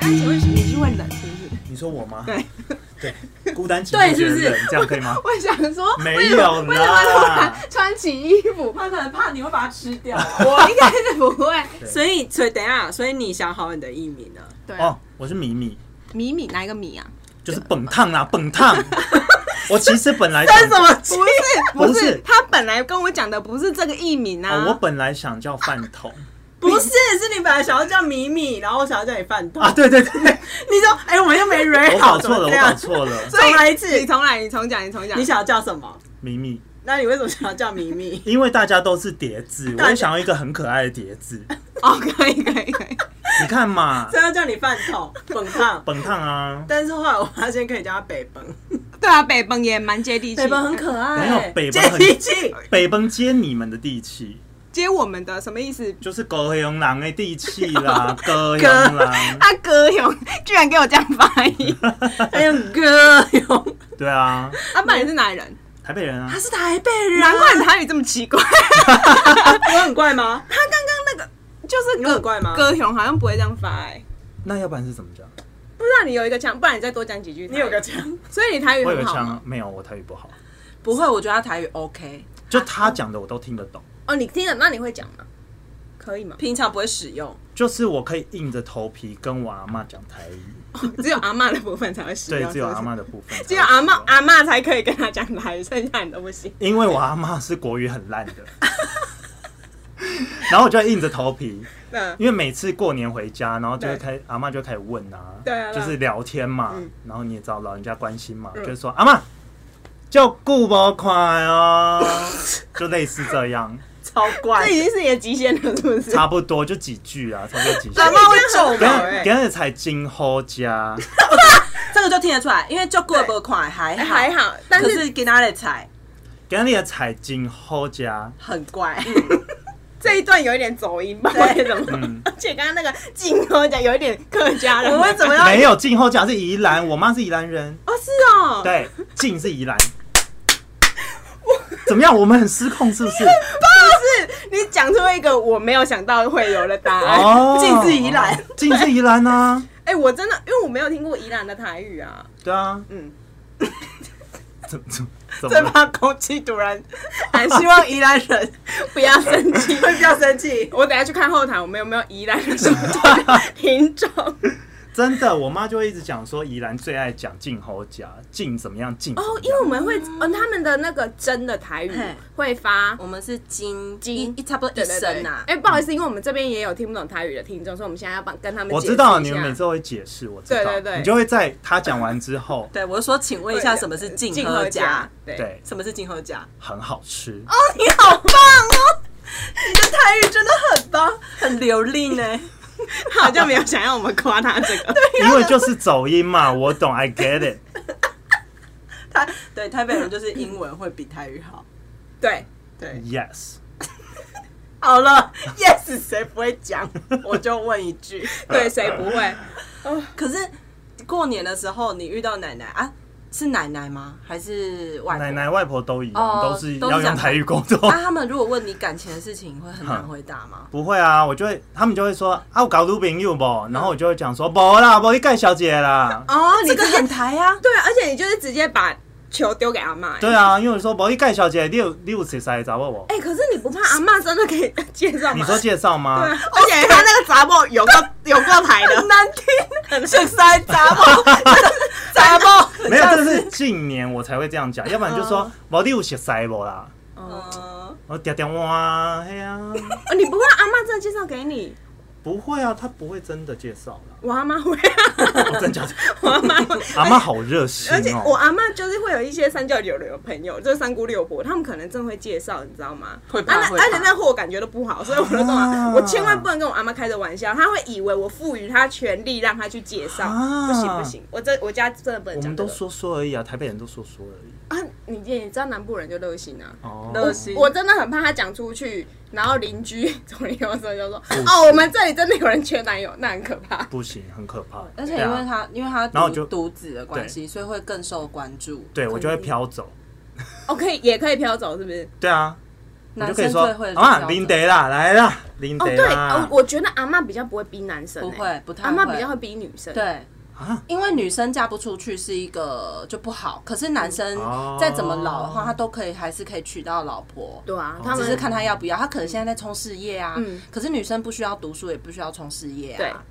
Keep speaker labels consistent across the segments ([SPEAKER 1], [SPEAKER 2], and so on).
[SPEAKER 1] 哎请问你是会冷是不是？
[SPEAKER 2] 你说我吗？
[SPEAKER 1] 对
[SPEAKER 2] 对，孤单寂
[SPEAKER 1] 对是
[SPEAKER 2] 寞觉
[SPEAKER 1] 不
[SPEAKER 2] 得
[SPEAKER 1] 是
[SPEAKER 2] 冷，这样可以吗？
[SPEAKER 1] 我想说，
[SPEAKER 2] 没
[SPEAKER 1] 为什么
[SPEAKER 2] 有啦
[SPEAKER 1] 为什么突然穿起衣服？
[SPEAKER 3] 他可能怕你会把它吃掉。啊
[SPEAKER 1] 我应该是不 会。
[SPEAKER 3] 所以，所以等一下，所以你想好你的艺名了？
[SPEAKER 1] 对啊，
[SPEAKER 2] 哦，我是米米，
[SPEAKER 1] 米米哪一个米啊？
[SPEAKER 2] 就是本烫啦，本 烫。我其实本来想
[SPEAKER 3] 但什么气？
[SPEAKER 1] 不是
[SPEAKER 2] 不是
[SPEAKER 1] 不是，他本来跟我讲的不是这个艺名
[SPEAKER 2] 哦
[SPEAKER 1] 啊，，
[SPEAKER 2] 我本来想叫饭桶
[SPEAKER 3] 不是，是你本来想要叫米米，然后我想要叫你饭
[SPEAKER 1] 哦
[SPEAKER 3] 桶。
[SPEAKER 2] 啊，对 对对，
[SPEAKER 3] 你说，哎、我们又 没 re
[SPEAKER 2] 我
[SPEAKER 3] 好，
[SPEAKER 2] 搞
[SPEAKER 3] 怎
[SPEAKER 2] 错了，
[SPEAKER 3] 么
[SPEAKER 2] 我
[SPEAKER 3] 这
[SPEAKER 2] 搞
[SPEAKER 3] 样？
[SPEAKER 2] 错了，
[SPEAKER 3] 重来一次，
[SPEAKER 1] 你重来，你重讲，你重讲
[SPEAKER 3] 你。想要叫什么？
[SPEAKER 2] 米米，
[SPEAKER 3] 那你为什么想要叫米米？
[SPEAKER 2] 因为大家都是叠字，我
[SPEAKER 3] 大家
[SPEAKER 2] 也想要一个很可爱的叠 字。
[SPEAKER 1] 哦，可以可以可以。
[SPEAKER 2] 你看嘛，
[SPEAKER 3] 真要叫你饭桶、本烫，
[SPEAKER 2] 本烫啊，
[SPEAKER 3] 但是后来我发现可以叫他北奔，
[SPEAKER 1] 对啊，北奔也蛮接地气，
[SPEAKER 3] 北奔很可爱、
[SPEAKER 2] 没有北奔
[SPEAKER 3] 接
[SPEAKER 2] 很
[SPEAKER 3] 地 气。
[SPEAKER 2] 北奔接你们的地气，
[SPEAKER 1] 接我们的什么意思？
[SPEAKER 2] 就是高雄人的地气 啦，高雄人，
[SPEAKER 1] 他歌咏居然给我这样发 音，
[SPEAKER 3] 哎呦哥哟，
[SPEAKER 2] 对啊，
[SPEAKER 1] 阿爸你是哪里人？
[SPEAKER 2] 台北人啊
[SPEAKER 3] 他，是台北人，
[SPEAKER 1] 难 怪你台语这么奇 怪。
[SPEAKER 3] 我很怪吗？
[SPEAKER 1] 他刚刚那个就是
[SPEAKER 3] 你很怪吗
[SPEAKER 1] 歌咏好像不会这样发哎、
[SPEAKER 2] 那要不然是怎么讲？
[SPEAKER 1] 不知道你有一个腔，不然你再多讲几句。
[SPEAKER 3] 你有个，腔，
[SPEAKER 1] 所以你台语
[SPEAKER 2] 我有
[SPEAKER 1] 很
[SPEAKER 2] 个
[SPEAKER 1] 好
[SPEAKER 2] 腔
[SPEAKER 1] 吗？，
[SPEAKER 2] 没有，我台语不好，
[SPEAKER 3] 不会，我觉得他台语 OK，
[SPEAKER 2] 就他讲的我都听得懂，
[SPEAKER 1] 哦，你听了，那你会讲吗？可以吗？
[SPEAKER 3] 平常不会使用。
[SPEAKER 2] 就是我可以硬着头皮跟我阿妈讲台语，
[SPEAKER 1] 只有阿嬷的部分才会使
[SPEAKER 2] 对，
[SPEAKER 1] 用，
[SPEAKER 2] 只有
[SPEAKER 1] 是不啊是
[SPEAKER 2] 阿
[SPEAKER 1] 啊
[SPEAKER 2] 妈的部分，
[SPEAKER 1] 只有阿嬷，阿嬷才可以跟他讲台语，剩下你都不行。
[SPEAKER 2] 因为我阿妈是国语很烂的， 然后我就硬着头皮，
[SPEAKER 1] 嗯，
[SPEAKER 2] 因为每次过年回家，然后就会
[SPEAKER 1] 对
[SPEAKER 2] 开阿妈就会开始问啊，
[SPEAKER 1] 对啊对
[SPEAKER 2] 就
[SPEAKER 1] 啊
[SPEAKER 2] 是聊天嘛，
[SPEAKER 1] 嗯
[SPEAKER 2] 然后你也知道老人家关心嘛，
[SPEAKER 1] 嗯
[SPEAKER 2] 就是说阿妈就顾不快 哦，就类似这样，
[SPEAKER 3] 超怪
[SPEAKER 1] 这已经是你的极限了，是不是？
[SPEAKER 2] 差不多就几句啊，差不多几句。
[SPEAKER 3] 阿妈会皱
[SPEAKER 2] 等
[SPEAKER 3] 眉、
[SPEAKER 2] 下
[SPEAKER 1] 哎
[SPEAKER 3] 欸，
[SPEAKER 2] 等下才金后家，
[SPEAKER 3] 这个就听得出来，因为就过不快还好
[SPEAKER 1] 还，好，但
[SPEAKER 3] 可
[SPEAKER 1] 是
[SPEAKER 3] 是给他的菜
[SPEAKER 2] 等下才金后家，
[SPEAKER 3] 很怪，
[SPEAKER 1] 这一段有一点走音吧？为什么
[SPEAKER 2] 嗯？
[SPEAKER 1] 而且刚刚那个静跟我讲有一点客家人，哎
[SPEAKER 3] 我们怎么要
[SPEAKER 2] 没有金后家是宜兰，我妈是宜兰人，
[SPEAKER 1] 哦，是哦，
[SPEAKER 2] 对，静是宜兰。怎么样？我们很失控是 不是？
[SPEAKER 1] 不是你讲出一个我没有想到会有的答案。
[SPEAKER 2] 哦，
[SPEAKER 3] 近似宜兰，
[SPEAKER 2] 近似宜兰啊，
[SPEAKER 1] 哎，我真的因为我没有听过宜兰的台语啊，
[SPEAKER 2] 对啊，
[SPEAKER 1] 嗯，
[SPEAKER 2] 怎怎怎
[SPEAKER 3] 这
[SPEAKER 2] 么了？
[SPEAKER 3] 把空气突 然，
[SPEAKER 1] 很希
[SPEAKER 3] 希
[SPEAKER 1] 望
[SPEAKER 3] 望宜兰人
[SPEAKER 1] 不要生气。
[SPEAKER 3] 会比较生气。
[SPEAKER 1] 我等下去看后台，我们有没有宜兰的什么听 众？哦
[SPEAKER 2] 真的，我妈就会一直讲说，宜兰最爱讲进侯甲，进怎么样进
[SPEAKER 1] 哦，因为我们会，嗯，他们的那个真的台语
[SPEAKER 3] 嘿
[SPEAKER 1] 会发
[SPEAKER 3] 我们是金
[SPEAKER 1] 金
[SPEAKER 3] 一差不多一生啊呐、，
[SPEAKER 1] 哎、不好意思，因为我们这边也有听不懂台语的听众，所以我们现在要帮跟他们
[SPEAKER 2] 我
[SPEAKER 1] 解释
[SPEAKER 2] 知道
[SPEAKER 1] 一
[SPEAKER 2] 你
[SPEAKER 1] 下
[SPEAKER 2] 们每次都会解释，我知道，
[SPEAKER 1] 对对对
[SPEAKER 2] 你就会在她讲完之后
[SPEAKER 3] 对，我就说，请问一下，什么是静
[SPEAKER 1] 静
[SPEAKER 3] 和
[SPEAKER 1] 家
[SPEAKER 3] 家？？
[SPEAKER 1] 对，
[SPEAKER 2] 对，
[SPEAKER 3] 什么是静和家？
[SPEAKER 2] 很好吃，
[SPEAKER 3] 你好棒哦！你的台语真的很棒，很流利呢。 啊
[SPEAKER 1] 他好像没有想要我们夸他这个。对，
[SPEAKER 2] 因为就是走音嘛，我懂，I get it。
[SPEAKER 3] 台对台北人就是英文会比台语好。
[SPEAKER 1] 对，
[SPEAKER 3] 对，
[SPEAKER 2] Yes，
[SPEAKER 3] 好了，yes 谁不会讲？我就问一句。
[SPEAKER 1] 对，谁不会？
[SPEAKER 3] 可是过年的时候，你遇到奶奶啊，是奶奶吗？还是外婆
[SPEAKER 2] 奶奶外婆都一样，
[SPEAKER 3] 哦
[SPEAKER 2] 都是
[SPEAKER 3] 都是
[SPEAKER 2] 要用
[SPEAKER 3] 讲啊
[SPEAKER 2] 台语沟通。
[SPEAKER 3] 那他们如果问你感情的事情，会很难回答吗？
[SPEAKER 2] 不会啊，我就会，他们就会说啊，我搞女朋友不，然后我就会讲说，不啦，不你盖小姐 啦。
[SPEAKER 1] 哦，你
[SPEAKER 3] 这个
[SPEAKER 1] 直接
[SPEAKER 3] 很台啊，
[SPEAKER 1] 对，而且你就是直接把球丢给阿妈、哎
[SPEAKER 2] 对啊，因为我说不你盖小姐，你有你有谁谁 找我？
[SPEAKER 1] 哎、可是你不怕阿妈真的可以介绍
[SPEAKER 2] 你
[SPEAKER 1] 吗？
[SPEAKER 2] 说介绍吗？
[SPEAKER 1] 对啊，而
[SPEAKER 3] 哦
[SPEAKER 1] 且他那个杂货有够有够台的
[SPEAKER 3] 很，难听， 是塞杂包，杂包
[SPEAKER 2] 没有，这是近年我才会这样讲，要不然就说
[SPEAKER 3] 哦
[SPEAKER 2] 无你有熟悉无啦，
[SPEAKER 1] 哦，
[SPEAKER 3] 嗯，
[SPEAKER 2] 我点点哇，嘿啊，
[SPEAKER 1] 你不怕阿妈真的介绍给你？
[SPEAKER 2] 不会啊，他不会真的介绍啦，
[SPEAKER 1] 我阿妈会、啊，
[SPEAKER 2] 我真假的，
[SPEAKER 1] 我阿妈会。
[SPEAKER 2] 阿妈好热心
[SPEAKER 1] 而且我
[SPEAKER 2] 哦，
[SPEAKER 1] 阿妈就是会有一些三教九流的朋友，就是三姑六婆，他们可能真的会介绍，你知道吗？
[SPEAKER 3] 会
[SPEAKER 1] 啊
[SPEAKER 3] 怕
[SPEAKER 1] 那
[SPEAKER 3] 会怕
[SPEAKER 1] 而且那货感觉都不好，所以我就说嘛，
[SPEAKER 2] 啊
[SPEAKER 1] 我千万不能跟我阿妈开这玩笑，她会以为我赋予她权利让她去介绍，
[SPEAKER 2] 啊
[SPEAKER 1] 不行不行，我这我家真的不能
[SPEAKER 2] 我
[SPEAKER 1] 讲、
[SPEAKER 2] 们
[SPEAKER 1] 这
[SPEAKER 2] 都
[SPEAKER 1] 个
[SPEAKER 2] 说说而已啊，台北人都说说而已。
[SPEAKER 1] 啊，你也知道南部人就热心啊。
[SPEAKER 2] 哦，
[SPEAKER 3] 热心
[SPEAKER 1] 我真的很怕她讲出去，然后邻居 从邻有时候就说：“哦，我们这里真的有人缺男友，那很可怕。
[SPEAKER 2] 不行，很可怕。
[SPEAKER 3] 而且
[SPEAKER 2] 对啊
[SPEAKER 3] 因为他因为他
[SPEAKER 2] 然后
[SPEAKER 3] 独
[SPEAKER 2] 就
[SPEAKER 3] 独子的关系，所以会更受关注。
[SPEAKER 2] 对我就会
[SPEAKER 3] 可能
[SPEAKER 2] 飘走，
[SPEAKER 1] ”OK，也可以飘走，是不是？
[SPEAKER 2] 对啊，我就
[SPEAKER 3] 男
[SPEAKER 2] 可以
[SPEAKER 3] 生
[SPEAKER 2] 说
[SPEAKER 3] 最会的
[SPEAKER 2] 啊，
[SPEAKER 3] 就是
[SPEAKER 2] 林德啦，来啦，林德
[SPEAKER 1] 哦，对，
[SPEAKER 2] 啦
[SPEAKER 1] 哦，我觉得阿嬷比较不会逼男生、欸
[SPEAKER 3] 不会不太
[SPEAKER 1] 阿嬷
[SPEAKER 3] 会
[SPEAKER 1] 比较会逼女生。，
[SPEAKER 3] 对，
[SPEAKER 2] 啊，
[SPEAKER 3] 因为女生嫁不出去是一个就不好，可是男生
[SPEAKER 2] 哦
[SPEAKER 3] 再怎么老的话，他都可以还是可以娶到老婆，
[SPEAKER 1] 对啊，他
[SPEAKER 3] 哦只
[SPEAKER 1] 们
[SPEAKER 3] 是看他要不要。他可能现在在冲事业啊，
[SPEAKER 1] 嗯
[SPEAKER 3] 可是女生不需要读书，也不需要冲事业
[SPEAKER 1] 对
[SPEAKER 3] 啊。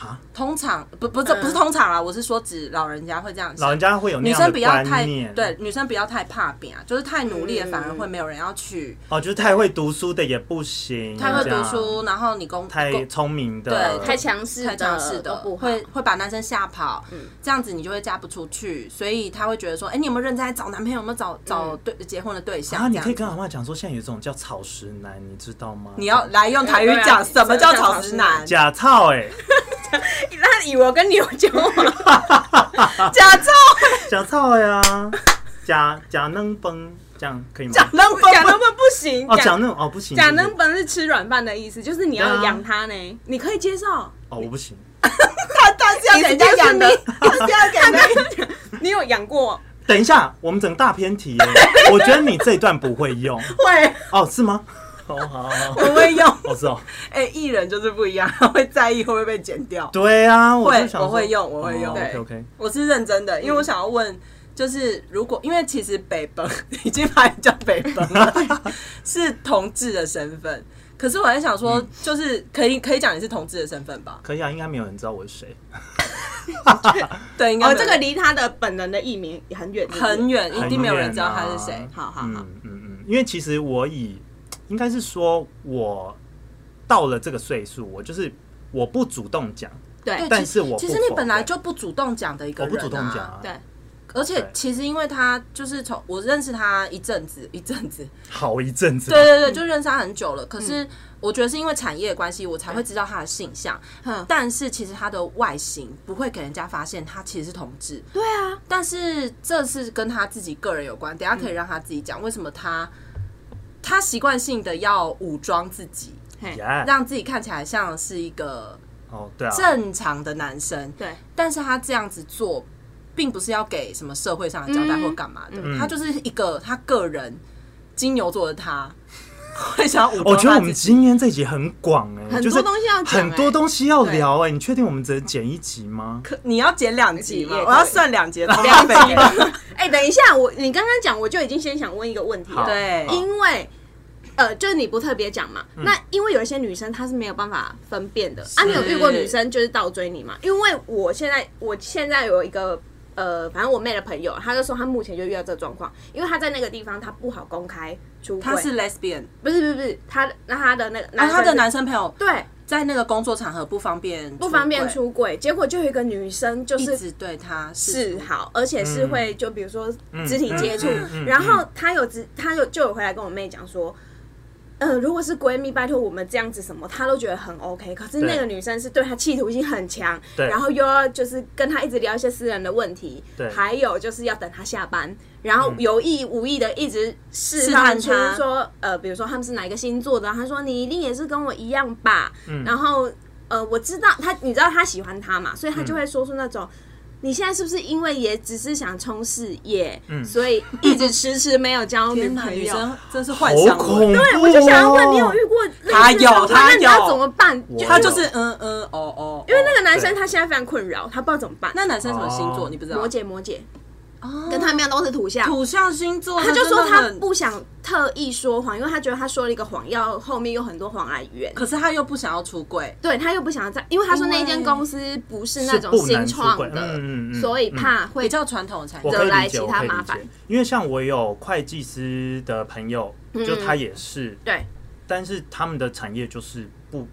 [SPEAKER 2] 哈，
[SPEAKER 3] 通常不不是
[SPEAKER 1] 嗯
[SPEAKER 3] 不是通常啊，我是说指老人家会这样
[SPEAKER 2] 老
[SPEAKER 3] 想。
[SPEAKER 2] 人家会有那
[SPEAKER 3] 女
[SPEAKER 2] 样
[SPEAKER 3] 生
[SPEAKER 2] 的
[SPEAKER 3] 不要
[SPEAKER 2] 观
[SPEAKER 3] 太
[SPEAKER 2] 念，啊
[SPEAKER 3] 对，女生不要太怕扁啊，就是太努力了，
[SPEAKER 1] 嗯
[SPEAKER 3] 反而会没有人要娶。
[SPEAKER 2] 哦，就是太会读书的也不行，
[SPEAKER 3] 太会
[SPEAKER 2] 这
[SPEAKER 3] 读
[SPEAKER 2] 样
[SPEAKER 3] 书，然后你工
[SPEAKER 2] 太
[SPEAKER 3] 工
[SPEAKER 2] 聪明的，
[SPEAKER 3] 对
[SPEAKER 1] 太强势
[SPEAKER 3] 太强势
[SPEAKER 1] 的
[SPEAKER 3] 的
[SPEAKER 1] 都不好嗯
[SPEAKER 3] 会 会把男生吓跑，这样子你就会嫁不出去，所以他会觉得说，哎、你有没有认真在找男朋友？有没有
[SPEAKER 1] 嗯
[SPEAKER 3] 找找对结婚的对象？
[SPEAKER 2] 啊，
[SPEAKER 3] 这
[SPEAKER 2] 你
[SPEAKER 3] 样
[SPEAKER 2] 可以跟阿妈讲说，现在有一种叫草食男，你知道吗？
[SPEAKER 3] 你要来用台语
[SPEAKER 1] 对啊
[SPEAKER 3] 讲什么叫草食男？
[SPEAKER 2] 假操哎，
[SPEAKER 1] 他以为我跟你有交往，
[SPEAKER 3] 假造
[SPEAKER 2] 假操呀，假假嫩崩，这样可以吗？
[SPEAKER 3] 假能
[SPEAKER 1] 讲那么不行。
[SPEAKER 2] 哦，
[SPEAKER 1] 讲
[SPEAKER 2] 假嫩哦不行，
[SPEAKER 1] 假
[SPEAKER 2] 是不是
[SPEAKER 1] 能本是吃软饭的意思，就是你
[SPEAKER 2] 对
[SPEAKER 1] 要
[SPEAKER 2] 啊
[SPEAKER 1] 养它呢，你可以接受。
[SPEAKER 2] 哦我不行，
[SPEAKER 3] 他他是要给人家 养的，他是要给人家
[SPEAKER 1] 你有养过？
[SPEAKER 2] 等一下，我们整个大偏题 耶，我觉得你这一段不会用
[SPEAKER 1] 会，
[SPEAKER 2] 哦，是吗？哦好，好好
[SPEAKER 3] 不会用。
[SPEAKER 2] 哦是哦，
[SPEAKER 3] 哎、艺人就是不一样， 他会在意会不会被剪掉。
[SPEAKER 2] 对啊，我
[SPEAKER 3] 会
[SPEAKER 2] 就想哦
[SPEAKER 3] 我会用我会用
[SPEAKER 2] ，OK
[SPEAKER 1] 对
[SPEAKER 2] OK，
[SPEAKER 3] 我是认真的，因为我想要问，就是如果因为其实北本 已经把你叫北本了，是同志的身份。可是我还想说，就是可以可以讲你是同志的身份吧？
[SPEAKER 2] 可以啊，应该没有人知道我是谁，
[SPEAKER 3] 对，应该
[SPEAKER 1] 哦，
[SPEAKER 3] 没有
[SPEAKER 1] 这个离他的本人的艺名也很远，是不是
[SPEAKER 3] 很。远，一定没有人
[SPEAKER 2] 很
[SPEAKER 3] 知
[SPEAKER 2] 远
[SPEAKER 3] 道
[SPEAKER 2] 啊
[SPEAKER 3] 他是谁。
[SPEAKER 1] 好好好，
[SPEAKER 2] 嗯嗯嗯，因为其实我以应该是说我到了这个岁数，我就是我不主动讲，
[SPEAKER 1] 对
[SPEAKER 2] 但是我不
[SPEAKER 3] 啊其实你
[SPEAKER 2] 否
[SPEAKER 3] 本来
[SPEAKER 2] 认
[SPEAKER 3] 就不主动讲的一个
[SPEAKER 2] 我
[SPEAKER 3] 人、
[SPEAKER 2] 不主动讲、啊，
[SPEAKER 1] 对，
[SPEAKER 3] 而且
[SPEAKER 2] 对
[SPEAKER 3] 其实因为他就是从我认识他一阵子一阵子，
[SPEAKER 2] 好一阵子，
[SPEAKER 3] 对对对，就认识他很久了。可是我觉得是因为产业的关系，我才会知道他的性向。
[SPEAKER 1] 嗯
[SPEAKER 3] 但是其实他的外形不会给人家发现他其实是同志，
[SPEAKER 1] 对啊，
[SPEAKER 3] 但是这是跟他自己个人有关。
[SPEAKER 2] 嗯
[SPEAKER 3] 等一下可以让他自己讲为什么他他习惯性的要武装自己，
[SPEAKER 1] 嘿，
[SPEAKER 2] Yeah，
[SPEAKER 3] 让自己看起来像是一个
[SPEAKER 2] 哦对啊，
[SPEAKER 3] 正常的男生，
[SPEAKER 1] 对，
[SPEAKER 3] 但是他这样子做，并不是要给什么社会上的交代
[SPEAKER 1] 嗯
[SPEAKER 3] 或干嘛的，
[SPEAKER 2] 嗯
[SPEAKER 3] 他就是一个他个人金牛座的 他，会想要武
[SPEAKER 2] 哦我
[SPEAKER 3] 装
[SPEAKER 2] 觉得
[SPEAKER 3] 他
[SPEAKER 2] 我
[SPEAKER 3] 自
[SPEAKER 2] 们
[SPEAKER 3] 己。
[SPEAKER 2] 今天这集很广哎、
[SPEAKER 1] 很
[SPEAKER 2] 就是
[SPEAKER 1] 多东西要讲哎
[SPEAKER 2] 很多东西要聊哎、你确定我们只能剪一集吗？
[SPEAKER 3] 可你要剪两集
[SPEAKER 1] 也？
[SPEAKER 3] 吗
[SPEAKER 1] 可以
[SPEAKER 3] 我要算 两集了，
[SPEAKER 1] 两
[SPEAKER 3] 好
[SPEAKER 1] 集
[SPEAKER 3] 吧
[SPEAKER 1] 了。 哎，等一下，我你刚刚讲，我就已经先想问一个问题了
[SPEAKER 2] 好，
[SPEAKER 3] 对
[SPEAKER 2] 好
[SPEAKER 1] 因为。呃，就是你不特别讲嘛，
[SPEAKER 3] 嗯
[SPEAKER 1] 那因为有一些女生她是没有办法分辨的啊。你有遇过女生就是倒追你吗？因为我现在我现在有一个呃，反正我妹的朋友，她就说她目前就遇到这个状况，因为她在那个地方她不好公开出
[SPEAKER 3] 他
[SPEAKER 1] 轨，
[SPEAKER 3] 是 lesbian，
[SPEAKER 1] 不是不是不是她那她的那个
[SPEAKER 3] 然
[SPEAKER 1] 男
[SPEAKER 3] 后
[SPEAKER 1] 生
[SPEAKER 3] 啊他的
[SPEAKER 1] 是
[SPEAKER 3] 男生朋友
[SPEAKER 1] 对
[SPEAKER 3] 在那个工作场合不方便，
[SPEAKER 1] 不方便，出轨，结果就有一个女生就
[SPEAKER 3] 一
[SPEAKER 1] 是
[SPEAKER 3] 直对他
[SPEAKER 1] 示好，而且是会就比如说肢体接触
[SPEAKER 2] 嗯嗯嗯嗯嗯，
[SPEAKER 1] 然后她有直她有就有回来跟我妹讲说。呃，如果是闺蜜，拜托我们这样子什么，她都觉得很 OK。可是那个
[SPEAKER 2] 对
[SPEAKER 1] 女生是对她企图心很强，
[SPEAKER 2] 对
[SPEAKER 1] 然后又要就是跟她一直聊一些私人的问题，
[SPEAKER 2] 对
[SPEAKER 1] 还有就是要等她下班，然后
[SPEAKER 2] 嗯
[SPEAKER 1] 有意无意的一直试
[SPEAKER 3] 试
[SPEAKER 1] 探
[SPEAKER 3] 探
[SPEAKER 1] 出
[SPEAKER 3] 她
[SPEAKER 1] 说，呃，比如说他们是哪一个星座的，她说你一定也是跟我一样吧，
[SPEAKER 2] 嗯
[SPEAKER 1] 然后呃，我知道他，你知道他喜欢他嘛，所以他就会说出那种。你现在是不是因为也只是想冲事业，
[SPEAKER 2] 嗯
[SPEAKER 1] 所以一直迟迟没有交女
[SPEAKER 3] 天哪，
[SPEAKER 1] 朋
[SPEAKER 3] 女
[SPEAKER 1] 友？
[SPEAKER 3] 生真是
[SPEAKER 2] 好
[SPEAKER 3] 幻想
[SPEAKER 2] 恐
[SPEAKER 3] 文，
[SPEAKER 2] 怖、哦！
[SPEAKER 1] 对，我就想要问你有遇过类似的
[SPEAKER 3] 他有
[SPEAKER 1] 状况
[SPEAKER 3] 他
[SPEAKER 1] 那你要
[SPEAKER 3] 有
[SPEAKER 1] 怎么办？
[SPEAKER 2] 我
[SPEAKER 3] 他就是嗯嗯哦哦，
[SPEAKER 1] 哦因为那个男生
[SPEAKER 2] 对
[SPEAKER 1] 他现在非常困扰，他不知道怎么办。
[SPEAKER 3] 那男生什么星
[SPEAKER 2] 哦
[SPEAKER 3] 座你不知道
[SPEAKER 1] 摩？羯摩羯
[SPEAKER 3] 哦
[SPEAKER 1] 跟他们一样都是土象，
[SPEAKER 3] 土象星座，
[SPEAKER 1] 他就
[SPEAKER 3] 真的
[SPEAKER 1] 说他
[SPEAKER 3] 很
[SPEAKER 1] 不想特意说谎，因为他觉得他说了一个谎，要后面有很多谎来圆。
[SPEAKER 3] 可是他又不想要出柜，
[SPEAKER 1] 对他又不想再，因为他说那
[SPEAKER 3] 因为
[SPEAKER 1] 间公司不是那
[SPEAKER 2] 是
[SPEAKER 1] 种
[SPEAKER 2] 不
[SPEAKER 1] 新
[SPEAKER 2] 能出
[SPEAKER 1] 创
[SPEAKER 2] 轨
[SPEAKER 1] 的，
[SPEAKER 2] 嗯嗯嗯
[SPEAKER 1] 所以怕会
[SPEAKER 3] 比较传统的产
[SPEAKER 2] 我
[SPEAKER 3] 业。
[SPEAKER 2] 可以
[SPEAKER 1] 惹来
[SPEAKER 2] 理解，
[SPEAKER 1] 其
[SPEAKER 2] 我
[SPEAKER 1] 他
[SPEAKER 2] 可以
[SPEAKER 1] 麻
[SPEAKER 2] 理
[SPEAKER 1] 烦
[SPEAKER 2] 解。因为像我有会计师的朋友，
[SPEAKER 1] 嗯
[SPEAKER 2] 就他也是，
[SPEAKER 1] 对
[SPEAKER 2] 但是他们的产业就是不，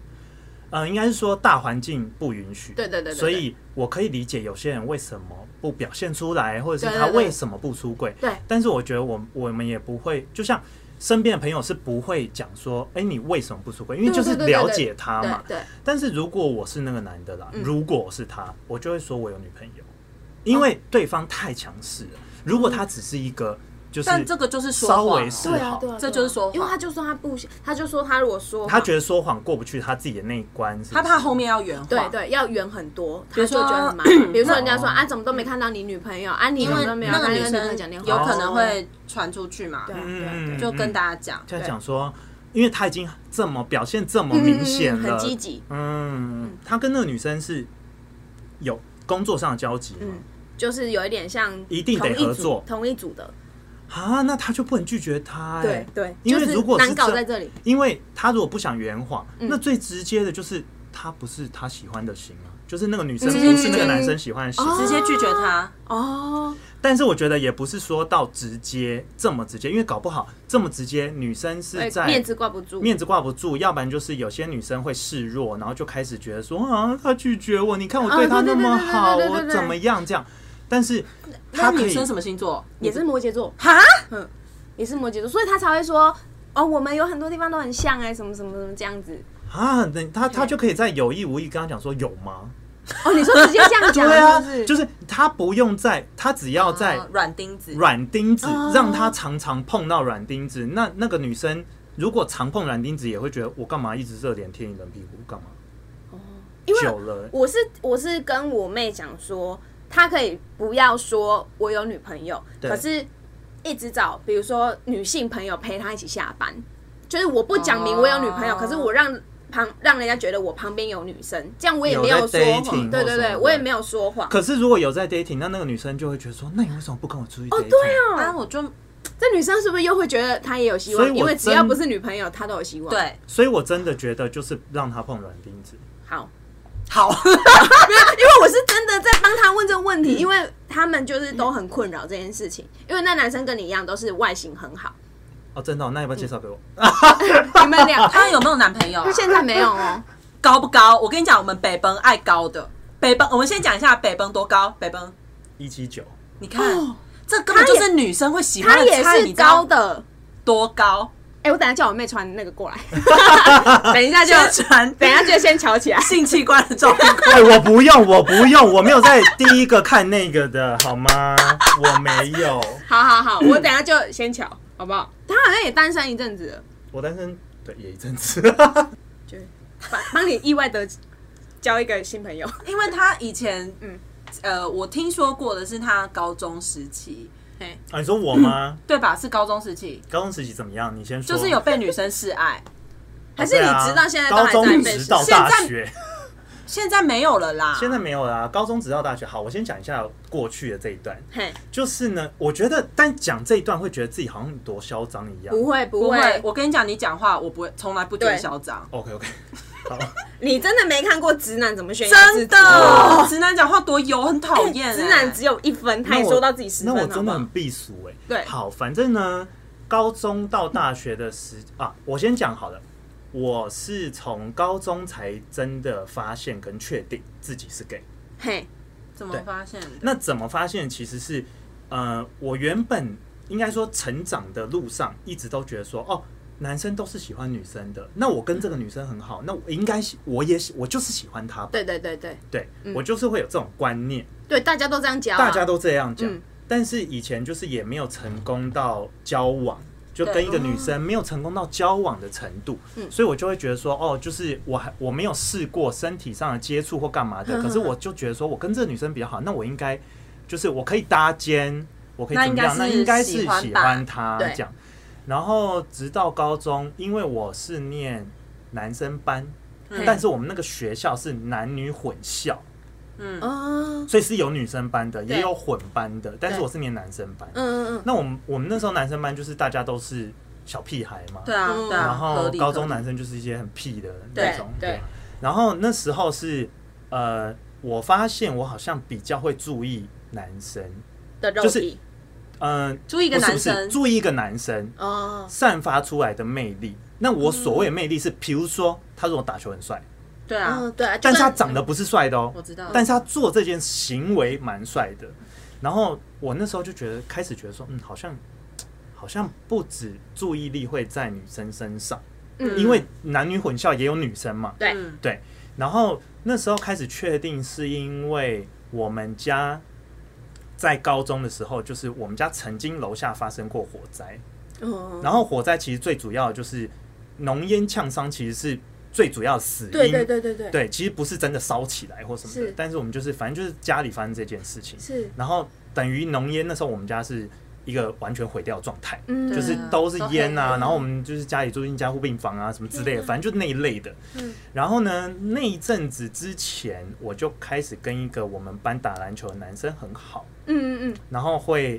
[SPEAKER 2] 呃，应该是说大环境不允许。
[SPEAKER 1] 对对对对对
[SPEAKER 2] 所以我可以理解有些人为什么不表现出来，或者是
[SPEAKER 1] 对
[SPEAKER 2] 他
[SPEAKER 1] 对对
[SPEAKER 2] 为什么不出柜。
[SPEAKER 1] 对
[SPEAKER 2] 但是我觉得我我们也不会，就像身边的朋友是不会讲说，哎，你为什么不出柜？因为
[SPEAKER 1] 对
[SPEAKER 2] 就
[SPEAKER 1] 对
[SPEAKER 2] 是
[SPEAKER 1] 对对
[SPEAKER 2] 了
[SPEAKER 1] 对
[SPEAKER 2] 解他
[SPEAKER 1] 对
[SPEAKER 2] 嘛。
[SPEAKER 1] 对，嗯
[SPEAKER 2] 但是如果我是那个男的啦，如果我是他，我就会说我有女朋友，因为对方太强势了。如果他只是一个就是，
[SPEAKER 3] 但这个就是说
[SPEAKER 2] 稍
[SPEAKER 3] 谎
[SPEAKER 2] 微
[SPEAKER 3] 哦
[SPEAKER 2] 是
[SPEAKER 4] 对啊，
[SPEAKER 2] 好
[SPEAKER 4] 对啊，
[SPEAKER 3] 这就是说
[SPEAKER 1] 因为
[SPEAKER 3] 谎
[SPEAKER 1] 他就说他不，他就说他如果说
[SPEAKER 2] 他觉得说谎过不去他自己的那一关是不是
[SPEAKER 3] 他怕后面要圆话，
[SPEAKER 1] 对对要圆很多，
[SPEAKER 3] 比
[SPEAKER 1] 他
[SPEAKER 3] 如
[SPEAKER 1] 就
[SPEAKER 3] 说
[SPEAKER 1] 觉得很麻 烦。比如说
[SPEAKER 2] 那
[SPEAKER 1] 人家说啊，怎么都没看到你女朋友啊，你
[SPEAKER 3] 因
[SPEAKER 1] 怎么
[SPEAKER 3] 为
[SPEAKER 1] 都没有
[SPEAKER 3] 那个
[SPEAKER 1] 跟
[SPEAKER 3] 女
[SPEAKER 1] 女生讲
[SPEAKER 3] 生
[SPEAKER 1] 电话，哦
[SPEAKER 3] 有可能会传出去嘛，
[SPEAKER 1] 对啊
[SPEAKER 2] 嗯
[SPEAKER 1] 对啊对啊
[SPEAKER 2] 嗯
[SPEAKER 3] 就跟大家讲，
[SPEAKER 2] 就
[SPEAKER 3] 对
[SPEAKER 2] 讲说，因为他已经这么表现这么
[SPEAKER 1] 嗯嗯嗯
[SPEAKER 2] 哦明显了，
[SPEAKER 1] 很积极，
[SPEAKER 2] 嗯，他跟那个女生是有工作上的交集吗
[SPEAKER 1] 嗯？就是有一点像
[SPEAKER 2] 一定得
[SPEAKER 1] 同组
[SPEAKER 2] 合作
[SPEAKER 1] 同一组的，
[SPEAKER 2] 啊，那他就不能拒绝他、欸，
[SPEAKER 1] 对对，
[SPEAKER 2] 因为
[SPEAKER 1] 就是
[SPEAKER 2] 如果是
[SPEAKER 1] 难搞
[SPEAKER 2] 这
[SPEAKER 1] 在这里，
[SPEAKER 2] 因为他如果不想圆谎，
[SPEAKER 1] 嗯
[SPEAKER 2] 那最直接的就是他不是他喜欢的型啊，就是那个女生
[SPEAKER 3] 直接
[SPEAKER 2] 不是那
[SPEAKER 3] 拒
[SPEAKER 2] 个
[SPEAKER 3] 绝
[SPEAKER 2] 男生喜欢的
[SPEAKER 1] 嗯
[SPEAKER 2] 型。
[SPEAKER 1] 哦
[SPEAKER 3] 直接拒绝他，
[SPEAKER 1] 哦，
[SPEAKER 2] 但是我觉得也不是说到直接这么直接，因为搞不好这么直接，女生是
[SPEAKER 1] 哎
[SPEAKER 2] 在
[SPEAKER 1] 面子挂不住，
[SPEAKER 2] 面子挂不住，要不然就是有些女生会示弱，然后就开始觉得说啊，他拒绝我，你看我对他
[SPEAKER 1] 啊对
[SPEAKER 2] 那
[SPEAKER 1] 对
[SPEAKER 2] 么
[SPEAKER 1] 对对
[SPEAKER 2] 好，
[SPEAKER 1] 对对对
[SPEAKER 2] 我
[SPEAKER 1] 对
[SPEAKER 2] 怎么样这样？但是
[SPEAKER 3] 那
[SPEAKER 2] 他可
[SPEAKER 3] 女
[SPEAKER 2] 以
[SPEAKER 3] 生什么星座？
[SPEAKER 1] 也是摩羯座，嗯
[SPEAKER 3] 哈，
[SPEAKER 1] 也是摩羯座，所以他才会说哦，我们有很多地方都很像哎、什么什么什么这样子。
[SPEAKER 2] 啊，那他他就可以在有意无意跟他讲说有吗？
[SPEAKER 1] 哦，你说直接这样讲，
[SPEAKER 2] 对啊
[SPEAKER 1] 是不是，
[SPEAKER 2] 就是他不用在，他只要在
[SPEAKER 3] 呃软钉子，
[SPEAKER 2] 软钉子
[SPEAKER 1] 哦，
[SPEAKER 2] 让他常常碰到软钉子。那那个女生如果常碰软钉子，也会觉得我干嘛一直热脸贴你冷屁股干嘛？
[SPEAKER 1] 因为
[SPEAKER 2] 久了，
[SPEAKER 1] 我是我是跟我妹讲说，她可以不要说我有女朋友，
[SPEAKER 2] 对
[SPEAKER 1] 可是一直找比如说女性朋友陪她一起下班，就是我不讲明我有女朋友，
[SPEAKER 3] 哦
[SPEAKER 1] 可是我让旁让人家觉得我旁边有女生，这样我也没
[SPEAKER 2] 有在
[SPEAKER 1] 说
[SPEAKER 2] dating
[SPEAKER 1] 谎，对
[SPEAKER 2] 或
[SPEAKER 1] 对
[SPEAKER 2] 什么
[SPEAKER 1] 对，
[SPEAKER 2] 的
[SPEAKER 1] 我也没有说谎。
[SPEAKER 2] 可是如果有在 dating，那那个女生就会觉得说，那你为什么不跟我出去 dating？、
[SPEAKER 1] 哦，对
[SPEAKER 3] 啊，
[SPEAKER 1] 哦，
[SPEAKER 3] 我就
[SPEAKER 1] 这女生是不是又会觉得她也有希
[SPEAKER 2] 所以
[SPEAKER 1] 望？
[SPEAKER 2] 我
[SPEAKER 1] 因为只
[SPEAKER 2] 真
[SPEAKER 1] 要不是女朋友，她都有希望。，
[SPEAKER 3] 对，
[SPEAKER 2] 所以我真的觉得就是让他碰软钉子。
[SPEAKER 1] 好， 因
[SPEAKER 3] 好，
[SPEAKER 1] 为我是真的在帮他问这个问题，因为他们就是都很困扰这件事情。因为那男生跟你一样都是外形很好，
[SPEAKER 2] 哦，真的哦、那要不要介绍给我？
[SPEAKER 1] 你们俩
[SPEAKER 3] 他有没有男朋 友啊？
[SPEAKER 1] 现在没有哦，
[SPEAKER 3] 高不高？我跟你讲，我们北奔爱高的，北奔，我们先讲一下北奔多高，北奔，
[SPEAKER 2] 一七九，
[SPEAKER 3] 你看。
[SPEAKER 1] 哦
[SPEAKER 3] 这根本就是女生会喜欢
[SPEAKER 1] 他
[SPEAKER 3] 的
[SPEAKER 1] 也
[SPEAKER 3] 菜，
[SPEAKER 1] 是
[SPEAKER 3] 你知
[SPEAKER 1] 高
[SPEAKER 3] 道
[SPEAKER 1] 的。
[SPEAKER 3] 多 高？
[SPEAKER 1] 哎、我等一下叫我妹传那个过来，等一下就
[SPEAKER 3] 宣传
[SPEAKER 1] 等一下就先瞧起来。
[SPEAKER 3] 性器官的照片，
[SPEAKER 2] 哎，我不用，我不用，我没有在第一个看那个的好吗？我没有，
[SPEAKER 1] 好好好，我等一下就先瞧，好不好？他好像也单身一阵子了，
[SPEAKER 2] 我单身对也一阵子。
[SPEAKER 1] 就帮帮你意外的交一个新朋友。
[SPEAKER 3] 因为他以前， 嗯
[SPEAKER 1] 嗯，
[SPEAKER 3] 呃，我听说过的是他高中时期，
[SPEAKER 1] 哎，
[SPEAKER 2] 啊，你说我吗？
[SPEAKER 3] 对吧？是高中时期，
[SPEAKER 2] 高中时期怎么样？你先说。啊
[SPEAKER 3] 就是有被女生示爱，
[SPEAKER 1] 还是你直到现在都还
[SPEAKER 2] 高
[SPEAKER 1] 在啊
[SPEAKER 2] 中
[SPEAKER 1] 被
[SPEAKER 2] 直到大学，
[SPEAKER 3] 现在没有了啦。
[SPEAKER 2] 现在没有啦、高中直到大学，好，我先讲一下过去的这一段。
[SPEAKER 1] 嘿，
[SPEAKER 2] 就是呢，我觉得，但讲这一段会觉得自己好像多嚣张一样。
[SPEAKER 1] 不会不
[SPEAKER 3] 不会
[SPEAKER 1] 会，，
[SPEAKER 3] 我跟你讲，你讲话我不会，从来不觉得
[SPEAKER 1] 对
[SPEAKER 3] 嚣张，
[SPEAKER 2] OK OK，好，
[SPEAKER 1] 你真的没看过直男怎么炫耀自己
[SPEAKER 3] 真的，直男讲话多油，很讨
[SPEAKER 1] 讨
[SPEAKER 3] 厌欸。
[SPEAKER 1] 直男只有一分，他
[SPEAKER 2] 那
[SPEAKER 1] 也
[SPEAKER 2] 我
[SPEAKER 1] 说到自己十
[SPEAKER 2] 那
[SPEAKER 1] 分，
[SPEAKER 2] 我真的
[SPEAKER 1] 好不
[SPEAKER 2] 很
[SPEAKER 1] 好
[SPEAKER 2] 避俗哎、
[SPEAKER 1] 对
[SPEAKER 2] 好，反正呢，高中到大学的时啊，我先讲好了。我是从高中才真的发现跟确定自己是 gay。
[SPEAKER 1] 嘿，
[SPEAKER 3] 怎么
[SPEAKER 2] 对
[SPEAKER 3] 发现的？
[SPEAKER 2] 那怎么发现？其实是，呃，我原本应该说成长的路上，一直都觉得说，哦，男生都是喜欢女生的，那我跟这个女生很好，那我应该喜，我也喜，我就是喜欢她吧，
[SPEAKER 1] 对对对对
[SPEAKER 2] 对
[SPEAKER 1] 嗯
[SPEAKER 2] 我就是会有这种观念，
[SPEAKER 1] 对，大家都这样教啊，
[SPEAKER 2] 大家都这样讲。
[SPEAKER 1] 嗯
[SPEAKER 2] 但是以前就是也没有成功到交往，就
[SPEAKER 3] 对
[SPEAKER 2] 跟一个女生没有成功到交往的程度，
[SPEAKER 1] 嗯
[SPEAKER 2] 所以我就会觉得说，哦，就是我还我没有试过身体上的接触或干嘛的，
[SPEAKER 1] 哼
[SPEAKER 2] 可是我就觉得说我跟这个女生比较好，那我应该就是我可以搭肩，我可以
[SPEAKER 3] 那
[SPEAKER 2] 怎么样，那
[SPEAKER 3] 应
[SPEAKER 2] 应
[SPEAKER 3] 该
[SPEAKER 2] 该
[SPEAKER 3] 是
[SPEAKER 2] 是
[SPEAKER 3] 喜欢
[SPEAKER 2] 喜
[SPEAKER 3] 吧
[SPEAKER 2] 欢她
[SPEAKER 1] 对
[SPEAKER 2] 这样。然后直到高中，因为我是念男生班，
[SPEAKER 3] 嗯
[SPEAKER 2] 但是我们那个学校是男女混校，
[SPEAKER 3] 嗯，
[SPEAKER 1] 哦，
[SPEAKER 2] 所以是有女生班的，
[SPEAKER 1] 对
[SPEAKER 2] 也有混班的，但是
[SPEAKER 1] 对
[SPEAKER 2] 我是念男生班。
[SPEAKER 1] 嗯嗯
[SPEAKER 2] 那我们我们那时候男生班就是大家都是小屁孩嘛，
[SPEAKER 3] 对啊，对啊，
[SPEAKER 2] 然后
[SPEAKER 3] 合理
[SPEAKER 2] 高中，
[SPEAKER 3] 合
[SPEAKER 2] 男
[SPEAKER 3] 理
[SPEAKER 2] 生就是一些很屁的
[SPEAKER 1] 对
[SPEAKER 2] 那种，
[SPEAKER 1] 对
[SPEAKER 2] 啊然后那时候是呃，我发现我好像比较会注意男生，
[SPEAKER 1] 嗯的肉
[SPEAKER 2] 就是
[SPEAKER 1] 体
[SPEAKER 2] 嗯、
[SPEAKER 3] 注意一
[SPEAKER 2] 一
[SPEAKER 3] 个男
[SPEAKER 2] 不是
[SPEAKER 3] 生，
[SPEAKER 2] 注意一个男生
[SPEAKER 1] 哦，
[SPEAKER 2] 散发出来的魅力。那我所
[SPEAKER 3] 嗯
[SPEAKER 2] 谓的魅力是，比如说他如果打球很帅，
[SPEAKER 3] 对啊，
[SPEAKER 1] 嗯对啊，就
[SPEAKER 2] 但是他
[SPEAKER 1] 算
[SPEAKER 2] 长得不是帅的哦，
[SPEAKER 3] 我知
[SPEAKER 1] 嗯
[SPEAKER 3] 道，
[SPEAKER 2] 但是他做这件行为蛮帅的。然后我那时候就觉得，开始觉得说，嗯，好像好像不止注意力会在女生身上，
[SPEAKER 1] 嗯
[SPEAKER 2] 因为男女混校也有女生嘛。
[SPEAKER 1] 对
[SPEAKER 3] 嗯
[SPEAKER 2] 然后那时候开始确定，是因为我们家在高中的时候，就是我们家曾经楼下发生过火灾，
[SPEAKER 1] 嗯，
[SPEAKER 2] 然后火灾其实最主要的就是浓烟呛伤，其实是最主要的死因。
[SPEAKER 1] 对对对对对，
[SPEAKER 2] 对其实不是真的烧起来或什么的
[SPEAKER 1] 是，
[SPEAKER 2] 但是我们就是反正就是家里发生这件事情，
[SPEAKER 1] 是，
[SPEAKER 2] 然后等于浓烟那时候我们家是一个完全毁掉的状态。
[SPEAKER 1] 嗯，
[SPEAKER 2] 就是
[SPEAKER 3] 对啊
[SPEAKER 2] 都是
[SPEAKER 3] 都
[SPEAKER 2] 烟
[SPEAKER 3] 黑
[SPEAKER 2] 啊，
[SPEAKER 3] 的嗯
[SPEAKER 2] 然后我们就是家里住进加护病房啊，什么之类的，反正就那一类的。
[SPEAKER 1] 嗯
[SPEAKER 2] 然后呢，那一阵子之前，我就开始跟一个我们班打篮球的男生很好，
[SPEAKER 1] 嗯嗯嗯，
[SPEAKER 2] 然后会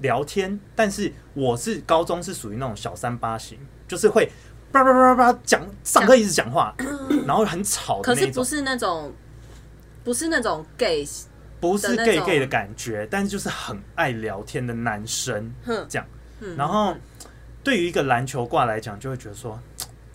[SPEAKER 2] 聊天，但是我是高中是属于那种小三八型，就是会叭叭叭叭叭讲上课一直讲话，然后很吵的
[SPEAKER 3] 嗯可
[SPEAKER 2] 那
[SPEAKER 3] 是
[SPEAKER 2] 一
[SPEAKER 3] 不
[SPEAKER 2] 种，
[SPEAKER 3] 是那种，不是那种 gay，
[SPEAKER 2] 不是
[SPEAKER 3] 的那
[SPEAKER 2] gay
[SPEAKER 3] 种
[SPEAKER 2] gay 的感觉，但是就是很爱聊天的男生
[SPEAKER 1] 哼
[SPEAKER 2] 这样。
[SPEAKER 3] 嗯
[SPEAKER 2] 然后对于一个篮球挂来讲，就会觉得说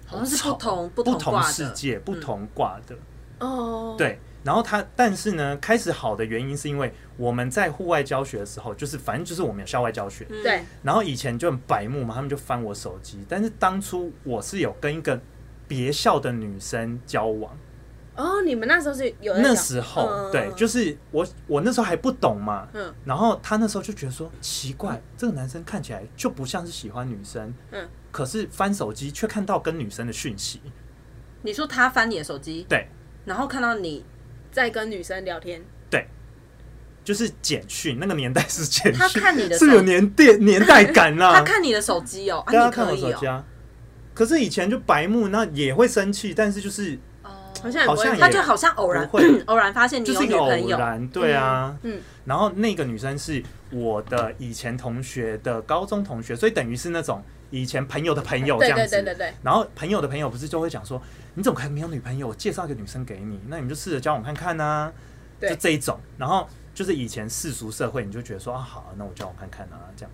[SPEAKER 3] 好像是
[SPEAKER 2] 好
[SPEAKER 3] 不
[SPEAKER 2] 吵
[SPEAKER 3] 同不
[SPEAKER 2] 不
[SPEAKER 3] 同
[SPEAKER 2] 同
[SPEAKER 3] 挂
[SPEAKER 2] 世
[SPEAKER 3] 的，嗯
[SPEAKER 2] 界、不同挂的，
[SPEAKER 1] 哦，，
[SPEAKER 2] 对。然后他，但是呢，开始好的原因是因为我们在户外教学的时候，就是反正就是我们有校外教学，
[SPEAKER 3] 嗯
[SPEAKER 1] 对，
[SPEAKER 2] 然后以前就很白目嘛，他们就翻我手机。但是当初我是有跟一个别校的女生交往，
[SPEAKER 1] 哦，你们那时候是有在
[SPEAKER 2] 那
[SPEAKER 1] 讲
[SPEAKER 2] 时候、
[SPEAKER 1] 嗯
[SPEAKER 2] 对，就是我我那时候还不懂嘛，
[SPEAKER 1] 嗯
[SPEAKER 2] 然后他那时候就觉得说奇怪，这个男生看起来就不像是喜欢女生，
[SPEAKER 1] 嗯，
[SPEAKER 2] 可是翻手机却看到跟女生的讯息，
[SPEAKER 3] 你说他翻你的手机，
[SPEAKER 2] 对，
[SPEAKER 3] 然后看到你，
[SPEAKER 1] 在跟女生聊天，
[SPEAKER 2] 就是简讯，那个年代是简
[SPEAKER 3] 他
[SPEAKER 2] 讯，
[SPEAKER 3] 看你的手
[SPEAKER 2] 是，有年 代年代感啦、
[SPEAKER 3] 他看你的手机哦，
[SPEAKER 2] 啊对
[SPEAKER 3] 啊，
[SPEAKER 2] 啊，
[SPEAKER 3] 你
[SPEAKER 2] 看
[SPEAKER 3] 可
[SPEAKER 2] 我
[SPEAKER 3] 以
[SPEAKER 2] 手机
[SPEAKER 3] 哦，
[SPEAKER 2] 啊。可是以前就白目，那也会生气，但是就是
[SPEAKER 3] 哦
[SPEAKER 1] 好像也
[SPEAKER 2] 好
[SPEAKER 1] 不
[SPEAKER 2] 像
[SPEAKER 1] 会
[SPEAKER 2] 也
[SPEAKER 3] 他就好像偶然
[SPEAKER 2] 不会
[SPEAKER 3] 偶然发现你
[SPEAKER 2] 就
[SPEAKER 3] 有
[SPEAKER 2] 是一
[SPEAKER 3] 女
[SPEAKER 2] 个偶
[SPEAKER 3] 朋友，
[SPEAKER 2] 然，对啊，
[SPEAKER 1] 嗯嗯
[SPEAKER 2] 然后那个女生是我的以前同学的高中同学，所以等于是那种以前朋友的朋友这
[SPEAKER 1] 对
[SPEAKER 2] 样
[SPEAKER 1] 对
[SPEAKER 2] 子。
[SPEAKER 1] 对对对，
[SPEAKER 2] 然后朋友的朋友不是就会讲说，你怎么可能没有女朋友？我介绍一个女生给你，那你们就试着交往看看呐、
[SPEAKER 1] 对
[SPEAKER 2] 就这一种。然后就是以前世俗社会，你就觉得说啊，好啊，那我交往看看啊，这样。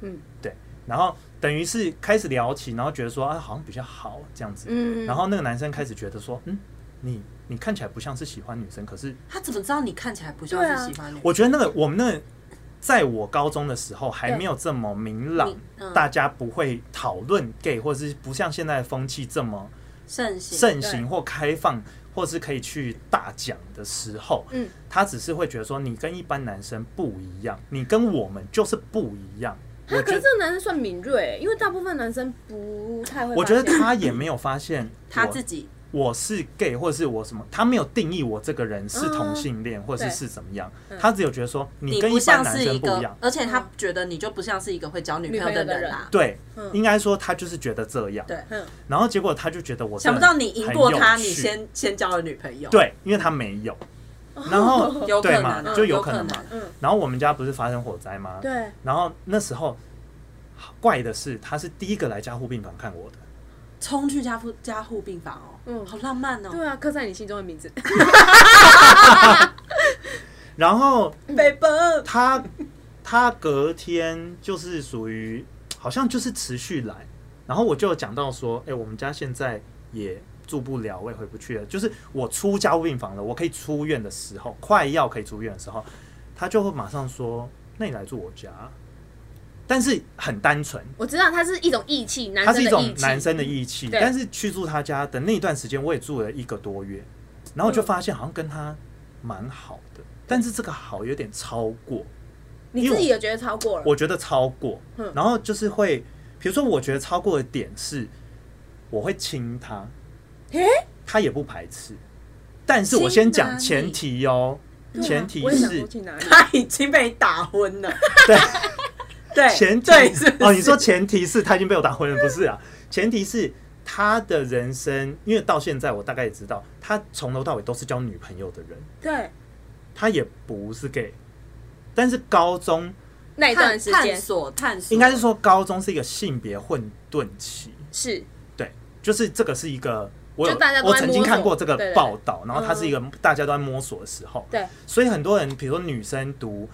[SPEAKER 1] 嗯，
[SPEAKER 2] 对。然后等于是开始聊起，然后觉得说啊，好像比较好这样子。
[SPEAKER 1] 嗯，
[SPEAKER 2] 然后那个男生开始觉得说，嗯，你你看起来不像是喜欢女生，可是
[SPEAKER 3] 他怎么知道你看起来不像
[SPEAKER 1] 对啊
[SPEAKER 3] 是喜欢你？
[SPEAKER 2] 我觉得那个我们那个，在我高中的时候还没有这么明朗
[SPEAKER 3] 你，嗯
[SPEAKER 2] 大家不会讨论 gay，或者是不像现在的风气这么
[SPEAKER 3] 盛行
[SPEAKER 2] 盛行或开放，或是可以去大讲的时候，
[SPEAKER 1] 嗯，
[SPEAKER 2] 他只是会觉得说你跟一般男生不一样，你跟我们就是不一样。
[SPEAKER 1] 他
[SPEAKER 2] 我
[SPEAKER 1] 可
[SPEAKER 2] 觉
[SPEAKER 1] 是
[SPEAKER 2] 得，
[SPEAKER 1] 这个男生算敏锐，欸因为大部分男生不太会发现，
[SPEAKER 2] 我觉得他也没有发现
[SPEAKER 3] 他
[SPEAKER 2] 我
[SPEAKER 3] 自己
[SPEAKER 2] 我是 gay 或者是我什么，他没有定义我这个人是同性
[SPEAKER 3] 嗯
[SPEAKER 2] 恋或者是是怎么样，他只有觉得说你跟
[SPEAKER 3] 不
[SPEAKER 2] 一般
[SPEAKER 3] 像
[SPEAKER 2] 男
[SPEAKER 3] 是
[SPEAKER 2] 生
[SPEAKER 3] 一
[SPEAKER 2] 不一
[SPEAKER 3] 个
[SPEAKER 2] 样，，
[SPEAKER 3] 而且他觉得你就不像是一个会交嗯女朋友的人啊。
[SPEAKER 2] 对，
[SPEAKER 1] 嗯
[SPEAKER 2] 应该说他就是觉得这样，
[SPEAKER 3] 对
[SPEAKER 1] 嗯
[SPEAKER 2] 然后结果他就觉得我
[SPEAKER 3] 想不到你赢过他，
[SPEAKER 2] 很有
[SPEAKER 3] 你
[SPEAKER 2] 趣
[SPEAKER 3] 先先交了女朋友，，
[SPEAKER 2] 对，因为他没有，然后
[SPEAKER 3] 哦 有可
[SPEAKER 2] 对
[SPEAKER 3] 能
[SPEAKER 2] 嘛
[SPEAKER 3] 啊，
[SPEAKER 2] 就有
[SPEAKER 3] 有
[SPEAKER 2] 可能嘛，
[SPEAKER 1] 嗯，
[SPEAKER 2] 然后我们家不是发生火灾吗？
[SPEAKER 1] 对，
[SPEAKER 2] 然后那时候怪的是他是第一个来加护病房看我的，
[SPEAKER 3] 冲去家护家护病房哦，
[SPEAKER 1] 嗯
[SPEAKER 3] 好浪漫哦，
[SPEAKER 1] 对啊，刻在你心中的名字，
[SPEAKER 2] 然后
[SPEAKER 3] 北奔，
[SPEAKER 2] 他他隔天就是属于好像就是持续来，然后我就有讲到说，哎、我们家现在也住不了，我也回不去了。就是我出加护病房了，我可以出院的时候，快要可以出院的时候，他就会马上说，那你来住我家。但是很单纯，
[SPEAKER 1] 我知道他是一种义气，男
[SPEAKER 2] 他
[SPEAKER 1] 生
[SPEAKER 2] 是一
[SPEAKER 1] 的
[SPEAKER 2] 种
[SPEAKER 1] 义气，
[SPEAKER 2] 男生的义气，
[SPEAKER 1] 对
[SPEAKER 2] 但是去住他家的那段时间，我也住了一个多月，然
[SPEAKER 1] 嗯
[SPEAKER 2] 后我就发现好像跟他蛮好的，但是这个好有点超过，
[SPEAKER 1] 你自己有觉得超过了，
[SPEAKER 2] 我觉得超过，
[SPEAKER 1] 嗯
[SPEAKER 2] 然后就是会，比如说我觉得超过的点是，我会亲他，
[SPEAKER 1] 诶
[SPEAKER 2] 他也不排斥，但是我先讲
[SPEAKER 3] 亲哪
[SPEAKER 2] 前
[SPEAKER 3] 里
[SPEAKER 2] 提哦，
[SPEAKER 1] 对啊
[SPEAKER 2] 前提
[SPEAKER 1] 我也想
[SPEAKER 2] 是
[SPEAKER 1] 过去哪里，
[SPEAKER 3] 他已经被你打 昏了，
[SPEAKER 2] 对。
[SPEAKER 3] 对，
[SPEAKER 2] 前提
[SPEAKER 3] 对是不
[SPEAKER 2] 哦，
[SPEAKER 3] 是
[SPEAKER 2] 你说前提是他已经被我打昏了，不是啊？前提是他的人生，因为到现在我大概也知道，他从头到尾都是交女朋友的人，
[SPEAKER 1] 对，
[SPEAKER 2] 他也不是 gay。但是高中
[SPEAKER 1] 那一段
[SPEAKER 3] 探
[SPEAKER 1] 时
[SPEAKER 3] 探
[SPEAKER 1] 间
[SPEAKER 3] 索探索，
[SPEAKER 2] 应该是说高中是一个性别混沌期，
[SPEAKER 1] 是
[SPEAKER 2] 对，就是这个是一个我有
[SPEAKER 1] 就大家都
[SPEAKER 2] 我
[SPEAKER 1] 在
[SPEAKER 2] 曾经
[SPEAKER 1] 摸索
[SPEAKER 2] 看过这个
[SPEAKER 1] 对对对
[SPEAKER 2] 报道，然后它是一个大家都在摸索的时候，
[SPEAKER 1] 对，
[SPEAKER 2] 所以很多人比如说女生读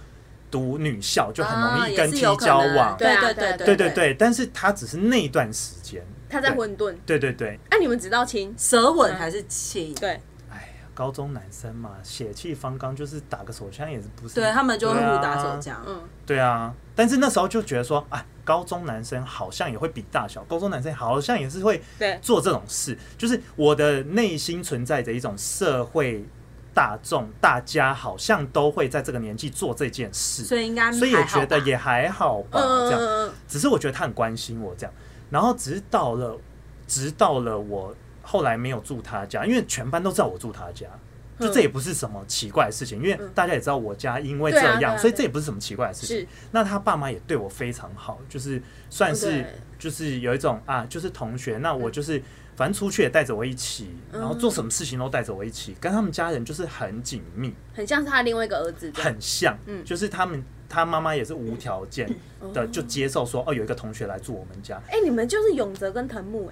[SPEAKER 2] 读女校就很
[SPEAKER 3] 啊
[SPEAKER 2] 容易
[SPEAKER 3] 也
[SPEAKER 2] 跟
[SPEAKER 3] 是
[SPEAKER 2] T
[SPEAKER 3] 有可能
[SPEAKER 2] 交往，
[SPEAKER 1] 对啊
[SPEAKER 3] 对
[SPEAKER 1] 对啊
[SPEAKER 2] 对
[SPEAKER 3] 对
[SPEAKER 2] 对，对，但是他只是那一段时间，
[SPEAKER 1] 他在混沌，
[SPEAKER 2] 对对对，
[SPEAKER 1] 哎，你们只到亲，
[SPEAKER 3] 舌吻还是亲，
[SPEAKER 1] 对，
[SPEAKER 2] 哎呀，高中男生嘛，血气方刚，就是打个手枪也是不是？
[SPEAKER 3] 对他们就会互打手
[SPEAKER 2] 对啊。
[SPEAKER 3] 枪，
[SPEAKER 1] 嗯，
[SPEAKER 2] 对啊，但是那时候就觉得说，哎，高中男生好像也会比大小，高中男生好像也是会
[SPEAKER 1] 对，
[SPEAKER 2] 做这种事，就是我的内心存在着一种社会。大众大家好像都会在这个年纪做这件事，
[SPEAKER 1] 所以应该
[SPEAKER 2] 啊所以也
[SPEAKER 1] 还好
[SPEAKER 2] 觉得
[SPEAKER 1] 吧
[SPEAKER 2] 也还好吧，这样。
[SPEAKER 1] 呃，
[SPEAKER 2] 只是我觉得他很关心我这样，然后直到了，直到了我后来没有住他家，因为全班都知道我住他家，
[SPEAKER 1] 嗯
[SPEAKER 2] 就这也不是什么奇怪的事情，因为大家也知道我家因为这
[SPEAKER 1] 对啊对
[SPEAKER 2] 样，
[SPEAKER 1] 啊
[SPEAKER 2] 所以这也不是什么奇怪的事情。
[SPEAKER 1] 是
[SPEAKER 2] 那他爸妈也对我非常好，就是算是
[SPEAKER 1] 对
[SPEAKER 2] 就是有一种啊，就是同学，那
[SPEAKER 3] 嗯
[SPEAKER 2] 我就是反正出去也带着我一起，然后做什么事情都带着我一
[SPEAKER 3] 嗯
[SPEAKER 2] 起，跟他们家人就是很紧密，
[SPEAKER 1] 很像是他另外一个儿子这样，
[SPEAKER 2] 很像，
[SPEAKER 1] 嗯
[SPEAKER 2] 就是他们他妈妈也是无条件的就接受说哦，有一个同学来住我们家，
[SPEAKER 1] 哎、你们就是永泽跟藤木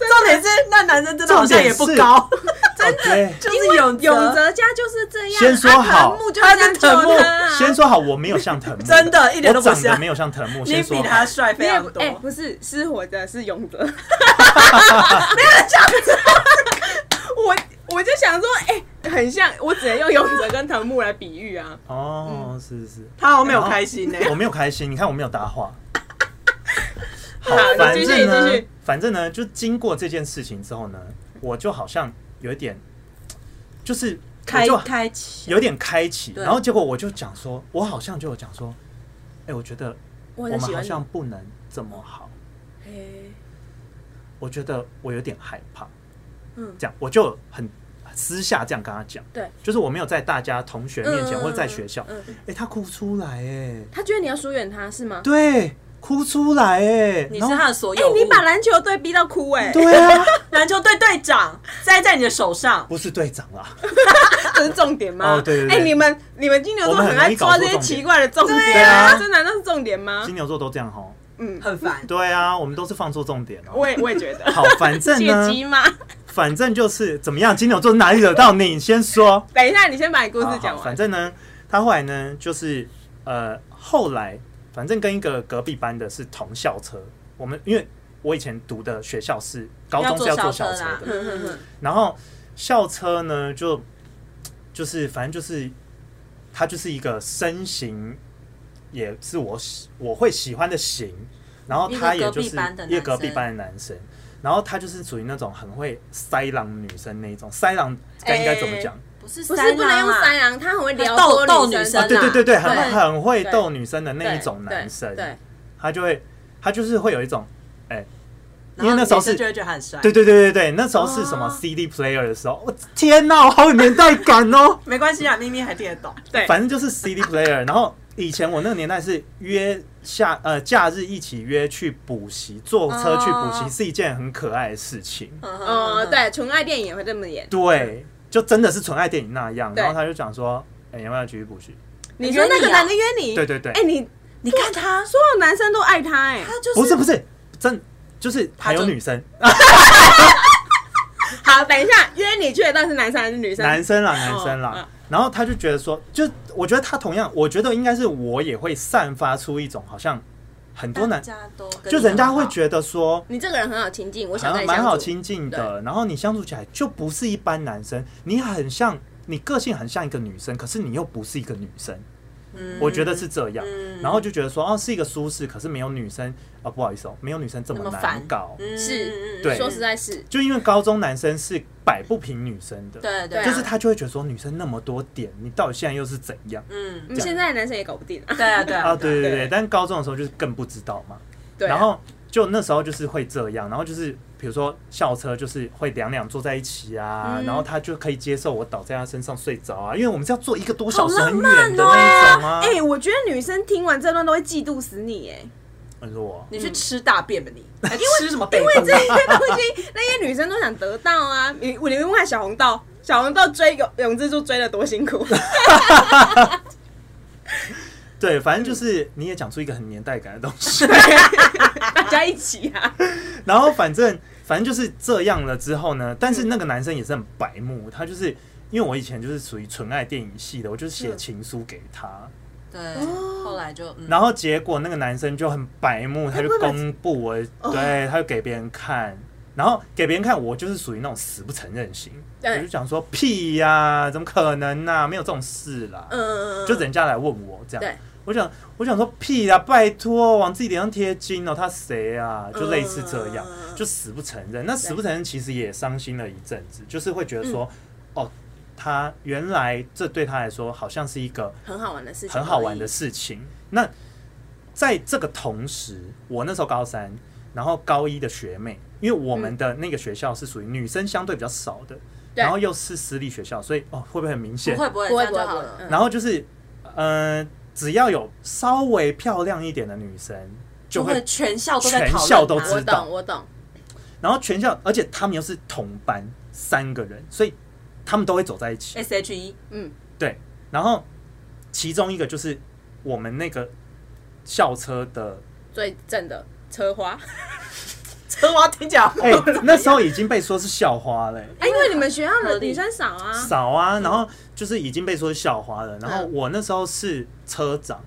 [SPEAKER 1] 哎、
[SPEAKER 3] 重点是那男生真的好像也不
[SPEAKER 2] 哦
[SPEAKER 3] 高，哎
[SPEAKER 2] 真的。
[SPEAKER 3] 就是永
[SPEAKER 1] 永
[SPEAKER 3] 泽，
[SPEAKER 1] 泽家就是这样，
[SPEAKER 2] 先说
[SPEAKER 1] 啊、
[SPEAKER 2] 好
[SPEAKER 1] 藤木就是这样救
[SPEAKER 3] 他是藤木
[SPEAKER 1] 他、啊，
[SPEAKER 2] 先说好，我没有像藤木，
[SPEAKER 3] 真的一点都不
[SPEAKER 2] 我长得
[SPEAKER 3] 像
[SPEAKER 2] 没有像藤木。
[SPEAKER 3] 你
[SPEAKER 2] 先说好，
[SPEAKER 3] 比他帅
[SPEAKER 1] 没
[SPEAKER 3] 非
[SPEAKER 1] 有
[SPEAKER 3] 常
[SPEAKER 1] 哎、
[SPEAKER 3] 多。
[SPEAKER 1] 不是失火的是永泽，没有人这样子，我我就想说，哎、很像，我只能用永泽跟藤木来比喻啊。
[SPEAKER 3] 嗯
[SPEAKER 2] 哦，是是是，
[SPEAKER 3] 他好像没有开心呢、
[SPEAKER 2] 我没有开心，你看我没有搭 话。好
[SPEAKER 1] 好你，
[SPEAKER 2] 反
[SPEAKER 1] 继续
[SPEAKER 2] 正
[SPEAKER 1] 你继
[SPEAKER 2] 呢
[SPEAKER 1] 续，
[SPEAKER 2] 反正呢，就经过这件事情之后呢，我就好像有一点，就是我
[SPEAKER 3] 开
[SPEAKER 2] 就
[SPEAKER 3] 开启啊
[SPEAKER 2] 有点开启，
[SPEAKER 3] 对
[SPEAKER 2] 然后结果我就讲说，我好像就有讲说，哎，我觉得
[SPEAKER 1] 我
[SPEAKER 2] 我
[SPEAKER 1] 很
[SPEAKER 2] 们
[SPEAKER 1] 喜
[SPEAKER 2] 好
[SPEAKER 1] 欢你
[SPEAKER 2] 像不能这么好，
[SPEAKER 1] 哎
[SPEAKER 2] 我觉得我有点害怕。
[SPEAKER 1] 嗯
[SPEAKER 2] 这样我就很私下这样跟他讲，
[SPEAKER 1] 对，
[SPEAKER 2] 就是我没有在大家同学面前
[SPEAKER 1] 嗯
[SPEAKER 2] 或者在学校，
[SPEAKER 1] 嗯嗯
[SPEAKER 2] 哎，他哭出来，哎，
[SPEAKER 1] 他觉得你要疏远他是吗？
[SPEAKER 2] 对，哭出来，哎，
[SPEAKER 3] 你是
[SPEAKER 2] 然后
[SPEAKER 3] 他的所
[SPEAKER 1] 哎、
[SPEAKER 3] 有物。
[SPEAKER 1] 你把篮球队逼到哭哎、
[SPEAKER 2] 对啊，
[SPEAKER 3] 篮球队队长栽在你的手上，
[SPEAKER 2] 不是队长啦，
[SPEAKER 1] 这是重点吗？
[SPEAKER 2] 哦对对对
[SPEAKER 1] 哎、你们你们金牛座
[SPEAKER 2] 我们很容
[SPEAKER 1] 爱
[SPEAKER 2] 易搞
[SPEAKER 1] 抓
[SPEAKER 2] 错
[SPEAKER 1] 这些
[SPEAKER 2] 重点
[SPEAKER 1] 奇怪的重点，
[SPEAKER 2] 对啊
[SPEAKER 1] 这难道是重点吗
[SPEAKER 2] 金？牛座都这样吼，
[SPEAKER 1] 嗯，
[SPEAKER 3] 很烦。
[SPEAKER 2] 对啊，我们都是放错重点哦。
[SPEAKER 1] 我也我也觉 得。
[SPEAKER 2] 好，反正
[SPEAKER 1] 借
[SPEAKER 2] 呢，
[SPEAKER 1] 机吗？
[SPEAKER 2] 反正就是怎么样，金牛座哪里惹到你，你先说。
[SPEAKER 1] 等一下，你先把你故事
[SPEAKER 2] 好好
[SPEAKER 1] 讲完。
[SPEAKER 2] 反正呢，他后来呢，就是呃，后来反正跟一个隔壁班的是同校车，我们因为我以前读的学校是嗯高中是要坐校车
[SPEAKER 3] 啦
[SPEAKER 2] 的，，
[SPEAKER 1] 嗯嗯嗯
[SPEAKER 2] 然后校车呢就就是反正就是他就是一个身形也是我喜我会喜欢的型，然后他也就是
[SPEAKER 3] 一个隔壁班的男生
[SPEAKER 2] 一个隔壁班的男生。然后他就是属于那种很会塞狼女生那一种，塞狼该应该怎么
[SPEAKER 1] 哎
[SPEAKER 2] 讲？
[SPEAKER 3] 不是啊
[SPEAKER 1] 不是不能用三
[SPEAKER 3] 塞
[SPEAKER 1] 郎，他很会 撩
[SPEAKER 3] 他
[SPEAKER 1] 拨
[SPEAKER 3] 逗逗
[SPEAKER 1] 女
[SPEAKER 3] 女生
[SPEAKER 1] 生
[SPEAKER 3] 啊
[SPEAKER 1] 啊，
[SPEAKER 2] 对对对对，很
[SPEAKER 1] 对
[SPEAKER 2] 很会
[SPEAKER 1] 对
[SPEAKER 2] 逗女生的那一
[SPEAKER 1] 对
[SPEAKER 2] 种男生，
[SPEAKER 1] 对，
[SPEAKER 2] 他就会他就是会有一种，哎、因
[SPEAKER 3] 然
[SPEAKER 2] 为
[SPEAKER 3] 后
[SPEAKER 2] 那时候
[SPEAKER 3] 女生
[SPEAKER 2] 是
[SPEAKER 3] 就，会觉得他很帅。。
[SPEAKER 2] 对对对对对，那时候是什么
[SPEAKER 1] 哦
[SPEAKER 2] CD player 的时候，我天哪，我好有年代感哦
[SPEAKER 3] 没关系啊，咪咪还听得懂。
[SPEAKER 1] 对
[SPEAKER 2] 反正就是 CD player，然后以前我那个年代是约下呃假日一起约去补习，坐车去补习
[SPEAKER 3] 哦
[SPEAKER 2] 是一件很可爱的事情。
[SPEAKER 3] 嗯
[SPEAKER 1] 哦，，对，纯爱电影也会这么演。
[SPEAKER 2] 对，就真的是纯爱电影那样。
[SPEAKER 1] 对
[SPEAKER 2] 然后他就讲说，哎、要不要继续补习？
[SPEAKER 1] 你说那
[SPEAKER 3] 约
[SPEAKER 1] 个
[SPEAKER 3] 你啊
[SPEAKER 1] 男的约你，
[SPEAKER 2] 对对对
[SPEAKER 1] 哎，你啊
[SPEAKER 3] 你看他，
[SPEAKER 1] 所有男生都爱他，哎，
[SPEAKER 3] 他就是
[SPEAKER 2] 不是不是，真就是还有
[SPEAKER 3] 他就
[SPEAKER 2] 女生。
[SPEAKER 1] 好，等一下约你去的到底是男生还是女生？
[SPEAKER 2] 男生啦，男
[SPEAKER 1] 哦
[SPEAKER 2] 生啦。
[SPEAKER 1] 嗯
[SPEAKER 2] 然后他就觉得说，就我觉得他同样，我觉得应该是我也会散发出一种好像很多男，
[SPEAKER 3] 家都跟你
[SPEAKER 2] 就人家会
[SPEAKER 3] 很好
[SPEAKER 2] 觉得说。
[SPEAKER 1] 你这个人很好亲近，我想
[SPEAKER 2] 好
[SPEAKER 1] 跟
[SPEAKER 2] 像
[SPEAKER 1] 你
[SPEAKER 2] 啊蛮
[SPEAKER 1] 相
[SPEAKER 2] 好
[SPEAKER 1] 处。
[SPEAKER 2] 亲近的，然后你相处起来就不是一般男生，你很像，你个性很像一个女生，可是你又不是一个女生，
[SPEAKER 3] 嗯
[SPEAKER 2] 我觉得是这样，
[SPEAKER 3] 嗯
[SPEAKER 2] 然后就觉得说哦是一个舒适，可是没有女生啊不好意思哦，没有女生这
[SPEAKER 3] 那么
[SPEAKER 2] 难
[SPEAKER 3] 烦
[SPEAKER 2] 搞，
[SPEAKER 3] 嗯
[SPEAKER 1] 是
[SPEAKER 2] 对
[SPEAKER 1] 说实在是，
[SPEAKER 2] 就因为高中男生是摆不平女生的，
[SPEAKER 3] 对
[SPEAKER 1] 对啊
[SPEAKER 2] 就是他就会觉得说女生那么多点，你到底现在又是怎样？
[SPEAKER 3] 嗯，
[SPEAKER 1] 嗯
[SPEAKER 2] 这样
[SPEAKER 1] 现在的男生也搞不定啊。
[SPEAKER 3] 对啊对
[SPEAKER 2] 啊，对对
[SPEAKER 1] 对
[SPEAKER 2] 对，但高中的时候就是更不知道嘛。
[SPEAKER 1] 对啊，
[SPEAKER 2] 然后就那时候就是会这样，然后就是比如说校车就是会两两坐在一起啊，
[SPEAKER 1] 嗯
[SPEAKER 2] 然后他就可以接受我倒在他身上睡着啊，因为我们是要坐一个多小时
[SPEAKER 3] 好
[SPEAKER 2] 很
[SPEAKER 3] 浪
[SPEAKER 2] 远
[SPEAKER 3] 漫
[SPEAKER 2] 的那一种啊。
[SPEAKER 1] 哦哎，我觉得女生听完这段都会嫉妒死你，哎。
[SPEAKER 2] 你说我
[SPEAKER 3] 你去吃大便 吧你，还吃什么北
[SPEAKER 1] 因为
[SPEAKER 3] 风
[SPEAKER 1] 这？些东西，那些女生都想得到啊。你你问看小红豆，小红豆追永永之助追的多辛苦，
[SPEAKER 2] 对，反正就是你也讲出一个很年代感的东
[SPEAKER 1] 嗯
[SPEAKER 2] 西，
[SPEAKER 1] 大家一起 啊。
[SPEAKER 2] 然后反正反正就是这样了之后呢，但是那个男生也是很白目，他就是因为我以前就是属于纯爱电影系的，我就是写
[SPEAKER 1] 嗯
[SPEAKER 2] 情书给他，
[SPEAKER 3] 对，后来就嗯
[SPEAKER 2] 然后结果那个男生就很白目，他就公布我，
[SPEAKER 1] 哦
[SPEAKER 2] 对，他就给别人看，然后给别人看，我就是属于那种死不承认型，
[SPEAKER 1] 对
[SPEAKER 2] 我就讲说屁呀、怎么可能呐、没有这种事啦，
[SPEAKER 1] 嗯，
[SPEAKER 2] 就人家来问我这样
[SPEAKER 1] 对，
[SPEAKER 2] 我想我想说屁呀、拜托，往自己脸上贴金哦，他谁啊？就类似这样，
[SPEAKER 1] 嗯嗯
[SPEAKER 2] 就死不承认。那死不承认其实也伤心了一阵子，就是会觉得说，哦，他原来这对他来说好像是一个
[SPEAKER 1] 很好玩的事情，
[SPEAKER 2] 很好玩的。事情。那在这个同时，我那时候高三，然后高一的学妹，因为我们的那个学校是属于女生相对比较少的，
[SPEAKER 1] 对
[SPEAKER 2] 然后又是私立学校，所以哦，会不会很明
[SPEAKER 3] 不
[SPEAKER 2] 显？
[SPEAKER 3] 会不会
[SPEAKER 1] 不会
[SPEAKER 3] 这样就
[SPEAKER 1] 不会
[SPEAKER 3] 了
[SPEAKER 1] 不会嗯
[SPEAKER 2] 然后就是，呃，只要有稍微漂亮一点的女生，就
[SPEAKER 3] 会
[SPEAKER 2] 会，
[SPEAKER 3] 全校都在
[SPEAKER 2] 全
[SPEAKER 3] 讨
[SPEAKER 2] 校
[SPEAKER 3] 论
[SPEAKER 2] 都
[SPEAKER 3] 他
[SPEAKER 2] 知
[SPEAKER 1] 我
[SPEAKER 2] 道
[SPEAKER 1] 懂，我懂，
[SPEAKER 2] 然后全校，而且他们又是同班三个人，所以他们都会走在一起。
[SPEAKER 3] S H E
[SPEAKER 1] 嗯，
[SPEAKER 2] 对，然后其中一个就是我们那个校车的，
[SPEAKER 1] 最正的车花。
[SPEAKER 3] 车花听起来好
[SPEAKER 2] 哎、那时候已经被说是校花了、
[SPEAKER 1] 哎，因为你们学校
[SPEAKER 3] 合
[SPEAKER 1] 的
[SPEAKER 3] 理
[SPEAKER 1] 女生少啊，
[SPEAKER 2] 少啊，然后就是已经被说是校花了。然后
[SPEAKER 1] 嗯
[SPEAKER 2] 我那时候是车长，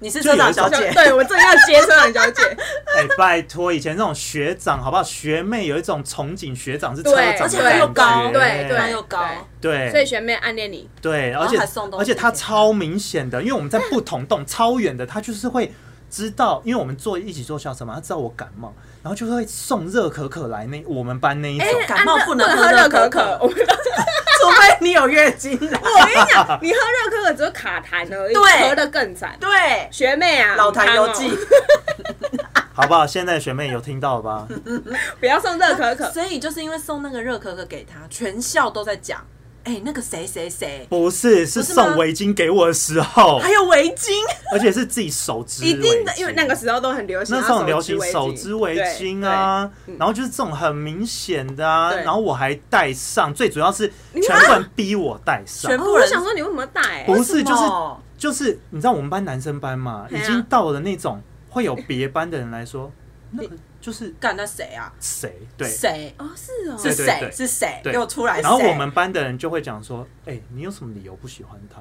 [SPEAKER 3] 你是车长小
[SPEAKER 2] 就有
[SPEAKER 3] 姐，
[SPEAKER 1] 对我正要接车长小 姐，
[SPEAKER 2] 哎、拜托，以前那种学长好不好？学妹有一种憧憬学长是车
[SPEAKER 1] 对而
[SPEAKER 2] 长的感觉，
[SPEAKER 1] 且他又
[SPEAKER 3] 高
[SPEAKER 1] 对对
[SPEAKER 3] 然后又高，
[SPEAKER 2] 对，
[SPEAKER 1] 所以学妹暗恋你，
[SPEAKER 2] 对，
[SPEAKER 3] 然后
[SPEAKER 2] 而且
[SPEAKER 3] 还送东西
[SPEAKER 2] 而且他
[SPEAKER 3] 给他
[SPEAKER 2] 超明显的，因为我们在不同栋 超远的，他就是会知道，因为我们坐一起坐校车嘛，他知道我感冒，然后就会送热可可来那我们班那一种。
[SPEAKER 3] 感冒
[SPEAKER 1] 啊
[SPEAKER 3] 不能
[SPEAKER 1] 不能
[SPEAKER 3] 喝
[SPEAKER 1] 喝
[SPEAKER 3] 热
[SPEAKER 1] 热
[SPEAKER 3] 可
[SPEAKER 1] 可
[SPEAKER 3] 可
[SPEAKER 1] 可。我们
[SPEAKER 3] 除非你有月经来。
[SPEAKER 1] 我跟你讲， 你喝热可可只会卡痰而已，
[SPEAKER 3] 对
[SPEAKER 1] 咳的更惨。
[SPEAKER 3] 对，
[SPEAKER 1] 学妹啊，
[SPEAKER 3] 老坛
[SPEAKER 1] 有
[SPEAKER 3] 游记，
[SPEAKER 2] 好不好？现在的学妹有听到吧？
[SPEAKER 1] 不要送热可可。
[SPEAKER 3] 所以就是因为送那个热可可给他，全校都在讲，哎、那个谁谁谁，
[SPEAKER 2] 不是，是
[SPEAKER 3] 是吗
[SPEAKER 2] 送围巾给我的时候，
[SPEAKER 3] 还有围巾，
[SPEAKER 2] 而且是自己手织
[SPEAKER 1] 哎一定
[SPEAKER 2] 围
[SPEAKER 1] 的，
[SPEAKER 2] 巾
[SPEAKER 1] 因为那个时候都很流行，
[SPEAKER 2] 那时候很流行手
[SPEAKER 1] 手
[SPEAKER 2] 织
[SPEAKER 1] 织
[SPEAKER 2] 围巾，啊，然后就是这种很明显的啊，
[SPEAKER 1] 嗯对
[SPEAKER 2] 然后我还戴上，最主要是
[SPEAKER 1] 看
[SPEAKER 2] 全部人逼我戴上
[SPEAKER 3] 全
[SPEAKER 1] 对
[SPEAKER 3] 部，
[SPEAKER 1] 哦我想说你为什么带？
[SPEAKER 2] 不是
[SPEAKER 3] 为什么
[SPEAKER 2] 就是就是你知道我们班男生班嘛，
[SPEAKER 1] 对
[SPEAKER 2] 已
[SPEAKER 1] 啊
[SPEAKER 2] 经到了那种会有别班的人 来说，那个就是
[SPEAKER 3] 干那谁啊？
[SPEAKER 2] 谁对，
[SPEAKER 3] 谁
[SPEAKER 1] 哦，是哦，
[SPEAKER 3] 是
[SPEAKER 2] 对
[SPEAKER 3] 谁
[SPEAKER 2] 对
[SPEAKER 3] 是谁
[SPEAKER 2] 对
[SPEAKER 3] 给我出来谁？
[SPEAKER 2] 然后我们班的人就会讲说，哎、你有什么理由不喜欢 他？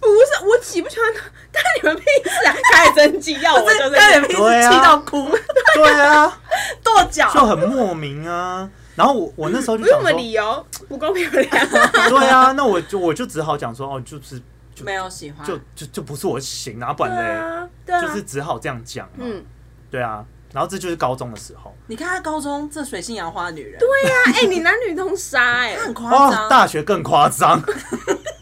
[SPEAKER 1] 不是我喜不喜欢他，但你们屁事 啊！开始生气，要
[SPEAKER 3] 不
[SPEAKER 1] 我
[SPEAKER 3] 哦是
[SPEAKER 1] 就
[SPEAKER 3] 跟
[SPEAKER 1] 是
[SPEAKER 3] 脸皮
[SPEAKER 2] 对
[SPEAKER 3] 子
[SPEAKER 2] 啊
[SPEAKER 3] 气到哭
[SPEAKER 2] 对啊，
[SPEAKER 3] 跺脚，
[SPEAKER 2] 就很莫名啊。然后我我那时候就
[SPEAKER 1] 不用
[SPEAKER 2] 讲
[SPEAKER 1] 我们理
[SPEAKER 2] 说，
[SPEAKER 1] 由不够漂 亮，
[SPEAKER 2] 对啊，那我就我就只好讲说，哦，就是就
[SPEAKER 3] 没有喜欢，
[SPEAKER 2] 就就就不是我行啊，不
[SPEAKER 1] 对
[SPEAKER 2] 然嘞，
[SPEAKER 1] 啊， 对啊，
[SPEAKER 2] 就是只好这样讲、嗯，
[SPEAKER 1] 嗯，
[SPEAKER 2] 对啊。然后这就是高中的时候，
[SPEAKER 3] 你看他高中这水性杨花的女人，
[SPEAKER 1] 对啊，哎，你男女通杀 哎
[SPEAKER 3] 她，很夸
[SPEAKER 2] 哦，
[SPEAKER 3] 张，
[SPEAKER 2] 大学更夸张，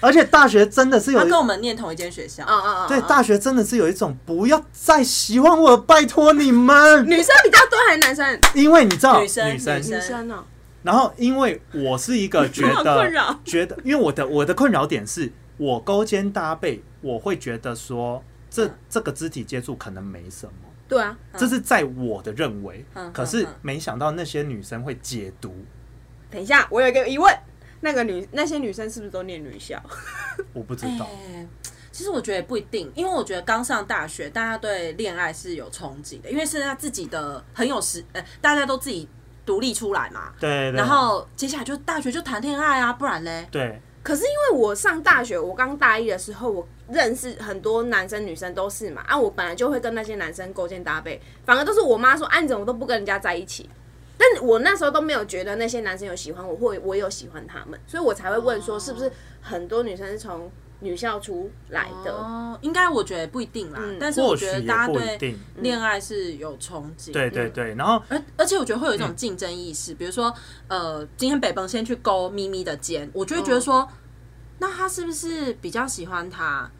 [SPEAKER 2] 而且大学真的是有
[SPEAKER 3] 她跟我们念同一间学校
[SPEAKER 1] 啊，啊啊！
[SPEAKER 2] 对，大学真的是有一种不要再喜欢我，拜托你 们，
[SPEAKER 1] 女生比较多还是男 生？
[SPEAKER 2] 因为你知道
[SPEAKER 3] 女生女生
[SPEAKER 1] 女生哦，
[SPEAKER 2] 然后因为我是一 个觉
[SPEAKER 1] 好
[SPEAKER 2] 得
[SPEAKER 1] 困扰
[SPEAKER 2] 觉得，因为我的我的困扰点是我勾肩搭背，我会觉得说这这个肢体接触可能没什么，
[SPEAKER 1] 对啊，
[SPEAKER 2] 这是在我的认为
[SPEAKER 3] 嗯嗯，
[SPEAKER 2] 可是
[SPEAKER 3] 嗯
[SPEAKER 2] 没想到那些女生会解读，
[SPEAKER 1] 等一下，我有一个疑问，那个女那些女生是不是都念女校？
[SPEAKER 2] 我不知道，
[SPEAKER 3] 哎，其实我觉得也不一定，因为我觉得刚上大学，大家对恋爱是有憧憬的，因为是他自己的很有时，呃，大家都自己独立出来嘛。
[SPEAKER 2] 对，啊对
[SPEAKER 3] 然后接下来就大学就谈恋爱啊，不然嘞，
[SPEAKER 2] 对
[SPEAKER 1] 可是因为我上大学，我刚大一的时候，我认识很多男生女生都是嘛，啊，我本来就会跟那些男生勾肩搭背，反而都是我妈说，啊，你怎么都不跟人家在一起？但我那时候都没有觉得那些男生有喜欢我，或我有喜欢他们，所以我才会问说，是不是很多女生是从女校出来的？
[SPEAKER 3] 哦，应该我觉得不一定啦，
[SPEAKER 1] 嗯
[SPEAKER 3] 但是我觉
[SPEAKER 2] 或
[SPEAKER 3] 得
[SPEAKER 2] 许也
[SPEAKER 3] 大家
[SPEAKER 2] 不一
[SPEAKER 3] 对
[SPEAKER 2] 定
[SPEAKER 3] 恋爱是有憧憬，
[SPEAKER 2] 对嗯对对，然后
[SPEAKER 3] 而而且我觉得会有一种竞争意识，比如说，呃，今天北鹏先去勾咪咪的肩，我就会觉得说，那他是不是比较喜欢他？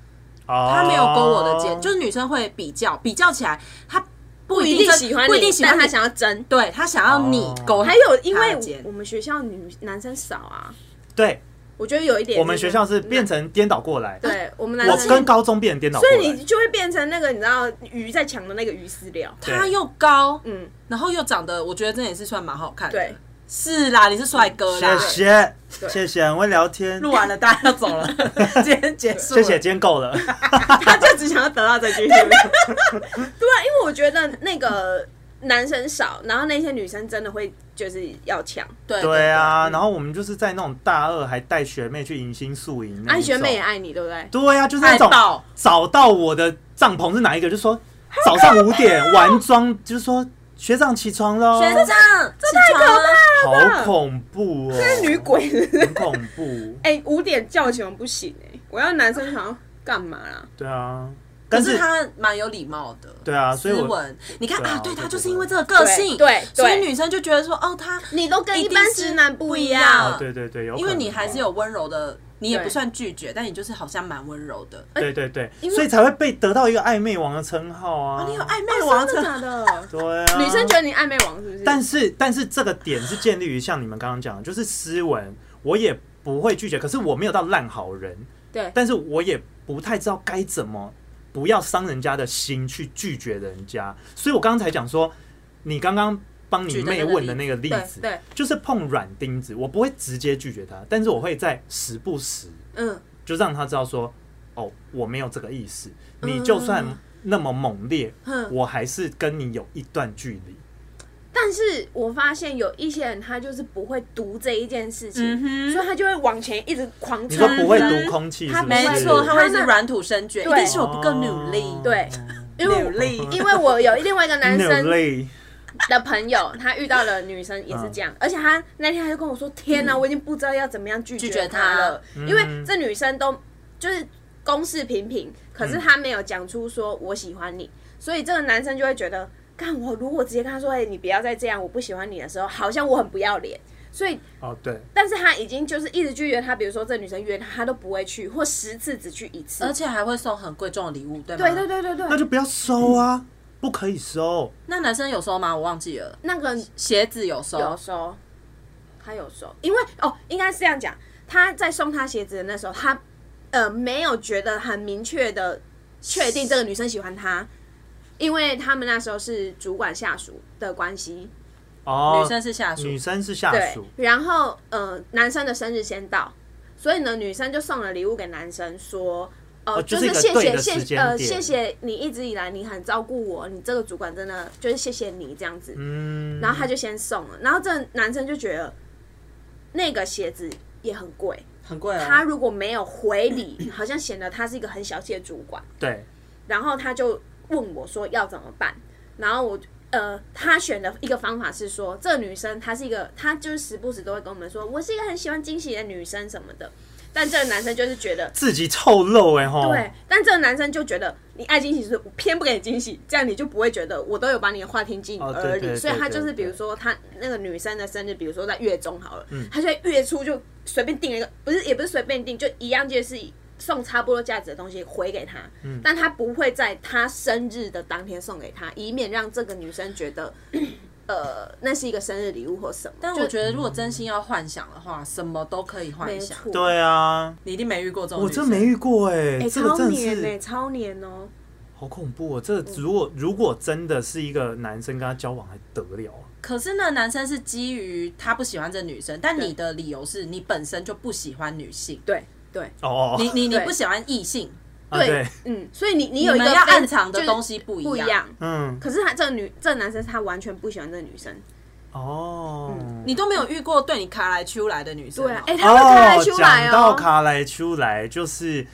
[SPEAKER 2] 他
[SPEAKER 3] 他没有勾我的
[SPEAKER 2] 哦
[SPEAKER 3] 肩，就是女生会比较，比较起来，他不
[SPEAKER 1] 不
[SPEAKER 3] 一
[SPEAKER 1] 一
[SPEAKER 3] 定
[SPEAKER 1] 定
[SPEAKER 3] 真
[SPEAKER 1] 喜欢你，
[SPEAKER 3] 不一定喜欢
[SPEAKER 1] 但
[SPEAKER 3] 他
[SPEAKER 1] 他，想要争。
[SPEAKER 3] 对他想要你
[SPEAKER 2] 哦
[SPEAKER 3] 勾他
[SPEAKER 1] 还有，因
[SPEAKER 3] 的
[SPEAKER 1] 为
[SPEAKER 3] 肩
[SPEAKER 1] 我们学校女男生少啊，
[SPEAKER 2] 对
[SPEAKER 1] 我觉得有一点。
[SPEAKER 2] 我们学校是变成颠倒过来，
[SPEAKER 1] 对我们男
[SPEAKER 2] 我
[SPEAKER 1] 生，
[SPEAKER 2] 跟高中变成颠倒过
[SPEAKER 1] 所
[SPEAKER 2] 来，
[SPEAKER 1] 以你就会变成那个你知道鱼在抢的那个鱼饲料。
[SPEAKER 2] 对
[SPEAKER 3] 他又高，
[SPEAKER 1] 嗯，
[SPEAKER 3] 然后又长得，我觉得这也是算蛮好看的。
[SPEAKER 1] 对，
[SPEAKER 3] 是啦，你是帅哥啦。
[SPEAKER 2] 谢谢
[SPEAKER 1] 对
[SPEAKER 2] 谢谢，很会聊天，
[SPEAKER 3] 录完了，大家要走了，今天结束。
[SPEAKER 2] 谢谢，。今天够 了。
[SPEAKER 1] 他就只想要得到这句。对啊，因为我觉得那个男生少，然后那些女生真的会就是要抢，
[SPEAKER 3] 对
[SPEAKER 2] 对，啊，然后我们就是在那种大二还带学妹去迎新宿营，
[SPEAKER 3] 啊
[SPEAKER 1] 安学妹也。爱你，对不对？
[SPEAKER 2] 对啊，就是那
[SPEAKER 3] 爱
[SPEAKER 2] 种
[SPEAKER 3] 爆，
[SPEAKER 2] 找到我的帐篷是哪一个，就说早上五点完妆，就是说学长起床喽，
[SPEAKER 3] 学长，啊这太可怕了。
[SPEAKER 2] 好恐怖哦，
[SPEAKER 1] 那女，鬼是不是。
[SPEAKER 2] 很恐怖
[SPEAKER 1] 哎、五点叫起床不行哎、我要男生床干嘛啦？
[SPEAKER 2] 对啊，
[SPEAKER 3] 可
[SPEAKER 2] 但
[SPEAKER 3] 是
[SPEAKER 2] 是
[SPEAKER 3] 他蛮有礼貌的，
[SPEAKER 2] 对啊，所以
[SPEAKER 3] 斯
[SPEAKER 2] 我
[SPEAKER 3] 文。你看
[SPEAKER 2] 对啊
[SPEAKER 3] 啊，
[SPEAKER 2] 我
[SPEAKER 3] 对
[SPEAKER 2] 就
[SPEAKER 3] 他就
[SPEAKER 2] 觉
[SPEAKER 3] 是因
[SPEAKER 2] 得
[SPEAKER 3] 为这个个
[SPEAKER 1] 对
[SPEAKER 3] 性，
[SPEAKER 1] 对
[SPEAKER 3] 所以
[SPEAKER 1] 对
[SPEAKER 3] 女生就觉得说，哦，他
[SPEAKER 1] 你都跟
[SPEAKER 3] 一
[SPEAKER 1] 一
[SPEAKER 3] 定
[SPEAKER 1] 般
[SPEAKER 3] 是
[SPEAKER 1] 直男
[SPEAKER 3] 不
[SPEAKER 1] 不
[SPEAKER 3] 一
[SPEAKER 1] 一
[SPEAKER 3] 样
[SPEAKER 1] 样
[SPEAKER 2] 啊，，对对对，有
[SPEAKER 3] 因为
[SPEAKER 2] 可
[SPEAKER 3] 你
[SPEAKER 2] 能
[SPEAKER 3] 还
[SPEAKER 2] 哦
[SPEAKER 3] 是有温柔的，你也不
[SPEAKER 1] 对
[SPEAKER 3] 算拒绝，但你就是好像蛮温柔的。
[SPEAKER 2] 对对对，
[SPEAKER 1] 因为
[SPEAKER 2] 所以才会被得到一个暧昧王的称号啊。
[SPEAKER 3] 啊，你有暧昧
[SPEAKER 1] 哦
[SPEAKER 3] 王
[SPEAKER 1] 真的假的？
[SPEAKER 2] 对啊，
[SPEAKER 1] 女生觉得你暧昧王是不是？
[SPEAKER 2] 但是但是这个点是建立于像你们刚刚讲的，就是斯文，我也不会拒绝，可是我没有到烂好人，
[SPEAKER 1] 对
[SPEAKER 2] 但是我也不太知道该怎么不要伤人家的心去拒绝人家，所以我刚刚才讲说，你刚刚帮你
[SPEAKER 3] 举的那
[SPEAKER 2] 妹
[SPEAKER 3] 个
[SPEAKER 2] 问的那个例
[SPEAKER 1] 对
[SPEAKER 2] 子，
[SPEAKER 1] 对，
[SPEAKER 2] 就是碰软钉子，我不会直接拒绝他，但是我会在时不时
[SPEAKER 1] 嗯，
[SPEAKER 2] 就让他知道说，哦，我没有这个意思，
[SPEAKER 1] 嗯
[SPEAKER 2] 你就算那么猛烈，
[SPEAKER 1] 哼
[SPEAKER 2] 我还是跟你有一段距离。
[SPEAKER 1] 但是我发现有一些人他就是不会读这一件事情，
[SPEAKER 3] 嗯
[SPEAKER 1] 所以他就会往前一直狂
[SPEAKER 2] 你说
[SPEAKER 1] 冲。
[SPEAKER 2] 不会读空气是不是？
[SPEAKER 1] 他
[SPEAKER 3] 没错，他
[SPEAKER 1] 他
[SPEAKER 3] 会
[SPEAKER 1] 们
[SPEAKER 3] 是软土生卷，一
[SPEAKER 1] 对
[SPEAKER 3] 定是我不够努
[SPEAKER 2] 哦
[SPEAKER 3] 力。
[SPEAKER 1] 对，因为
[SPEAKER 3] 努
[SPEAKER 1] 我
[SPEAKER 3] 力，
[SPEAKER 1] 因为我有另外一个 男生
[SPEAKER 2] 努力，
[SPEAKER 1] 的朋友，他遇到了女生也是这样，而且他那天他就跟我说：“天哪，我已经不知道要怎么样拒
[SPEAKER 3] 拒绝
[SPEAKER 1] 绝
[SPEAKER 3] 他
[SPEAKER 1] 他了，
[SPEAKER 2] 嗯
[SPEAKER 1] 因为这女生都就是公事平平，可是他没有讲出说我喜欢你，所以这个男生就会觉得，干我如果直接跟他说，哎、你不要再这样，我不喜欢你的时候，好像我很不要脸，所以
[SPEAKER 2] 哦，对，
[SPEAKER 1] 但是他已经就是一直拒绝他，比如说这女生约他，他都不会去，或十次只去一次
[SPEAKER 3] 而。且还会送很贵重的礼物，对吗？
[SPEAKER 1] 对对。对对
[SPEAKER 2] 那
[SPEAKER 1] 对，
[SPEAKER 2] 就不要收啊，不可以收。
[SPEAKER 3] 那男生有收吗？我忘记了，
[SPEAKER 1] 那个
[SPEAKER 3] 鞋子有收，
[SPEAKER 1] 有收，他有收，因为哦，应该是这样讲，他在送他鞋子的那时候，他呃没有觉得很明确的确定这个女生喜欢他，因为他们那时候是主管下属的关系，
[SPEAKER 2] 哦，
[SPEAKER 3] 女生是下属
[SPEAKER 2] 女生是下
[SPEAKER 1] 对
[SPEAKER 2] 属，，
[SPEAKER 1] 然后呃男生的生日先到，所以呢女生就送了礼物给男生说。哦、
[SPEAKER 2] 哦就
[SPEAKER 1] 就是
[SPEAKER 2] 一
[SPEAKER 1] 是
[SPEAKER 2] 个
[SPEAKER 1] 谢
[SPEAKER 2] 对
[SPEAKER 1] 谢
[SPEAKER 2] 的
[SPEAKER 1] 谢
[SPEAKER 2] 时间
[SPEAKER 1] 呃，
[SPEAKER 2] 点
[SPEAKER 1] 谢谢你一直以来你很照顾我，你这个主管真的就是谢谢你这样子。
[SPEAKER 2] 嗯，
[SPEAKER 1] 然后他就先送了，然后这男生就觉得那个鞋子也很贵，
[SPEAKER 3] 很贵哦。
[SPEAKER 1] 他如果没有回礼，好像显得他是一个很小气的主管。
[SPEAKER 2] 对，
[SPEAKER 1] 然后他就问我说要怎么办，然后我呃，他选的一个方法是说，这个女生她是一个，她就是时不时都会跟我们说，我是一个很喜欢惊喜的女生什么的，但这个男生就是觉得。
[SPEAKER 2] 自己透露哎吼，
[SPEAKER 1] 对，但这个男生就觉得你爱惊喜，是我偏不给你惊喜，这样你就不会觉得我都有把你的话听进
[SPEAKER 2] 哦对
[SPEAKER 1] 耳
[SPEAKER 2] 对
[SPEAKER 1] 里。
[SPEAKER 2] 对
[SPEAKER 1] 所以他就是，
[SPEAKER 2] 对对嗯
[SPEAKER 1] 比如说他那个女生的生日，比如说在月中好了，他就在月初就随便订了一个，不是也不是随便订，就一样就是送差不多价值的东西回给他，
[SPEAKER 2] 嗯
[SPEAKER 1] 但他不会在他生日的当天送给他，以免让这个女生觉得。 呃，那是一个生日礼物或什么，
[SPEAKER 3] 但
[SPEAKER 1] 就
[SPEAKER 3] 我觉得，如果真心要幻想的话，什么都可以幻
[SPEAKER 1] 没
[SPEAKER 3] 想。
[SPEAKER 1] 错，
[SPEAKER 2] 对啊，
[SPEAKER 3] 你一定没遇过这种，
[SPEAKER 2] 我真没。遇过
[SPEAKER 1] 哎、，
[SPEAKER 2] 哎这个
[SPEAKER 1] 超
[SPEAKER 2] 真的
[SPEAKER 1] 黏哎、
[SPEAKER 3] 欸
[SPEAKER 2] 是
[SPEAKER 1] 超黏哦、
[SPEAKER 2] 好恐怖哦。这个如果如果真的是一个男生跟他交往，还得了啊？
[SPEAKER 3] 可是那男生是基于他不喜欢这女生，但你的理由是你本身就不喜欢女性，
[SPEAKER 1] 对对
[SPEAKER 2] 哦，
[SPEAKER 3] 你你你
[SPEAKER 1] 对
[SPEAKER 3] 不喜欢异性，
[SPEAKER 2] 啊对，
[SPEAKER 1] 嗯，所以你你
[SPEAKER 3] 你
[SPEAKER 1] 有一
[SPEAKER 3] 们
[SPEAKER 1] 个
[SPEAKER 3] 要
[SPEAKER 1] 非
[SPEAKER 3] 暗藏
[SPEAKER 1] 就
[SPEAKER 3] 的
[SPEAKER 1] 是
[SPEAKER 3] 东西
[SPEAKER 1] 不
[SPEAKER 3] 不一
[SPEAKER 1] 一
[SPEAKER 3] 样。
[SPEAKER 1] 样。
[SPEAKER 2] 嗯，
[SPEAKER 1] 可是他这个女这个男生他完全不喜欢这个女生，
[SPEAKER 2] 哦，
[SPEAKER 3] 你都没有遇过对你卡来出来的女生哦、
[SPEAKER 1] 对啊，哎、他会看
[SPEAKER 2] 哦
[SPEAKER 1] 得，出来
[SPEAKER 2] 讲到
[SPEAKER 1] 哦，
[SPEAKER 2] 卡莱出来，就是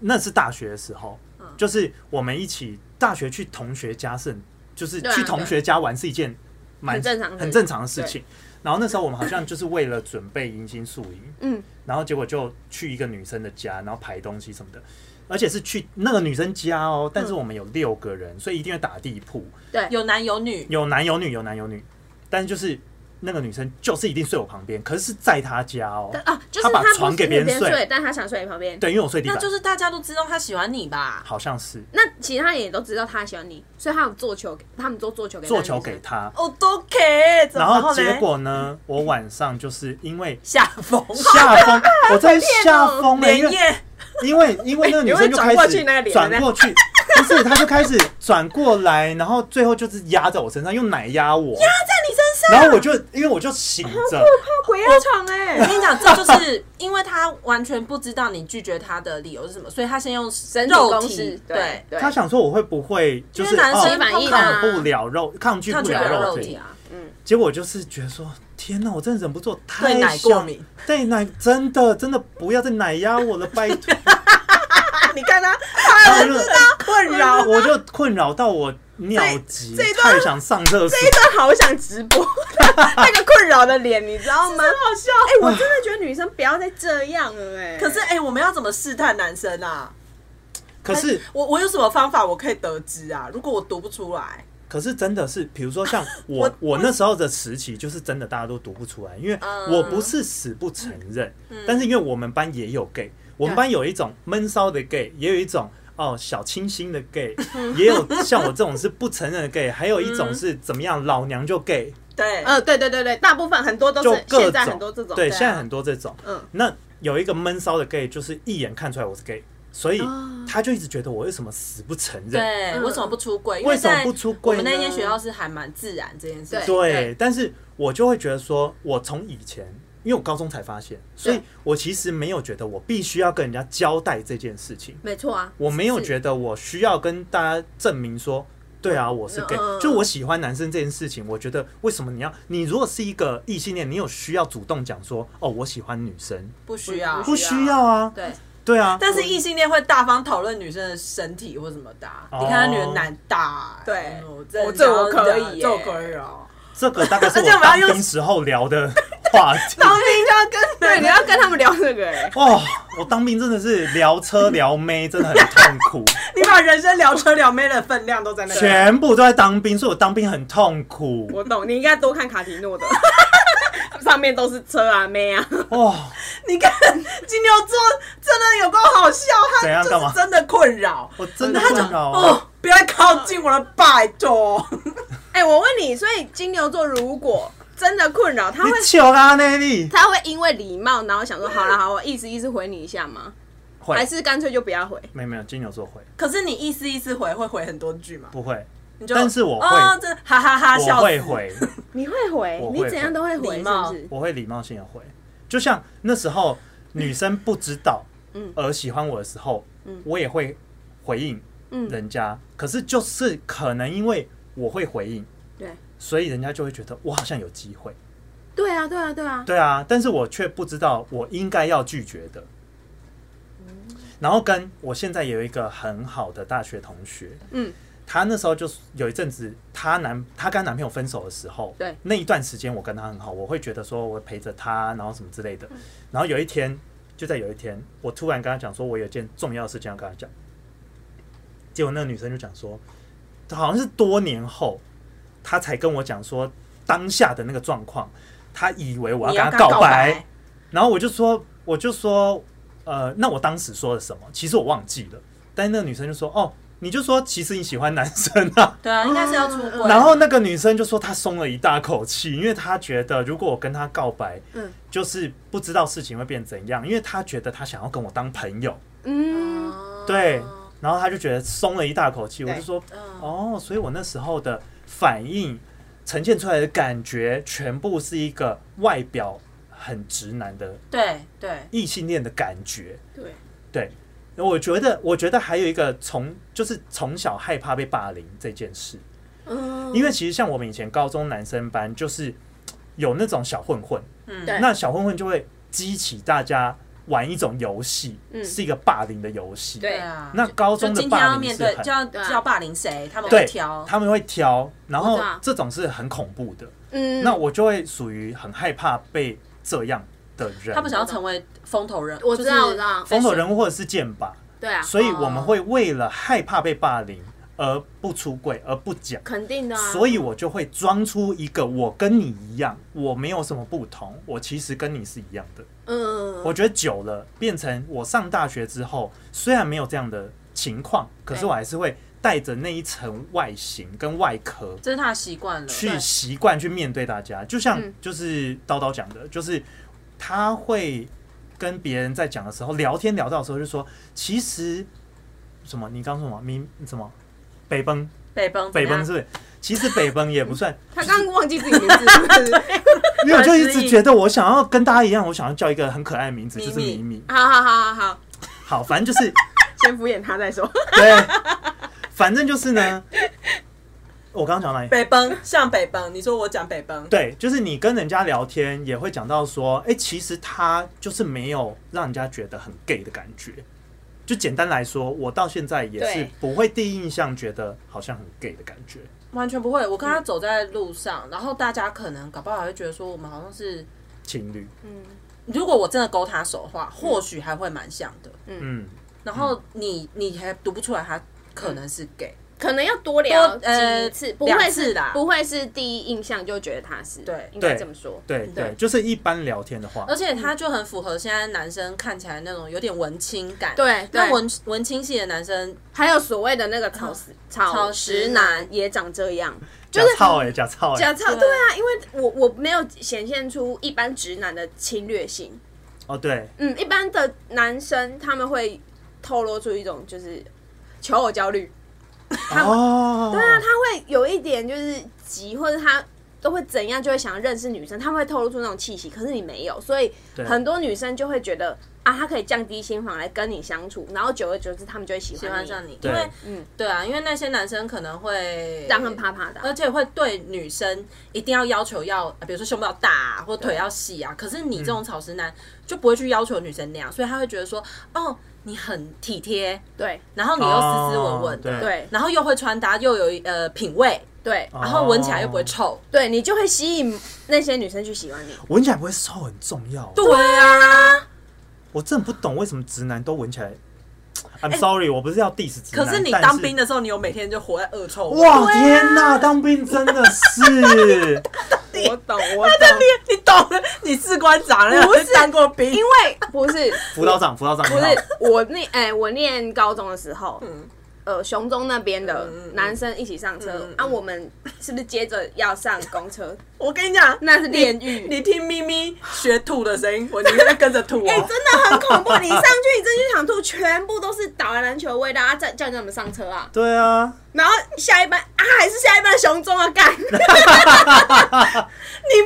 [SPEAKER 2] 那是大学的时候，
[SPEAKER 1] 嗯
[SPEAKER 2] 就是我们一起大学去同学家是很，就是
[SPEAKER 1] 对啊
[SPEAKER 2] 去同学家玩是一件蛮
[SPEAKER 1] 很正常的事
[SPEAKER 2] 很正常的事情。然后那时候我们好像就是为了准备迎新宿营，
[SPEAKER 1] 嗯，
[SPEAKER 2] 然后结果就去一个女生的家，然后排东西什么的，而且是去那个女生家哦。但是我们有六个人，所以一定会打地铺，
[SPEAKER 3] 有男有女，
[SPEAKER 2] 有男有女，有男有女。但是就是那个女生就是一定睡我旁边，可是是在她家哦
[SPEAKER 1] 对，啊，就是
[SPEAKER 2] 他把
[SPEAKER 1] 不是
[SPEAKER 2] 床给别
[SPEAKER 1] 别
[SPEAKER 2] 人睡
[SPEAKER 1] 睡，但他想睡你旁边。
[SPEAKER 2] 对，因为我睡地
[SPEAKER 3] 那
[SPEAKER 2] 板，
[SPEAKER 3] 就是大家都知道他喜欢你吧？
[SPEAKER 2] 好像是
[SPEAKER 1] 那其他人也都知道他喜欢你，所以他有做球给，他们都做球给那个
[SPEAKER 2] 做
[SPEAKER 1] 女生
[SPEAKER 2] 球给他，
[SPEAKER 3] 哦，都可以。怎
[SPEAKER 2] 然
[SPEAKER 3] 么
[SPEAKER 2] 后
[SPEAKER 3] 嘞
[SPEAKER 2] 结果呢，我晚上就是因为
[SPEAKER 3] 下风，
[SPEAKER 2] 下风，我在下风了，因
[SPEAKER 3] 连
[SPEAKER 2] 为
[SPEAKER 3] 夜
[SPEAKER 2] 因为因为那个女生就开
[SPEAKER 1] 你会转过
[SPEAKER 2] 始
[SPEAKER 1] 去那个脸
[SPEAKER 2] 转过去，不是，她就开始转过来，然后最后就是压在我身上，用奶压我，压在你身上，然后我就因为我就醒着，
[SPEAKER 1] 鬼压床哎、
[SPEAKER 2] 欸
[SPEAKER 3] 我跟你讲，这就是 因为他完全不知道你拒绝他的理由是什么，所以他先用
[SPEAKER 1] 身体
[SPEAKER 3] 肉
[SPEAKER 1] 攻
[SPEAKER 3] 体
[SPEAKER 1] 势，，对，对，
[SPEAKER 2] 她想说我会不会就
[SPEAKER 3] 因
[SPEAKER 2] 是
[SPEAKER 3] 为男
[SPEAKER 2] 哦
[SPEAKER 3] 生
[SPEAKER 1] 反应
[SPEAKER 3] 啊
[SPEAKER 2] 抗不了肉，抗拒
[SPEAKER 3] 他
[SPEAKER 2] 不
[SPEAKER 3] 拒绝
[SPEAKER 2] 了
[SPEAKER 3] 肉
[SPEAKER 2] 肉
[SPEAKER 3] 体
[SPEAKER 2] 体，
[SPEAKER 3] 啊，
[SPEAKER 2] 结果就是觉得说，天哪，我真的忍不住，太
[SPEAKER 3] 对奶
[SPEAKER 2] 想
[SPEAKER 3] 过敏，
[SPEAKER 2] 对奶真的真的不要再奶压我了，拜托。
[SPEAKER 1] 你看他
[SPEAKER 2] 然后我就
[SPEAKER 1] 困
[SPEAKER 2] 然后我就困扰到我尿急，
[SPEAKER 1] 这一段
[SPEAKER 2] 太想上厕所。
[SPEAKER 1] 真的好想直 播那个困扰的脸，你知道吗？好笑。哎、我真的觉得女生不要再这样了哎、
[SPEAKER 3] 可是哎、我们要怎么试探男生啊？
[SPEAKER 2] 可是
[SPEAKER 3] 我我有什么方法我可以得知啊？如果我读不出来，
[SPEAKER 2] 可是真的是，比如说 像我
[SPEAKER 3] 我
[SPEAKER 2] 我那时候的时期，就是真的大家都读不出来，因为
[SPEAKER 1] 嗯
[SPEAKER 2] 我不是死不承认，但是因为我们班也有 gay，我们班有一种闷骚的 gay，也有一种。哦，小清新的 gay，也
[SPEAKER 1] 嗯
[SPEAKER 2] 有像我这种是不承认的 gay，还有一种是怎么样，老娘就 gay，
[SPEAKER 3] 对，
[SPEAKER 1] 呃，对对对对，大部分很多都
[SPEAKER 2] 就是各
[SPEAKER 1] 现
[SPEAKER 2] 种
[SPEAKER 1] 在很多这种，
[SPEAKER 2] 对，
[SPEAKER 3] 啊
[SPEAKER 2] 现在很多这种。
[SPEAKER 1] 嗯，
[SPEAKER 2] 那有一个闷骚的 gay，就是一眼看出来我是 gay，所以
[SPEAKER 1] 哦
[SPEAKER 2] 他就一直觉得我为什么死不承认，
[SPEAKER 3] 对，
[SPEAKER 1] 嗯
[SPEAKER 3] 为什么不出柜？因
[SPEAKER 2] 为什么
[SPEAKER 3] 在
[SPEAKER 2] 不出
[SPEAKER 3] 我
[SPEAKER 2] 柜
[SPEAKER 3] 们
[SPEAKER 2] 呢？
[SPEAKER 3] 那间学校是还蛮自然这件事情。
[SPEAKER 2] 对，但是我就会觉得说，我从以前，因为我高中才发现，所以
[SPEAKER 1] 对
[SPEAKER 2] 我其实没有觉得我必须要跟人家交代这件事情，
[SPEAKER 1] 没错啊，
[SPEAKER 2] 我没有
[SPEAKER 1] 是
[SPEAKER 2] 觉得我需要跟大家证明说。对啊，我是 gay，、
[SPEAKER 1] 嗯嗯
[SPEAKER 2] 就我喜欢男生这件事情，我觉得为什么你要？你如果是一个异性恋，你有需要主动讲说哦，我喜欢女生，
[SPEAKER 3] 不需要。
[SPEAKER 2] 不需要啊，
[SPEAKER 1] 对，
[SPEAKER 2] 对啊，
[SPEAKER 3] 但是异性恋会大方讨论女生的身体或什么的啊，
[SPEAKER 2] 哦
[SPEAKER 3] 你看他女人奶大、嗯
[SPEAKER 1] 对
[SPEAKER 3] 我哦这
[SPEAKER 1] 我这我可以耶
[SPEAKER 3] 这我可以哦。
[SPEAKER 2] 这个大概是
[SPEAKER 3] 而且我
[SPEAKER 2] 我
[SPEAKER 3] 们要
[SPEAKER 2] 当
[SPEAKER 3] 用
[SPEAKER 2] 兵时候聊的话题
[SPEAKER 1] 当兵就要跟对，你要跟他们聊这个哎，
[SPEAKER 2] 哦。我当兵真的是聊车聊妹，真的很痛苦。
[SPEAKER 3] 你把人生聊车聊妹的分量都在那里，
[SPEAKER 2] 全部都在当兵，所以我当兵很痛苦
[SPEAKER 1] 我懂，你应该多看卡提诺的， 上面都是车啊妹啊，
[SPEAKER 2] 哦。
[SPEAKER 3] 你看金牛座真的有够好笑，
[SPEAKER 2] 怎样
[SPEAKER 3] 他就
[SPEAKER 2] 干嘛
[SPEAKER 3] 是真的困扰，
[SPEAKER 2] 我真的
[SPEAKER 3] 他就
[SPEAKER 2] 困扰啊
[SPEAKER 3] 哦，不要靠近我了，拜托。
[SPEAKER 1] 哎、我问你，所以金牛座如果真的困扰，他
[SPEAKER 2] 你啊
[SPEAKER 1] 会
[SPEAKER 2] 求啦，那里
[SPEAKER 1] 他会因为礼貌，然后想说好了好，我意思意思回你一下吗？
[SPEAKER 2] 会
[SPEAKER 1] 还是干脆就不要回？
[SPEAKER 2] 没有没有金牛座会
[SPEAKER 3] 可是你一思一思回会回很多句嘛？
[SPEAKER 2] 不会？
[SPEAKER 3] 你就
[SPEAKER 2] 但是我
[SPEAKER 3] 哦
[SPEAKER 2] 会，
[SPEAKER 3] 这哈哈哈
[SPEAKER 2] 我
[SPEAKER 3] 笑死
[SPEAKER 2] 会回，
[SPEAKER 1] 你会回，
[SPEAKER 2] 我会
[SPEAKER 1] 你怎样都会回，
[SPEAKER 3] 礼
[SPEAKER 1] 是
[SPEAKER 3] 貌
[SPEAKER 1] 不是？
[SPEAKER 2] 我会礼貌性的回。就像那时候女生不知道
[SPEAKER 1] 嗯
[SPEAKER 2] 而喜欢我的时候，
[SPEAKER 1] 嗯
[SPEAKER 2] 我也会回应
[SPEAKER 1] 嗯，
[SPEAKER 2] 人家。可是就是可能因为我会回应，
[SPEAKER 1] 对，
[SPEAKER 2] 所以人家就会觉得我好像有机会。
[SPEAKER 1] 对啊，对啊，对啊，
[SPEAKER 2] 对啊，但是我却不知道我应该要拒绝的。然后跟我现在有一个很好的大学同学，
[SPEAKER 1] 嗯，
[SPEAKER 2] 她那时候就是有一阵子，她男她跟她男朋友分手的时候，
[SPEAKER 1] 对
[SPEAKER 2] 那一段时间我跟她很好，我会觉得说我陪着她，然后什么之类的。然后有一天，就在有一天，我突然跟她讲说，我有一件重要的事情要跟她讲。结果那个女生就讲说，好像是多年后，她才跟我讲说当下的那个状况，她以为我
[SPEAKER 3] 你
[SPEAKER 2] 要
[SPEAKER 3] 要
[SPEAKER 2] 跟她
[SPEAKER 3] 跟他告
[SPEAKER 2] 白，
[SPEAKER 3] 白
[SPEAKER 2] 然后我就说，我就说，呃，那我当时说了什么？其实我忘记了。但是那个女生就说，哦，你就说其实你喜欢男生啊。
[SPEAKER 3] 对啊，应该是要出轨。
[SPEAKER 2] 然后那个女生就说，她松了一大口气，因为她觉得如果我跟她告白，
[SPEAKER 1] 嗯
[SPEAKER 2] 就是不知道事情会变怎样，因为她觉得她想要跟我当朋友，
[SPEAKER 1] 嗯，
[SPEAKER 2] 对。然后她就觉得松了一大口气。我
[SPEAKER 1] 对
[SPEAKER 2] 就说，
[SPEAKER 3] 嗯
[SPEAKER 2] 哦，所以我那时候的反应呈现出来的感觉，全部是一个外表很直男的
[SPEAKER 3] 对对，
[SPEAKER 2] 异性恋的感觉。
[SPEAKER 1] 对，
[SPEAKER 2] 对，我觉得，我觉得还有一个从就是从小害怕被霸凌这件事，
[SPEAKER 1] 嗯，
[SPEAKER 2] 因为其实像我们以前高中男生班，就是有那种小混混，
[SPEAKER 3] 嗯，
[SPEAKER 1] 对
[SPEAKER 2] 那小混混就会激起大家玩一种游戏，
[SPEAKER 1] 嗯
[SPEAKER 2] 是一个霸凌的游戏。
[SPEAKER 1] 对
[SPEAKER 3] 啊
[SPEAKER 2] 那高
[SPEAKER 3] 就
[SPEAKER 2] 中的
[SPEAKER 3] 今天要
[SPEAKER 2] 霸凌
[SPEAKER 3] 面
[SPEAKER 2] 是
[SPEAKER 3] 对，就
[SPEAKER 2] 很。
[SPEAKER 3] 要就
[SPEAKER 1] 对啊
[SPEAKER 3] 要霸凌谁，他们会哦
[SPEAKER 2] 对
[SPEAKER 3] 挑，。
[SPEAKER 2] 他们会挑，然
[SPEAKER 1] 我
[SPEAKER 2] 后
[SPEAKER 1] 知
[SPEAKER 3] 啊
[SPEAKER 1] 道
[SPEAKER 2] 这种是很恐怖的。
[SPEAKER 1] 嗯，
[SPEAKER 2] 那我就会属于很害怕被这样的人，
[SPEAKER 3] 他们想要成为风头人，
[SPEAKER 1] 我知道
[SPEAKER 3] 就是
[SPEAKER 1] 我知道
[SPEAKER 2] 风头人物或者是剑拔，
[SPEAKER 3] 哦
[SPEAKER 1] 对啊，
[SPEAKER 2] 所以我们会为了害怕被霸凌而不出柜，而不讲。
[SPEAKER 1] 肯定的啊，
[SPEAKER 2] 所以我就会装出一个我跟你一样，我没有什么不同，我其实跟你是一样的。
[SPEAKER 1] 嗯，
[SPEAKER 2] 我觉得久了，变成我上大学之后，虽然没有这样的情况，可是
[SPEAKER 1] 对
[SPEAKER 2] 我还是会带着那一层外形跟外壳
[SPEAKER 3] 这是他的习惯了。
[SPEAKER 2] 去
[SPEAKER 1] 对
[SPEAKER 2] 习惯去面对大家。就像
[SPEAKER 1] 嗯
[SPEAKER 2] 就是叨叨讲的，就是他会跟别人在讲的时候，聊天聊到的时候就说，其实什么你刚说什么明什么北奔
[SPEAKER 3] 北崩
[SPEAKER 2] 北奔是不是？其实北奔也不算，
[SPEAKER 1] 他刚刚忘记自己名字是不是，
[SPEAKER 2] 因为我就一
[SPEAKER 3] 反思
[SPEAKER 2] 直
[SPEAKER 3] 意
[SPEAKER 2] 觉得我想要跟大家一样，我想要叫一个很可爱的名字，就是
[SPEAKER 3] 咪咪
[SPEAKER 2] 米米。
[SPEAKER 1] 好好好好好，
[SPEAKER 2] 好，反正就是
[SPEAKER 1] 先敷衍他再说，
[SPEAKER 2] 对，反正就是呢，我刚刚讲到哪里？
[SPEAKER 3] 北崩像北崩，你说我讲北崩，
[SPEAKER 2] 对，就是你跟人家聊天也会讲到说，哎、其实他就是没有让人家觉得很 gay 的感觉。就简单来说，我到现在也是
[SPEAKER 1] 对
[SPEAKER 2] 不会第一印象觉得好像很 gay 的感觉。
[SPEAKER 3] 完全不会。我跟他走在路上，然后大家可能搞不好还会觉得说我们好像是，
[SPEAKER 2] 情侣，
[SPEAKER 1] 嗯
[SPEAKER 3] 如果我真的勾他手的话，或许还会蛮像的。
[SPEAKER 2] 嗯，
[SPEAKER 3] 然后你你还读不出来他可能
[SPEAKER 1] 嗯
[SPEAKER 3] 是 gay，
[SPEAKER 1] 可能要多聊
[SPEAKER 3] 多呃
[SPEAKER 1] 几次，不会
[SPEAKER 3] 两
[SPEAKER 1] 是
[SPEAKER 3] 次啦
[SPEAKER 1] 不会是第一印象就觉得他是，
[SPEAKER 3] 对
[SPEAKER 1] 应该
[SPEAKER 2] 对
[SPEAKER 1] 这么说。
[SPEAKER 2] 对对
[SPEAKER 3] 对，
[SPEAKER 2] 就是一般聊天的话
[SPEAKER 1] 呃
[SPEAKER 3] 而，且
[SPEAKER 1] 嗯
[SPEAKER 3] 他就很符合现在男生看起来那种有点文青感。
[SPEAKER 1] 对对
[SPEAKER 3] 那文文青系的男生，
[SPEAKER 1] 还有所谓的那个草食啊草
[SPEAKER 3] 草
[SPEAKER 1] 食
[SPEAKER 3] 食
[SPEAKER 1] 男
[SPEAKER 3] 男
[SPEAKER 1] 也长这样，
[SPEAKER 2] 假
[SPEAKER 1] 就是
[SPEAKER 2] 操哎，假操
[SPEAKER 1] 假
[SPEAKER 2] 哎，
[SPEAKER 1] 草
[SPEAKER 3] 对
[SPEAKER 1] 对啊，因为我我没有显现出一般直男的侵略性，
[SPEAKER 2] 哦对，
[SPEAKER 1] 嗯，一般的男生他们会透露出一种就是求偶焦虑，
[SPEAKER 2] 哦，
[SPEAKER 1] 对啊，他会有一点就是急，或者他都会怎样，就会想要认识女生，他们会透露出那种气息，可是你没有，所以
[SPEAKER 2] 对
[SPEAKER 1] 很多女生就会觉得啊，他可以降低心房来跟你相处，然后久而久之，他们就会喜
[SPEAKER 3] 喜
[SPEAKER 1] 欢
[SPEAKER 3] 欢
[SPEAKER 1] 你，
[SPEAKER 3] 上你，
[SPEAKER 2] 对
[SPEAKER 3] 因为
[SPEAKER 1] 嗯，
[SPEAKER 3] 对啊，因为那些男生可能会
[SPEAKER 1] 让他们。啪啪的啊、
[SPEAKER 3] 而且会对女生一定要要求要，呃比如说胸部要大、啊、或腿要细啊。可是你这种草食男就不会去要求女生那样，所以他会觉得说，哦，你很体贴，
[SPEAKER 1] 对
[SPEAKER 3] 然后你又斯斯文文
[SPEAKER 2] 哦
[SPEAKER 3] 的，
[SPEAKER 1] 对
[SPEAKER 3] 然后又会穿搭，又有呃品味，
[SPEAKER 1] 对
[SPEAKER 2] 哦
[SPEAKER 3] 然后闻起来又不会臭。
[SPEAKER 1] 对，你就会吸引那些女生去喜 欢你。
[SPEAKER 2] 闻起来不会臭很重要。
[SPEAKER 3] 对啊，
[SPEAKER 2] 我真的不懂为什么直男都闻 起来。I'm 哎 sorry，我不是要 diss 直男，
[SPEAKER 3] 哎可是你
[SPEAKER 2] 但
[SPEAKER 3] 当兵的时候，你有每天就活在恶臭味。
[SPEAKER 2] 哇，天哪，当兵真的 是
[SPEAKER 3] 我懂，我懂，你懂 了，你士官长了，
[SPEAKER 1] 不是
[SPEAKER 3] 你当过兵，
[SPEAKER 1] 因为不是
[SPEAKER 2] 辅导长，辅导长
[SPEAKER 1] 不
[SPEAKER 2] 你好
[SPEAKER 1] 是我念哎、我念高中的时候，
[SPEAKER 3] 嗯
[SPEAKER 1] 呃，雄中那边的
[SPEAKER 3] 嗯嗯嗯
[SPEAKER 1] 男生一起上车，
[SPEAKER 3] 嗯
[SPEAKER 1] 啊，
[SPEAKER 3] 嗯
[SPEAKER 1] 我们是不是接着要上公车？
[SPEAKER 3] 我跟你讲，
[SPEAKER 1] 那是炼
[SPEAKER 3] 你
[SPEAKER 1] 狱。
[SPEAKER 3] 你听咪咪学吐的声音，我你在跟着 吐
[SPEAKER 1] 哎、
[SPEAKER 3] 哦。
[SPEAKER 1] 真的很恐怖！你上去，你真就想吐，全部都是打完篮球的味道啊！叫叫你怎么上车啊？
[SPEAKER 2] 对啊，
[SPEAKER 1] 然后下一班啊，还是下一班雄中啊，干！ 不是
[SPEAKER 3] 你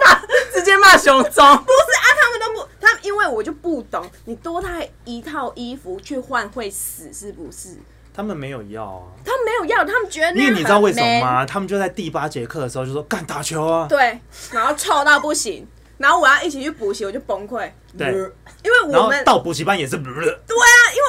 [SPEAKER 3] 把直接骂熊中，
[SPEAKER 1] 啊，他们都不，他们因为我就不懂，你多带一套衣服去换会死是不是？
[SPEAKER 2] 他们没有要啊，
[SPEAKER 1] 他们没有要，他们觉得那
[SPEAKER 2] 因
[SPEAKER 1] 样
[SPEAKER 2] 为你知道为什么
[SPEAKER 1] 很 man
[SPEAKER 2] 吗？他们就在第八节课的时候就说干打球啊，
[SPEAKER 1] 对，然后臭到不行，然后我要一起去补习，我就崩溃，
[SPEAKER 2] 对，
[SPEAKER 1] 因为
[SPEAKER 2] 然
[SPEAKER 1] 我
[SPEAKER 2] 后
[SPEAKER 1] 们
[SPEAKER 2] 到补习班也是，
[SPEAKER 1] 对啊，因为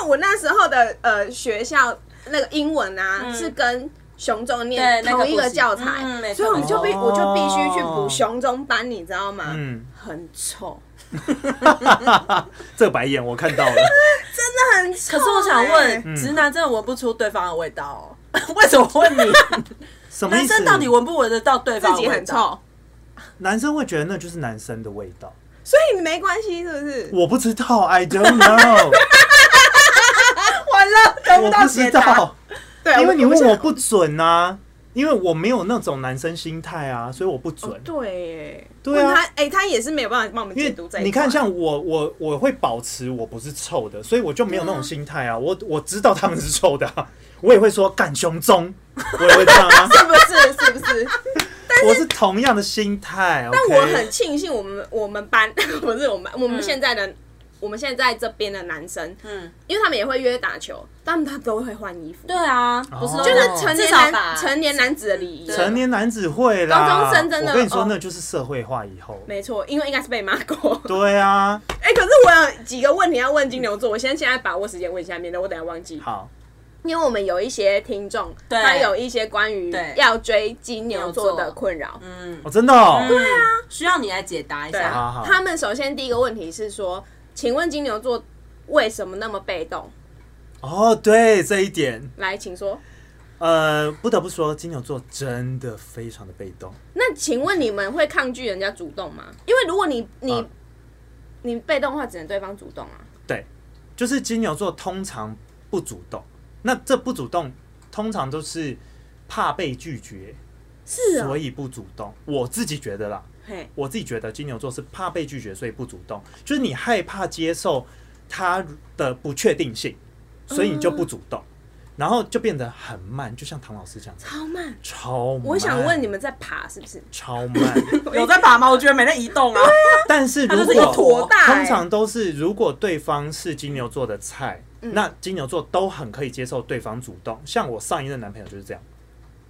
[SPEAKER 1] 我那时候的呃学校那个英文啊、
[SPEAKER 3] 嗯
[SPEAKER 1] 是跟。雄中念
[SPEAKER 3] 对那个
[SPEAKER 1] 同一个
[SPEAKER 3] 补习
[SPEAKER 1] 教材，
[SPEAKER 3] 嗯没错
[SPEAKER 1] 所以我们就必、
[SPEAKER 2] 没错
[SPEAKER 1] 我就必须去补雄中班，你知道吗？
[SPEAKER 2] 哦嗯，
[SPEAKER 1] 很臭，
[SPEAKER 2] 这个白眼我看到了，
[SPEAKER 1] 真的很臭、
[SPEAKER 3] 可是我想
[SPEAKER 1] 欸，
[SPEAKER 3] 问，直男真的闻不出对方的味 道哦？嗯为什么问你？
[SPEAKER 2] 什么意 思？
[SPEAKER 3] 男生到底闻不闻得到对方
[SPEAKER 1] 自
[SPEAKER 3] 的
[SPEAKER 1] 己
[SPEAKER 3] 味
[SPEAKER 1] 很
[SPEAKER 3] 道？
[SPEAKER 1] 臭，
[SPEAKER 2] 男生会觉得那就是男生的味道，
[SPEAKER 1] 所以你没关系是不是？
[SPEAKER 2] 我不知道，I don't know，
[SPEAKER 3] 完了，得
[SPEAKER 2] 我
[SPEAKER 3] 到
[SPEAKER 2] 不知
[SPEAKER 3] 解答。
[SPEAKER 2] 道，
[SPEAKER 1] 对，
[SPEAKER 2] 因为你问
[SPEAKER 1] 我
[SPEAKER 2] 我不准啊，因为我没有那种男生心态啊，所以我不
[SPEAKER 1] 想，哦
[SPEAKER 2] 准。
[SPEAKER 1] 对耶，
[SPEAKER 2] 对啊
[SPEAKER 1] 问他哎、他也是没有办法帮我们
[SPEAKER 2] 因
[SPEAKER 1] 解
[SPEAKER 2] 为
[SPEAKER 1] 读这一
[SPEAKER 2] 你看，
[SPEAKER 1] 块
[SPEAKER 2] 像我我我会保持我不是臭的，所以我就没有那种心态啊。我我知道他们是臭的啊、我也会说干熊中，我也会这样啊。
[SPEAKER 1] 是不是？是不 是？
[SPEAKER 2] 我是同样的心态。
[SPEAKER 1] 但
[SPEAKER 2] OK
[SPEAKER 1] 我很庆幸我们我们班 不是我们
[SPEAKER 2] 嗯
[SPEAKER 1] 我们现在的、我们现在这边的男生，
[SPEAKER 3] 嗯，
[SPEAKER 1] 因为他们也会约打球，但他们都会换衣服，
[SPEAKER 3] 对，啊，
[SPEAKER 2] 哦
[SPEAKER 3] 不是都
[SPEAKER 1] 就是
[SPEAKER 3] 这
[SPEAKER 1] 成年
[SPEAKER 3] 样至少吧
[SPEAKER 1] 男成年男子的礼仪。
[SPEAKER 2] 成年男子会啦。
[SPEAKER 1] 高中生真的
[SPEAKER 2] 我跟你说
[SPEAKER 1] 哦，
[SPEAKER 2] 那就是社会化以后。
[SPEAKER 1] 没错，因为应该是被骂过。
[SPEAKER 2] 对啊，
[SPEAKER 1] 哎、可是我有几个问题要问金牛座，我先现在把握时间问一下，免得我等下忘记。
[SPEAKER 2] 好，
[SPEAKER 1] 因为我们有一些听众，
[SPEAKER 3] 对
[SPEAKER 1] 他有一些关于
[SPEAKER 3] 对
[SPEAKER 1] 要追金牛座的困扰。
[SPEAKER 3] 嗯，
[SPEAKER 2] 我真的哦，
[SPEAKER 3] 对啊，需要你来解答一
[SPEAKER 1] 对
[SPEAKER 3] 下。
[SPEAKER 2] 好
[SPEAKER 1] 啊
[SPEAKER 2] 好，
[SPEAKER 1] 他们首先第一个问题是说，请问金牛座为什么那么被动？
[SPEAKER 2] 哦，对这一点，
[SPEAKER 1] 来，请说。
[SPEAKER 2] 呃，不得不说，金牛座真的非常的被动。
[SPEAKER 1] 那请问你们会抗拒人家主动吗？因为如果你你、
[SPEAKER 2] 嗯
[SPEAKER 1] 你被动的话，只能对方主动啊。
[SPEAKER 2] 对，就是金牛座通常不主动，那这不主动通常都是怕被拒绝，
[SPEAKER 1] 是啊
[SPEAKER 2] 所以不主动。我自己觉得啦，
[SPEAKER 1] 嘿，
[SPEAKER 2] 我自己觉得金牛座是怕被拒绝，所以不主动，就是你害怕接受他的不确定性，所以你
[SPEAKER 1] 嗯
[SPEAKER 2] 就不主动，然后就变得很慢，就像唐老师讲，
[SPEAKER 1] 超慢。
[SPEAKER 2] 超慢。
[SPEAKER 1] 我想问你，们在爬是不是？
[SPEAKER 2] 超慢。
[SPEAKER 3] 有在爬吗？我觉得没在移动啊。
[SPEAKER 2] 但是如
[SPEAKER 3] 它就是一个
[SPEAKER 2] 果
[SPEAKER 1] 坨大欸
[SPEAKER 2] 通常都是如果对方是金牛座的菜，
[SPEAKER 1] 嗯
[SPEAKER 2] 那金牛座都很可以接受对方主动。像我上一任男朋友就是这样，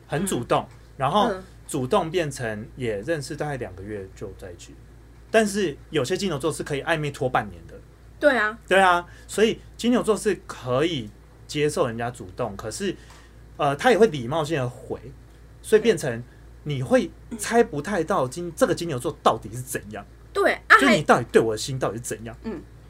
[SPEAKER 2] 很主动，然后
[SPEAKER 1] 嗯
[SPEAKER 2] 主动变成也认识大概两个月就在一起。但是有些金牛座是可以暧昧拖半年的，
[SPEAKER 1] 对啊，
[SPEAKER 2] 对啊，所以金牛座是可以接受人家主动，可是呃，他也会礼貌性的回，所以变成你会猜不太到金这个金牛座到底是怎样。
[SPEAKER 1] 对啊，
[SPEAKER 2] 就你
[SPEAKER 1] 还
[SPEAKER 2] 到底对我的心到底是怎样？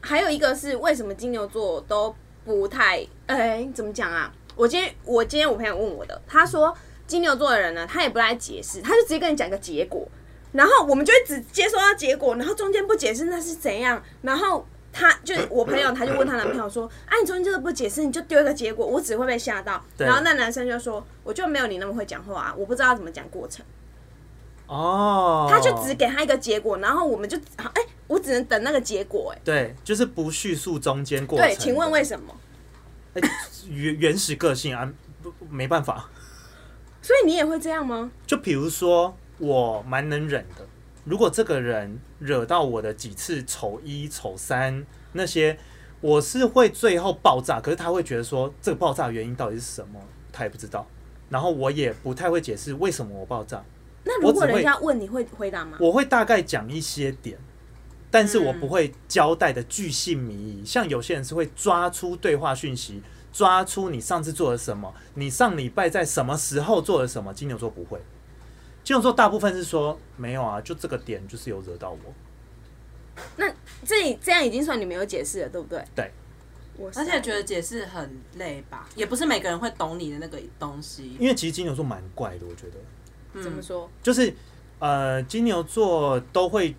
[SPEAKER 1] 还有一个是为什么金牛座都不太，哎、怎么讲啊？我今天我今天我朋友问我的，他说金牛座的人呢，他也不来解释，他就直接跟你讲一个结果，然后我们就会只接收到结果，然后中间不解释那是怎样，然后。他就是我朋友，他就问她男朋友说：“啊，你中间这个不解释，你就丢一个结果，我只会被吓到。”
[SPEAKER 2] 对
[SPEAKER 1] 然后那男生就说：“我就没有你那么会讲话啊，我不知道怎么讲过程。”
[SPEAKER 2] 哦，
[SPEAKER 1] 他就只给他一个结果，然后我们就好哎、我只能等那个结果哎、
[SPEAKER 2] 对，就是不叙述中间过程。
[SPEAKER 1] 对，请问为什么？
[SPEAKER 2] 哎原原始个性啊，不不没办法。
[SPEAKER 1] 所以你也会这样吗？
[SPEAKER 2] 就比如说，我蛮能忍的。如果这个人惹到我的几次丑一、丑三那些，我是会最后爆炸。可是他会觉得说，这个爆炸的原因到底是什么，他也不知道。然后我也不太会解释为什么我爆炸，
[SPEAKER 1] 那如
[SPEAKER 2] 我
[SPEAKER 1] 果
[SPEAKER 2] 只会
[SPEAKER 1] 人家问你会回答吗？
[SPEAKER 2] 我会大概讲一些点，但是
[SPEAKER 3] 嗯
[SPEAKER 2] 我不会交代的巨细靡遗。像有些人是会抓出对话讯息，抓出你上次做了什么，你上礼拜在什么时候做了什么。金牛座不会，金牛座大部分是说没有啊，就这个点就是有惹到我。
[SPEAKER 1] 那这这样已经算你没有解释了，对不对？
[SPEAKER 2] 对，
[SPEAKER 1] 我
[SPEAKER 3] 而且觉得解释很累吧，也不是每个人会懂你的那个东西。嗯
[SPEAKER 2] 因为其实金牛座蛮怪的，我觉得
[SPEAKER 1] 得怎么说？
[SPEAKER 2] 就是呃，金牛座都会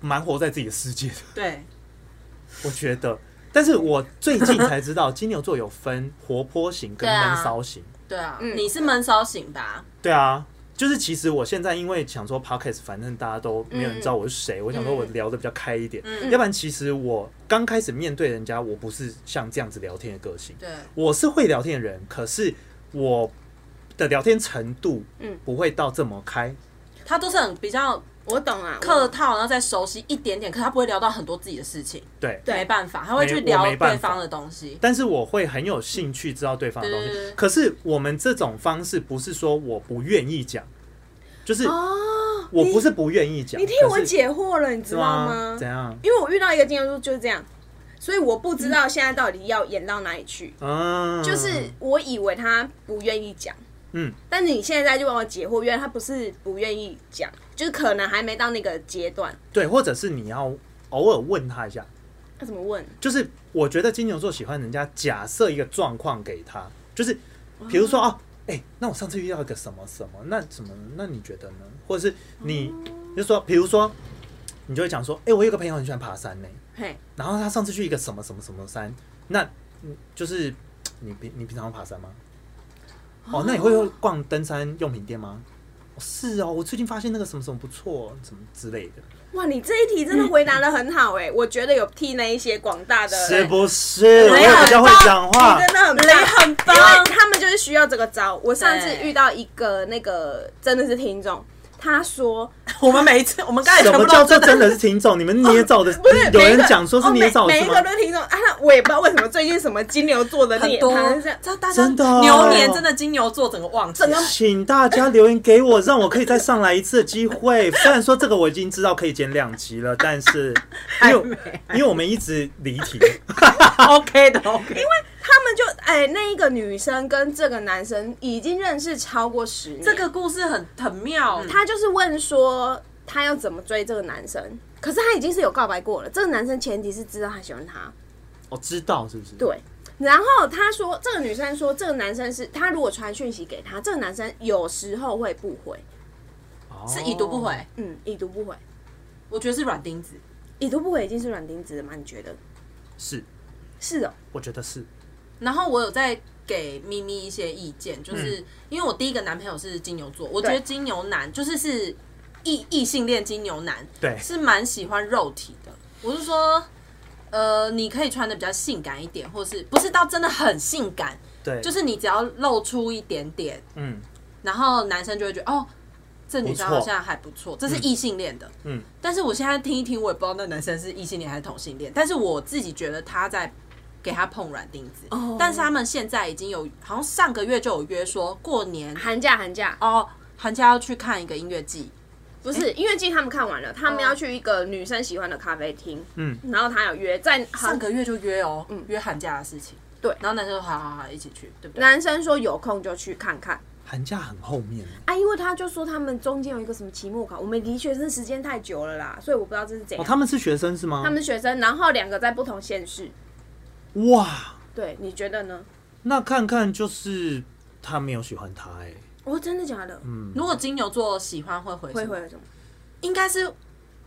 [SPEAKER 2] 蛮活在自己的世界的。
[SPEAKER 3] 对，
[SPEAKER 2] 我觉得，但是我最近才知道金牛座有分活泼型跟
[SPEAKER 3] 对啊
[SPEAKER 2] 闷骚型。
[SPEAKER 3] 对啊，
[SPEAKER 1] 嗯
[SPEAKER 3] 你是闷骚型吧？
[SPEAKER 2] 对啊，就是其实我现在因为想说 podcast，反正大家都没有人知道我是
[SPEAKER 1] 嗯
[SPEAKER 2] 谁，我想说我聊的比较开一点，
[SPEAKER 3] 嗯
[SPEAKER 2] 要不然其实我刚开始面对人家，我不是像这样子聊天的个性，
[SPEAKER 3] 对，
[SPEAKER 2] 我是会聊天的人，可是我的聊天程度，
[SPEAKER 1] 嗯
[SPEAKER 2] 不会到这么开，
[SPEAKER 3] 他都是很比较
[SPEAKER 1] 我懂啊，
[SPEAKER 3] 客
[SPEAKER 1] 我懂
[SPEAKER 3] 套，然后再熟悉一点点，可他不会聊到很多自己的事情，
[SPEAKER 2] 对。
[SPEAKER 1] 对
[SPEAKER 3] 没办法，他会
[SPEAKER 2] 没
[SPEAKER 3] 去
[SPEAKER 2] 我
[SPEAKER 3] 聊
[SPEAKER 2] 没办
[SPEAKER 3] 对
[SPEAKER 2] 法
[SPEAKER 3] 方的东西。
[SPEAKER 2] 但是我会很有兴趣知道对方的东
[SPEAKER 3] 对对对
[SPEAKER 1] 嗯
[SPEAKER 2] 西。可是我们这种方式不是说我不愿意讲，就是
[SPEAKER 1] 哦。
[SPEAKER 2] 我不是不愿意讲。
[SPEAKER 1] 你替我
[SPEAKER 2] 可是
[SPEAKER 1] 解惑了，你知
[SPEAKER 2] 是
[SPEAKER 1] 道
[SPEAKER 2] 吗
[SPEAKER 1] 吗？？
[SPEAKER 2] 怎样？
[SPEAKER 1] 因为我遇到一个金牛座就是这样，所以我不知道现在到底要演到哪里去。
[SPEAKER 2] 嗯，
[SPEAKER 1] 就是我以为他不愿意讲，
[SPEAKER 2] 嗯，
[SPEAKER 1] 但你现在就帮我解惑，原来他不是不愿意讲，就是可能还没到那个阶段。
[SPEAKER 2] 对，或者是你要偶尔问他一下，
[SPEAKER 1] 那怎么问？
[SPEAKER 2] 就是我觉得金牛座喜欢人家假设一个状况给他，就是比如说哦，哎、那我上次遇到一个什么什么，那什么，那你觉得呢？或者是你就说，比如说，你就会讲说，哎、我有一个朋友很喜欢爬山呢、
[SPEAKER 1] 嘿，
[SPEAKER 2] 然后他上次去一个什么什么什么山，那嗯就是你平你平常会爬山吗？哦，那你会逛登山用品店吗？哦是哦，我最近发现那个什么什么不错，什么之类的。
[SPEAKER 1] 哇，你这一题真的回答的很好
[SPEAKER 3] 嗯
[SPEAKER 1] 哎、我觉得有替那一些广大的
[SPEAKER 2] 是
[SPEAKER 1] 人
[SPEAKER 2] 不是？我
[SPEAKER 1] 没
[SPEAKER 2] 也
[SPEAKER 1] 有
[SPEAKER 2] 比较会讲话
[SPEAKER 1] 你。真的很
[SPEAKER 3] 雷
[SPEAKER 1] 棒，
[SPEAKER 3] 很棒
[SPEAKER 1] 因为他们就是需要这个招。我上次
[SPEAKER 3] 对
[SPEAKER 1] 遇到一个那个真的是听众，他说
[SPEAKER 3] 我们每一次，我们刚才
[SPEAKER 2] 什
[SPEAKER 3] 全部
[SPEAKER 2] 么
[SPEAKER 3] 都
[SPEAKER 2] 叫做真的是听众？你们捏造的，
[SPEAKER 1] 哦不是
[SPEAKER 2] 有人
[SPEAKER 1] 每一个
[SPEAKER 2] 讲说是
[SPEAKER 1] 哦
[SPEAKER 2] 捏造的
[SPEAKER 1] 每每
[SPEAKER 2] 是
[SPEAKER 1] 一
[SPEAKER 2] 吗
[SPEAKER 1] 个？都听众啊，那我也不知道为什么最近什么金牛座的
[SPEAKER 3] 很
[SPEAKER 1] 脸
[SPEAKER 3] 多
[SPEAKER 1] 盘是这样，
[SPEAKER 3] 这大家
[SPEAKER 2] 真的哦
[SPEAKER 3] 牛年真的金牛座整个旺起来，整
[SPEAKER 2] 请大家留言给我，让我可以再上来一次的机会。 虽然说这个我已经知道可以剪两集了，但 是因为因为我们一直离 题，
[SPEAKER 3] OK 的 OK，因为
[SPEAKER 1] 他们就哎、那一个女生跟这个男生已经认识超过十年。
[SPEAKER 3] 这个故事很很妙，
[SPEAKER 1] 他就是问说他要怎么追这个男生，可是他已经是有告白过了。这个男生前提是知道他喜欢他，
[SPEAKER 2] 我哦知道是不是？
[SPEAKER 1] 对。然后他说，这个女生说，这个男生是他如果传讯息给他，这个男生有时候会不回，
[SPEAKER 2] 哦，
[SPEAKER 3] 是已读不回，
[SPEAKER 1] 嗯，已读不回，
[SPEAKER 3] 我觉得是软钉子。
[SPEAKER 1] 已读不回已经是软钉子了吗？你觉得
[SPEAKER 2] 是，
[SPEAKER 1] 是哦？
[SPEAKER 2] 我觉得是。
[SPEAKER 3] 然后我有在给咪咪一些意
[SPEAKER 2] 嗯
[SPEAKER 3] 见，就是、因为我第一个男朋友是金牛座，我觉
[SPEAKER 1] 对
[SPEAKER 3] 得金牛男就是是异异性恋金牛男，
[SPEAKER 2] 对
[SPEAKER 3] 是蛮喜欢肉体的。我是说，呃，你可以穿的比较性感一点，或是不是到真的很性感，
[SPEAKER 2] 对，
[SPEAKER 3] 就是你只要露出一点点，
[SPEAKER 2] 嗯
[SPEAKER 3] 然后男生就会觉得哦，这女生
[SPEAKER 2] 不错
[SPEAKER 3] 好像还不错，这是异性恋的。
[SPEAKER 2] 嗯，
[SPEAKER 3] 但是我现在听一听，我也不知道那男生是异性恋还是同性恋，但是我自己觉得他在给他碰软钉子。
[SPEAKER 1] 哦
[SPEAKER 3] 但是他们现在已经有，好像上个月就有约说过年
[SPEAKER 1] 寒假寒假
[SPEAKER 3] 哦，寒假要去看一个音乐季，
[SPEAKER 1] 不是音乐季他们看完了，他们
[SPEAKER 3] 哦
[SPEAKER 1] 要去一个女生喜欢的咖啡厅，
[SPEAKER 2] 嗯，
[SPEAKER 1] 然后他有约在
[SPEAKER 3] 上个月就约哦，
[SPEAKER 1] 啊嗯
[SPEAKER 3] 约寒假的事情。
[SPEAKER 1] 对
[SPEAKER 3] 然后男生说好好好，一起去，对不对？
[SPEAKER 1] 男生说有空就去看看。
[SPEAKER 2] 寒假很后面，
[SPEAKER 1] 啊，因为他就说他们中间有一个什么期末考，我们离学生时间太久了啦，所以我不知道这是怎
[SPEAKER 2] 哦，
[SPEAKER 1] 样。
[SPEAKER 2] 他们是学生是吗？
[SPEAKER 1] 他们是学生，然后两个在不同县市，
[SPEAKER 2] 哇，
[SPEAKER 1] 对，你觉得呢？
[SPEAKER 2] 那看看就是他没有喜欢他哎、
[SPEAKER 1] 哦，真的假的？
[SPEAKER 2] 嗯，
[SPEAKER 3] 如果金牛座喜欢会回什
[SPEAKER 1] 会
[SPEAKER 3] 么，
[SPEAKER 1] 会有什么？
[SPEAKER 3] 应该是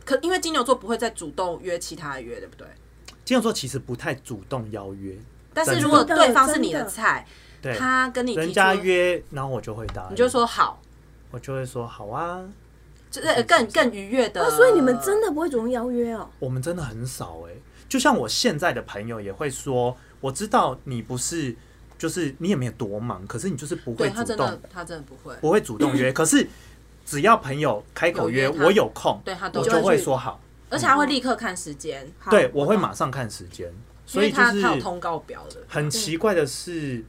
[SPEAKER 3] 可，因为金牛座不会再主动约其他的约，对不对？
[SPEAKER 2] 金牛座其实不太主动邀约，
[SPEAKER 3] 但是
[SPEAKER 2] 真的
[SPEAKER 3] 如果对方是你
[SPEAKER 1] 真
[SPEAKER 3] 的
[SPEAKER 1] 的
[SPEAKER 3] 菜，
[SPEAKER 2] 对，
[SPEAKER 3] 他跟你提
[SPEAKER 2] 人
[SPEAKER 3] 出
[SPEAKER 2] 家约，然后我就会答应，
[SPEAKER 3] 你就说好，
[SPEAKER 2] 我就会说好啊，
[SPEAKER 3] 就是呃更更愉悦的。
[SPEAKER 1] 哦，所以你
[SPEAKER 2] 呃
[SPEAKER 1] 们真
[SPEAKER 3] 的
[SPEAKER 1] 的不会主动邀约哦？
[SPEAKER 2] 我们真的很少哎、就像我现在的朋友也会说，我知道你不是，就是你也没有多忙，可是你就是不
[SPEAKER 3] 对
[SPEAKER 2] 会
[SPEAKER 3] 他
[SPEAKER 2] 主
[SPEAKER 3] 真的
[SPEAKER 2] 动，
[SPEAKER 3] 他真的不会，
[SPEAKER 2] 不会主动 约。可是只要朋友开口约
[SPEAKER 3] 有约他
[SPEAKER 2] 我有空，
[SPEAKER 3] 对他都
[SPEAKER 2] 我
[SPEAKER 1] 就
[SPEAKER 2] 就
[SPEAKER 1] 会
[SPEAKER 2] 会
[SPEAKER 1] 去
[SPEAKER 2] 说好，
[SPEAKER 3] 而且他会立刻看时间，
[SPEAKER 1] 好
[SPEAKER 2] 对我会马上看时间。所以
[SPEAKER 3] 因为
[SPEAKER 2] 就
[SPEAKER 3] 他
[SPEAKER 2] 是
[SPEAKER 3] 他有通告表的。
[SPEAKER 2] 很奇怪的是，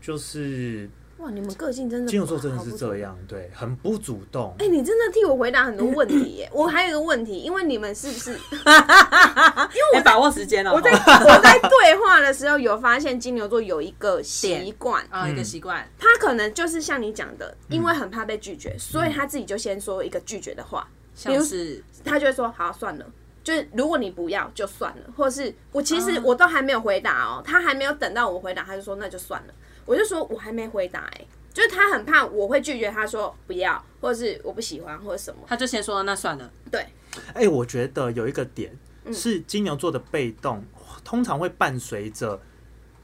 [SPEAKER 2] 就是
[SPEAKER 1] 哇，你们个性真的
[SPEAKER 2] 金牛座真的是
[SPEAKER 1] 好不同
[SPEAKER 2] 这。样，对，很不主动
[SPEAKER 1] 哎、。你真的替我回答很多问题 耶！我还有一个问题，因为你们是不是
[SPEAKER 3] 因哎为把握时间了，哦
[SPEAKER 1] 我在我在对话的时候有发现金牛座有一个习惯，
[SPEAKER 3] 啊一个
[SPEAKER 2] 嗯
[SPEAKER 3] 习惯，
[SPEAKER 1] 他可能就是像你讲的，因为很怕被拒绝，所以他自己就先说一个拒绝的话，
[SPEAKER 3] 像是
[SPEAKER 1] 他就会说好算了。就是如果你不要就算了，或是我其实我都还没有回答哦，他还没有等到我回答，他就说那就算了。我就说我还没回答哎、就是他很怕我会拒绝他说不要，或是我不喜欢或者什么。
[SPEAKER 3] 他就先说那算了，
[SPEAKER 1] 对，
[SPEAKER 2] 哎、我觉得有一个点是金牛座的被动，通常会伴随着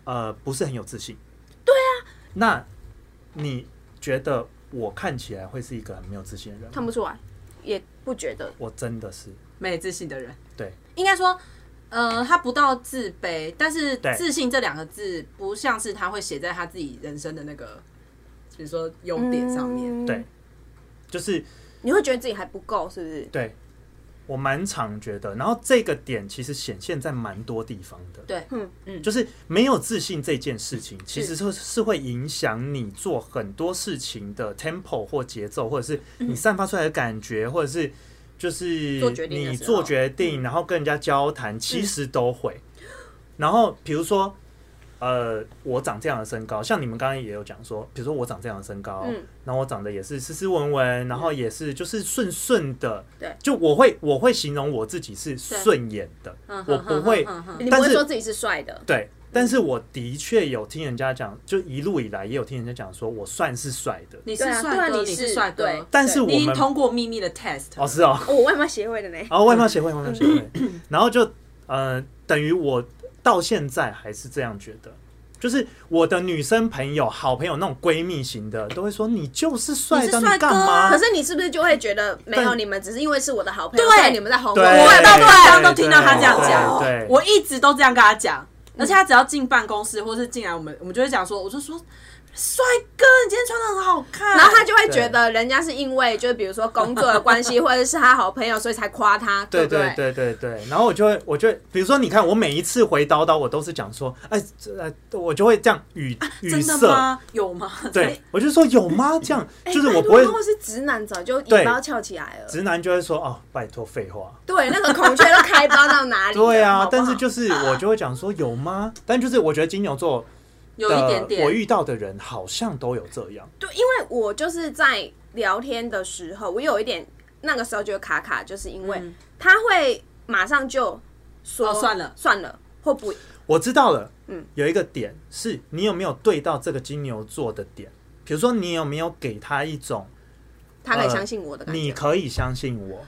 [SPEAKER 2] 呃不是很有自信。对啊，那你觉得我看起来会是一个很没有自信的人
[SPEAKER 1] 看
[SPEAKER 2] 吗？
[SPEAKER 1] 不出来，也不觉得。
[SPEAKER 2] 我真的是
[SPEAKER 3] 没自信的人，
[SPEAKER 2] 对，
[SPEAKER 3] 应该说，呃，他不到自卑，但是
[SPEAKER 2] 对
[SPEAKER 3] 自信这两个字不像是他会写在他自己人生的那个，比如说优点上面。
[SPEAKER 1] 嗯
[SPEAKER 2] 对，就是
[SPEAKER 1] 你会觉得自己还不够，是不是？
[SPEAKER 2] 对我蛮常觉得，然后这个点其实显现在蛮多地方的。
[SPEAKER 3] 对，
[SPEAKER 1] 嗯
[SPEAKER 3] 嗯，
[SPEAKER 2] 就是没有自信这件事情，其实是是会影响你做很多事情的 tempo 或节奏，或者是你散发出来的感觉，或者是就是
[SPEAKER 1] 嗯做决定的
[SPEAKER 2] 你
[SPEAKER 1] 时候嗯
[SPEAKER 2] 做决定，然后跟人家交谈，其实都会。然后比如说，呃，我长这样的身高，像你们刚刚也有讲说，比如说我长这样的身高，
[SPEAKER 1] 嗯
[SPEAKER 2] 然后我长得也是斯斯文文，然后也是就是顺顺的，
[SPEAKER 1] 对
[SPEAKER 2] 就我会我会形容我自己是顺眼的，
[SPEAKER 3] 嗯
[SPEAKER 2] 我不会。
[SPEAKER 3] 哼哼哼哼
[SPEAKER 1] 你不会
[SPEAKER 2] 但是
[SPEAKER 1] 说自己是帅的，
[SPEAKER 2] 对，但是我的确有听人家讲，就一路以来也有听人家讲，说我算是帅的，
[SPEAKER 3] 你是
[SPEAKER 1] 对啊
[SPEAKER 3] 帅
[SPEAKER 1] 对啊
[SPEAKER 3] 哥，
[SPEAKER 1] 你
[SPEAKER 3] 你
[SPEAKER 1] 是
[SPEAKER 3] 帅
[SPEAKER 1] 对
[SPEAKER 3] 哥，
[SPEAKER 2] 但是我
[SPEAKER 3] 你已经
[SPEAKER 2] 们
[SPEAKER 3] 通过秘密的 test，
[SPEAKER 2] 哦是哦，
[SPEAKER 1] 哦，我外貌协会的呢。
[SPEAKER 2] 哦外貌 协会外貌协会，然后就呃等于我到现在还是这样觉得。就是我的女生朋友、好朋友那种闺蜜型的，都会说你就是帅
[SPEAKER 3] 你是
[SPEAKER 2] 的，你
[SPEAKER 3] 帅哥
[SPEAKER 2] 干
[SPEAKER 3] 啊
[SPEAKER 2] 嘛？
[SPEAKER 1] 可是你是不是就会觉得没有
[SPEAKER 2] 但
[SPEAKER 1] 你们，只是因为是我的好朋友，
[SPEAKER 3] 对
[SPEAKER 1] 所以你们在哄
[SPEAKER 2] 对
[SPEAKER 1] 我？
[SPEAKER 3] 我有到
[SPEAKER 2] 对
[SPEAKER 3] 路上都
[SPEAKER 2] 对
[SPEAKER 3] 听到他这样
[SPEAKER 2] 对
[SPEAKER 3] 讲，
[SPEAKER 2] 对
[SPEAKER 3] 我一直都这样跟他讲，而且他只要进办公室或是进来，我们我们就会讲说，我就说帅哥，你今天穿的很好看，
[SPEAKER 1] 然后他就会觉得人家是因为就是比如说工作的关系，或者是他好朋友，所以才夸他，
[SPEAKER 2] 对
[SPEAKER 1] 不
[SPEAKER 2] 对？对对对，然后我就会，我就会比如说，你看我每一次回叨叨，我都是讲说，哎，这呃，我就会这样语语
[SPEAKER 3] 啊真的
[SPEAKER 2] 塞，
[SPEAKER 3] 吗？有吗？
[SPEAKER 2] 对，我就说有吗？这样就是我
[SPEAKER 1] 哎拜
[SPEAKER 2] 不
[SPEAKER 1] 托
[SPEAKER 2] 会
[SPEAKER 1] 如果是直男，早就
[SPEAKER 2] 对
[SPEAKER 1] 尾巴翘起来了。
[SPEAKER 2] 直男就会说哦，拜托废话。
[SPEAKER 1] 对，那个孔雀都开包到哪里了？
[SPEAKER 2] 对
[SPEAKER 1] 好
[SPEAKER 2] 啊，
[SPEAKER 1] 不好
[SPEAKER 2] 但是就是我就会讲说有吗？但就是我觉得金牛座
[SPEAKER 3] 有一点
[SPEAKER 2] 的我
[SPEAKER 3] 点，
[SPEAKER 2] 遇到的人好像都有这样，
[SPEAKER 1] 对，因为我就是在聊天的时候，我有一点那个时候觉得卡卡，就是因为
[SPEAKER 3] 嗯
[SPEAKER 1] 他会马上就说、
[SPEAKER 3] 哦算了
[SPEAKER 1] 算了，或不
[SPEAKER 2] 我知道了。
[SPEAKER 1] 嗯，
[SPEAKER 2] 有一个点是你有没有对到这个金牛座的点，比如说你有没有给他一种
[SPEAKER 1] 他可以
[SPEAKER 2] 呃
[SPEAKER 1] 相信我的感觉。
[SPEAKER 2] 你可以相信我，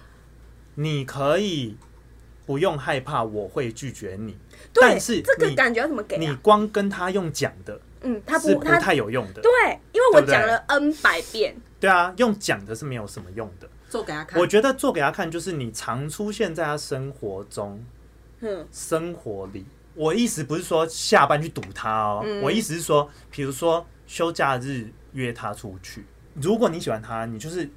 [SPEAKER 2] 你可以不用害怕我会拒绝你，
[SPEAKER 1] 对，
[SPEAKER 2] 但是
[SPEAKER 1] 这个
[SPEAKER 2] 你
[SPEAKER 1] 感觉要怎么给
[SPEAKER 2] 你
[SPEAKER 1] 啊？
[SPEAKER 2] 光跟他用讲的
[SPEAKER 1] 嗯，他
[SPEAKER 2] 是
[SPEAKER 1] 不
[SPEAKER 2] 不
[SPEAKER 1] 他
[SPEAKER 2] 太有用的。
[SPEAKER 1] 对，因为我
[SPEAKER 2] 对不对
[SPEAKER 1] 讲了 N 百遍，
[SPEAKER 2] 对啊，用讲的是没有什么用的。
[SPEAKER 3] 做给他看
[SPEAKER 2] 我。觉得做给他看，就是你常出现在他生活中、
[SPEAKER 1] 嗯，
[SPEAKER 2] 生活里。我意思不是说下班去堵他哦，
[SPEAKER 1] 嗯
[SPEAKER 2] 我意思是说，比如说休假日约他出去。如果你喜欢他，你就是嘖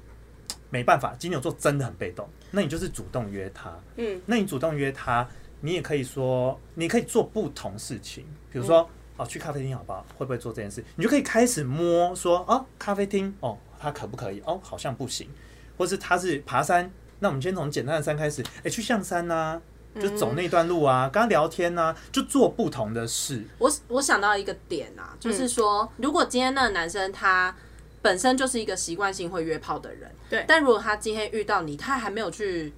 [SPEAKER 2] 没办法，金牛座真的很被动，那你就是主动约他。
[SPEAKER 1] 嗯，
[SPEAKER 2] 那你主动约他，你也可以说，你可以做不同事情，比如说。
[SPEAKER 1] 嗯
[SPEAKER 2] 哦，去咖啡厅好不好？会不会做这件事？你就可以开始摸说，哦，咖啡厅，哦，他可不可以？哦，好像不行。或是他是爬山，那我们先从简单的山开始，哎、去象山呐、
[SPEAKER 4] 嗯
[SPEAKER 2] 就走那段路啊，跟他聊天呐、就做不同的事。
[SPEAKER 3] 我我想到一个点啊，就是说，如果今天那个男生他本身就是一个习惯性会约炮的人，
[SPEAKER 1] 对
[SPEAKER 3] 但如果他今天遇到你，他还没有去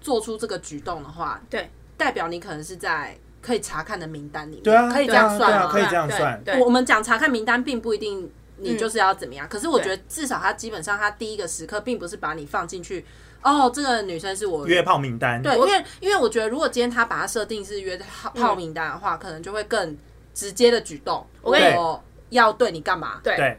[SPEAKER 3] 做出这个举动的话，
[SPEAKER 1] 对，
[SPEAKER 3] 代表你可能是在
[SPEAKER 4] 可以查看的名单里面，
[SPEAKER 2] 对啊，
[SPEAKER 4] 可以这
[SPEAKER 2] 对啊
[SPEAKER 4] 样算
[SPEAKER 2] 对啊
[SPEAKER 4] 吗？
[SPEAKER 2] 可以这样
[SPEAKER 1] 对
[SPEAKER 2] 算，
[SPEAKER 1] 对
[SPEAKER 4] 我我们讲查看名单，并不一定
[SPEAKER 2] 嗯
[SPEAKER 4] 你就是要怎么样。可是我
[SPEAKER 1] 对
[SPEAKER 4] 觉得至少他基本上他第一个时刻并不是把你放进去。哦，这个女生是我
[SPEAKER 2] 约炮名单，
[SPEAKER 4] 对，因为因为我觉得如果今天他把它设定是约炮炮名单的话，可能就会更直接的举动。
[SPEAKER 1] 我
[SPEAKER 2] 跟你
[SPEAKER 4] 要对你干嘛？
[SPEAKER 1] 对，
[SPEAKER 2] 对，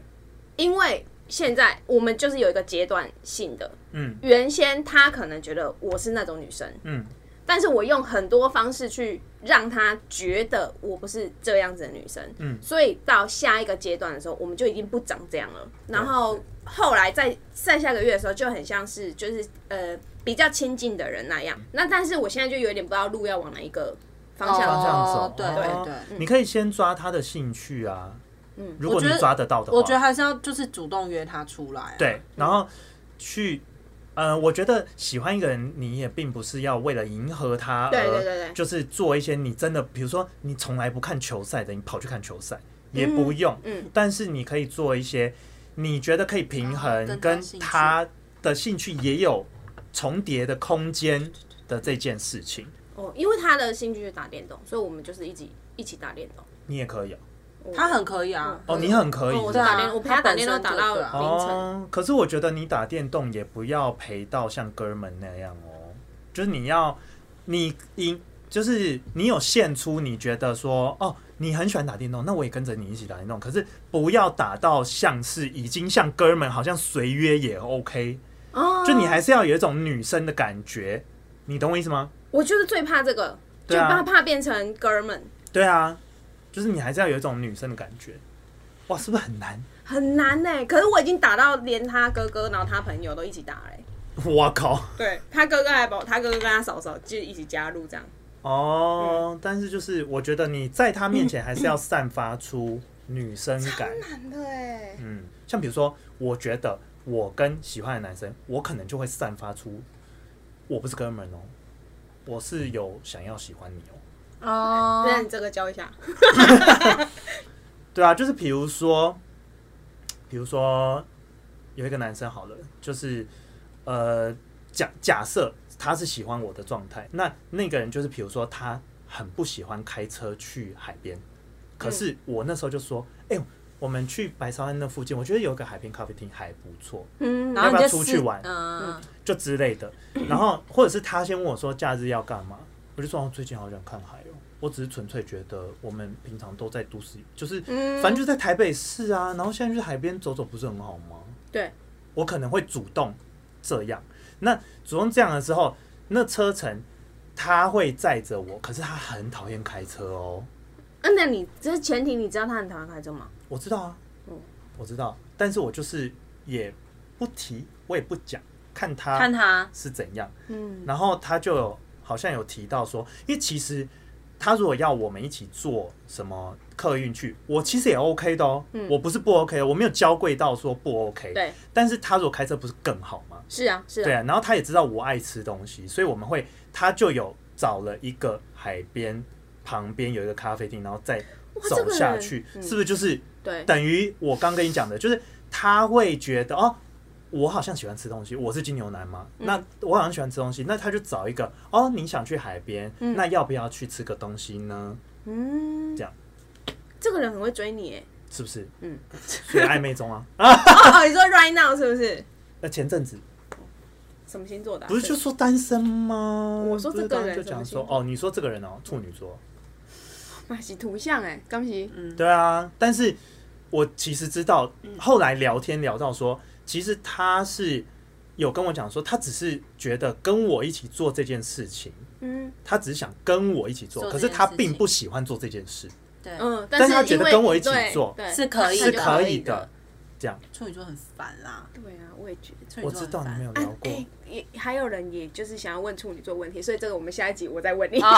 [SPEAKER 1] 因为现在我们就是有一个阶段性的，
[SPEAKER 2] 嗯
[SPEAKER 1] 原先他可能觉得我是那种女生，
[SPEAKER 2] 嗯，
[SPEAKER 1] 但是我用很多方式去让他觉得我不是这样子的女生，
[SPEAKER 2] 嗯
[SPEAKER 1] 所以到下一个阶段的时候，我们就已经不长这样了。然后后来在在下个月的时候，就很像是就是呃比较亲近的人那样。
[SPEAKER 2] 嗯
[SPEAKER 1] 那但是我现在就有点不知道路要往哪一个方向
[SPEAKER 2] 方
[SPEAKER 1] 走。
[SPEAKER 2] 向
[SPEAKER 4] 哦
[SPEAKER 2] 走，
[SPEAKER 4] 对
[SPEAKER 2] 哦
[SPEAKER 4] 对对
[SPEAKER 2] 你可以先抓他的兴趣啊，嗯，如果
[SPEAKER 4] 我
[SPEAKER 2] 你
[SPEAKER 4] 觉得
[SPEAKER 2] 抓得到的话，
[SPEAKER 4] 我觉得还是要就是主动约他出来、啊。
[SPEAKER 2] 对，然后去，呃，我觉得喜欢一个人，你也并不是要为了迎合他，
[SPEAKER 1] 对对对对
[SPEAKER 2] 就是做一些你真的，比如说你从来不看球赛的，你跑去看球赛也不用，
[SPEAKER 1] 嗯
[SPEAKER 2] 但是你可以做一些你觉得可以平
[SPEAKER 4] 啊
[SPEAKER 2] 衡
[SPEAKER 4] 跟他
[SPEAKER 2] 跟
[SPEAKER 4] 兴趣
[SPEAKER 2] 他的兴趣也有重叠的空间的这件事情，
[SPEAKER 1] 哦，因为他的兴趣是打电动，所以我们就是一起一起打电动。
[SPEAKER 2] 你也可以哦，
[SPEAKER 4] 他很可以啊。
[SPEAKER 2] 哦你很可以，
[SPEAKER 1] 哦我
[SPEAKER 4] 对啊
[SPEAKER 1] 打电，我陪他打电动打到
[SPEAKER 4] 他本身就
[SPEAKER 1] 凌晨。
[SPEAKER 2] 哦，可是我觉得你打电动也不要陪到像哥们那样哦，就是你要你你就是你有献出你觉得说哦，你很喜欢打电动，那我也跟着你一起打电动，可是不要打到像是已经像哥们好像随约也 OK，
[SPEAKER 1] 哦
[SPEAKER 2] 就你还是要有一种女生的感觉，你懂我意思吗？
[SPEAKER 1] 我就是最怕这个，就
[SPEAKER 2] 对啊
[SPEAKER 1] 怕怕变成哥们，
[SPEAKER 2] 对啊，就是你还是要有一种女生的感觉，哇，是不是很难？
[SPEAKER 1] 很难呢、欸可是我已经打到连他哥哥，然后他朋友都一起打嘞、
[SPEAKER 2] 我靠！
[SPEAKER 1] 对他哥哥还把我他哥哥跟他嫂嫂就一起加入这样。
[SPEAKER 2] 哦，但是就是我觉得你在他面前还是要散发出女生感，
[SPEAKER 1] 难的哎、
[SPEAKER 2] 嗯，像比如说，我觉得我跟喜欢的男生，我可能就会散发出我不是哥们哦，我是有想要喜欢你哦，
[SPEAKER 4] 哦
[SPEAKER 1] 那你这个教一下。
[SPEAKER 2] 对啊，就是比如说，比如说有一个男生好了，就是呃假假设他是喜欢我的状态，那那个人就是比如说他很不喜欢开车去海边，可是我那时候就说，哎、呦，我们去白沙湾那附近，我觉得有一个海边咖啡厅还不错，
[SPEAKER 1] 嗯，
[SPEAKER 4] 然后你就
[SPEAKER 2] 要不要出去玩
[SPEAKER 4] 嗯，
[SPEAKER 2] 就之类的。然后或者是他先问我说假日要干嘛，我就说、哦、最近好想看海哦。我只是纯粹觉得我们平常都在都市，就是
[SPEAKER 1] 嗯
[SPEAKER 2] 反正就在台北市啊，然后现在去海边走走不是很好吗？
[SPEAKER 1] 对，
[SPEAKER 2] 我可能会主动这样。那主动这样的时候，那车程他会载着我，可是他很讨厌开车哦。
[SPEAKER 1] 嗯，那你这是前提，你知道他很讨厌开车吗？
[SPEAKER 2] 我知道啊
[SPEAKER 1] 嗯，
[SPEAKER 2] 我知道，但是我就是也不提，我也不讲，看他
[SPEAKER 4] 看他
[SPEAKER 2] 是怎样。
[SPEAKER 1] 嗯，
[SPEAKER 2] 然后他就有好像有提到说，因为其实他如果要我们一起做什么客运去，我其实也 OK 的哦，
[SPEAKER 1] 嗯
[SPEAKER 2] 我不是不 OK，的我没有娇贵到说不 OK。
[SPEAKER 1] 对，
[SPEAKER 2] 但是他如果开车不是更好吗？
[SPEAKER 1] 是啊，是
[SPEAKER 2] 对
[SPEAKER 1] 啊，
[SPEAKER 2] 啊，然后他也知道我爱吃东西，所以我们会，他就有找了一个海边旁边有一个咖啡厅，然后再
[SPEAKER 1] 这
[SPEAKER 2] 走
[SPEAKER 1] 个人
[SPEAKER 2] 下去，
[SPEAKER 1] 嗯
[SPEAKER 2] 是不是就是
[SPEAKER 1] 对，
[SPEAKER 2] 等于我刚跟你讲的，就是他会觉得哦，我好像喜欢吃东西，我是金牛男嘛，
[SPEAKER 1] 嗯
[SPEAKER 2] 那我好像喜欢吃东西，那他就找一个哦，你想去海边，那要不要去吃个东西呢？
[SPEAKER 1] 嗯，
[SPEAKER 2] 这样
[SPEAKER 1] 这个人很会追你 哎、
[SPEAKER 2] 是不是？
[SPEAKER 1] 嗯，
[SPEAKER 2] 所以暧昧中啊。啊
[SPEAKER 1] 哦哦，你说 right now 是不是？
[SPEAKER 2] 那前阵子
[SPEAKER 1] 什么星座的啊、
[SPEAKER 2] 不是就说单身吗？
[SPEAKER 1] 我说这个人
[SPEAKER 2] 不是当时就讲
[SPEAKER 1] 什么
[SPEAKER 2] 说
[SPEAKER 1] 星座
[SPEAKER 2] 哦，你说这个人哦，处女座，
[SPEAKER 1] 马喜图像哎、刚喜，
[SPEAKER 2] 对啊，但是我其实知道，
[SPEAKER 1] 嗯
[SPEAKER 2] 后来聊天聊到说，其实他是有跟我讲说，他只是觉得跟我一起做这件事情，
[SPEAKER 1] 嗯
[SPEAKER 2] 他只是想跟我一起做，
[SPEAKER 4] 做
[SPEAKER 2] 可
[SPEAKER 4] 这
[SPEAKER 2] 是
[SPEAKER 4] 件
[SPEAKER 2] 他并不喜欢做这件事。
[SPEAKER 4] 对，
[SPEAKER 1] 嗯，
[SPEAKER 2] 但是他
[SPEAKER 1] 是
[SPEAKER 2] 觉
[SPEAKER 1] 因
[SPEAKER 2] 得
[SPEAKER 1] 为
[SPEAKER 2] 跟我一起
[SPEAKER 1] 对
[SPEAKER 2] 做
[SPEAKER 1] 对
[SPEAKER 4] 是可以
[SPEAKER 1] 那
[SPEAKER 2] 是
[SPEAKER 1] 就
[SPEAKER 2] 可
[SPEAKER 1] 以
[SPEAKER 2] 以
[SPEAKER 1] 的
[SPEAKER 2] 的。这样，
[SPEAKER 4] 处女座很烦啦。
[SPEAKER 1] 对啊，我也觉得。
[SPEAKER 4] 处女
[SPEAKER 2] 我
[SPEAKER 4] 座
[SPEAKER 2] 知
[SPEAKER 4] 很
[SPEAKER 2] 道你们
[SPEAKER 4] 烦。
[SPEAKER 2] 有聊过，
[SPEAKER 1] 哎也还有人也就是想要问处女座问题，所以这个我们下一集我再问你。
[SPEAKER 2] 啊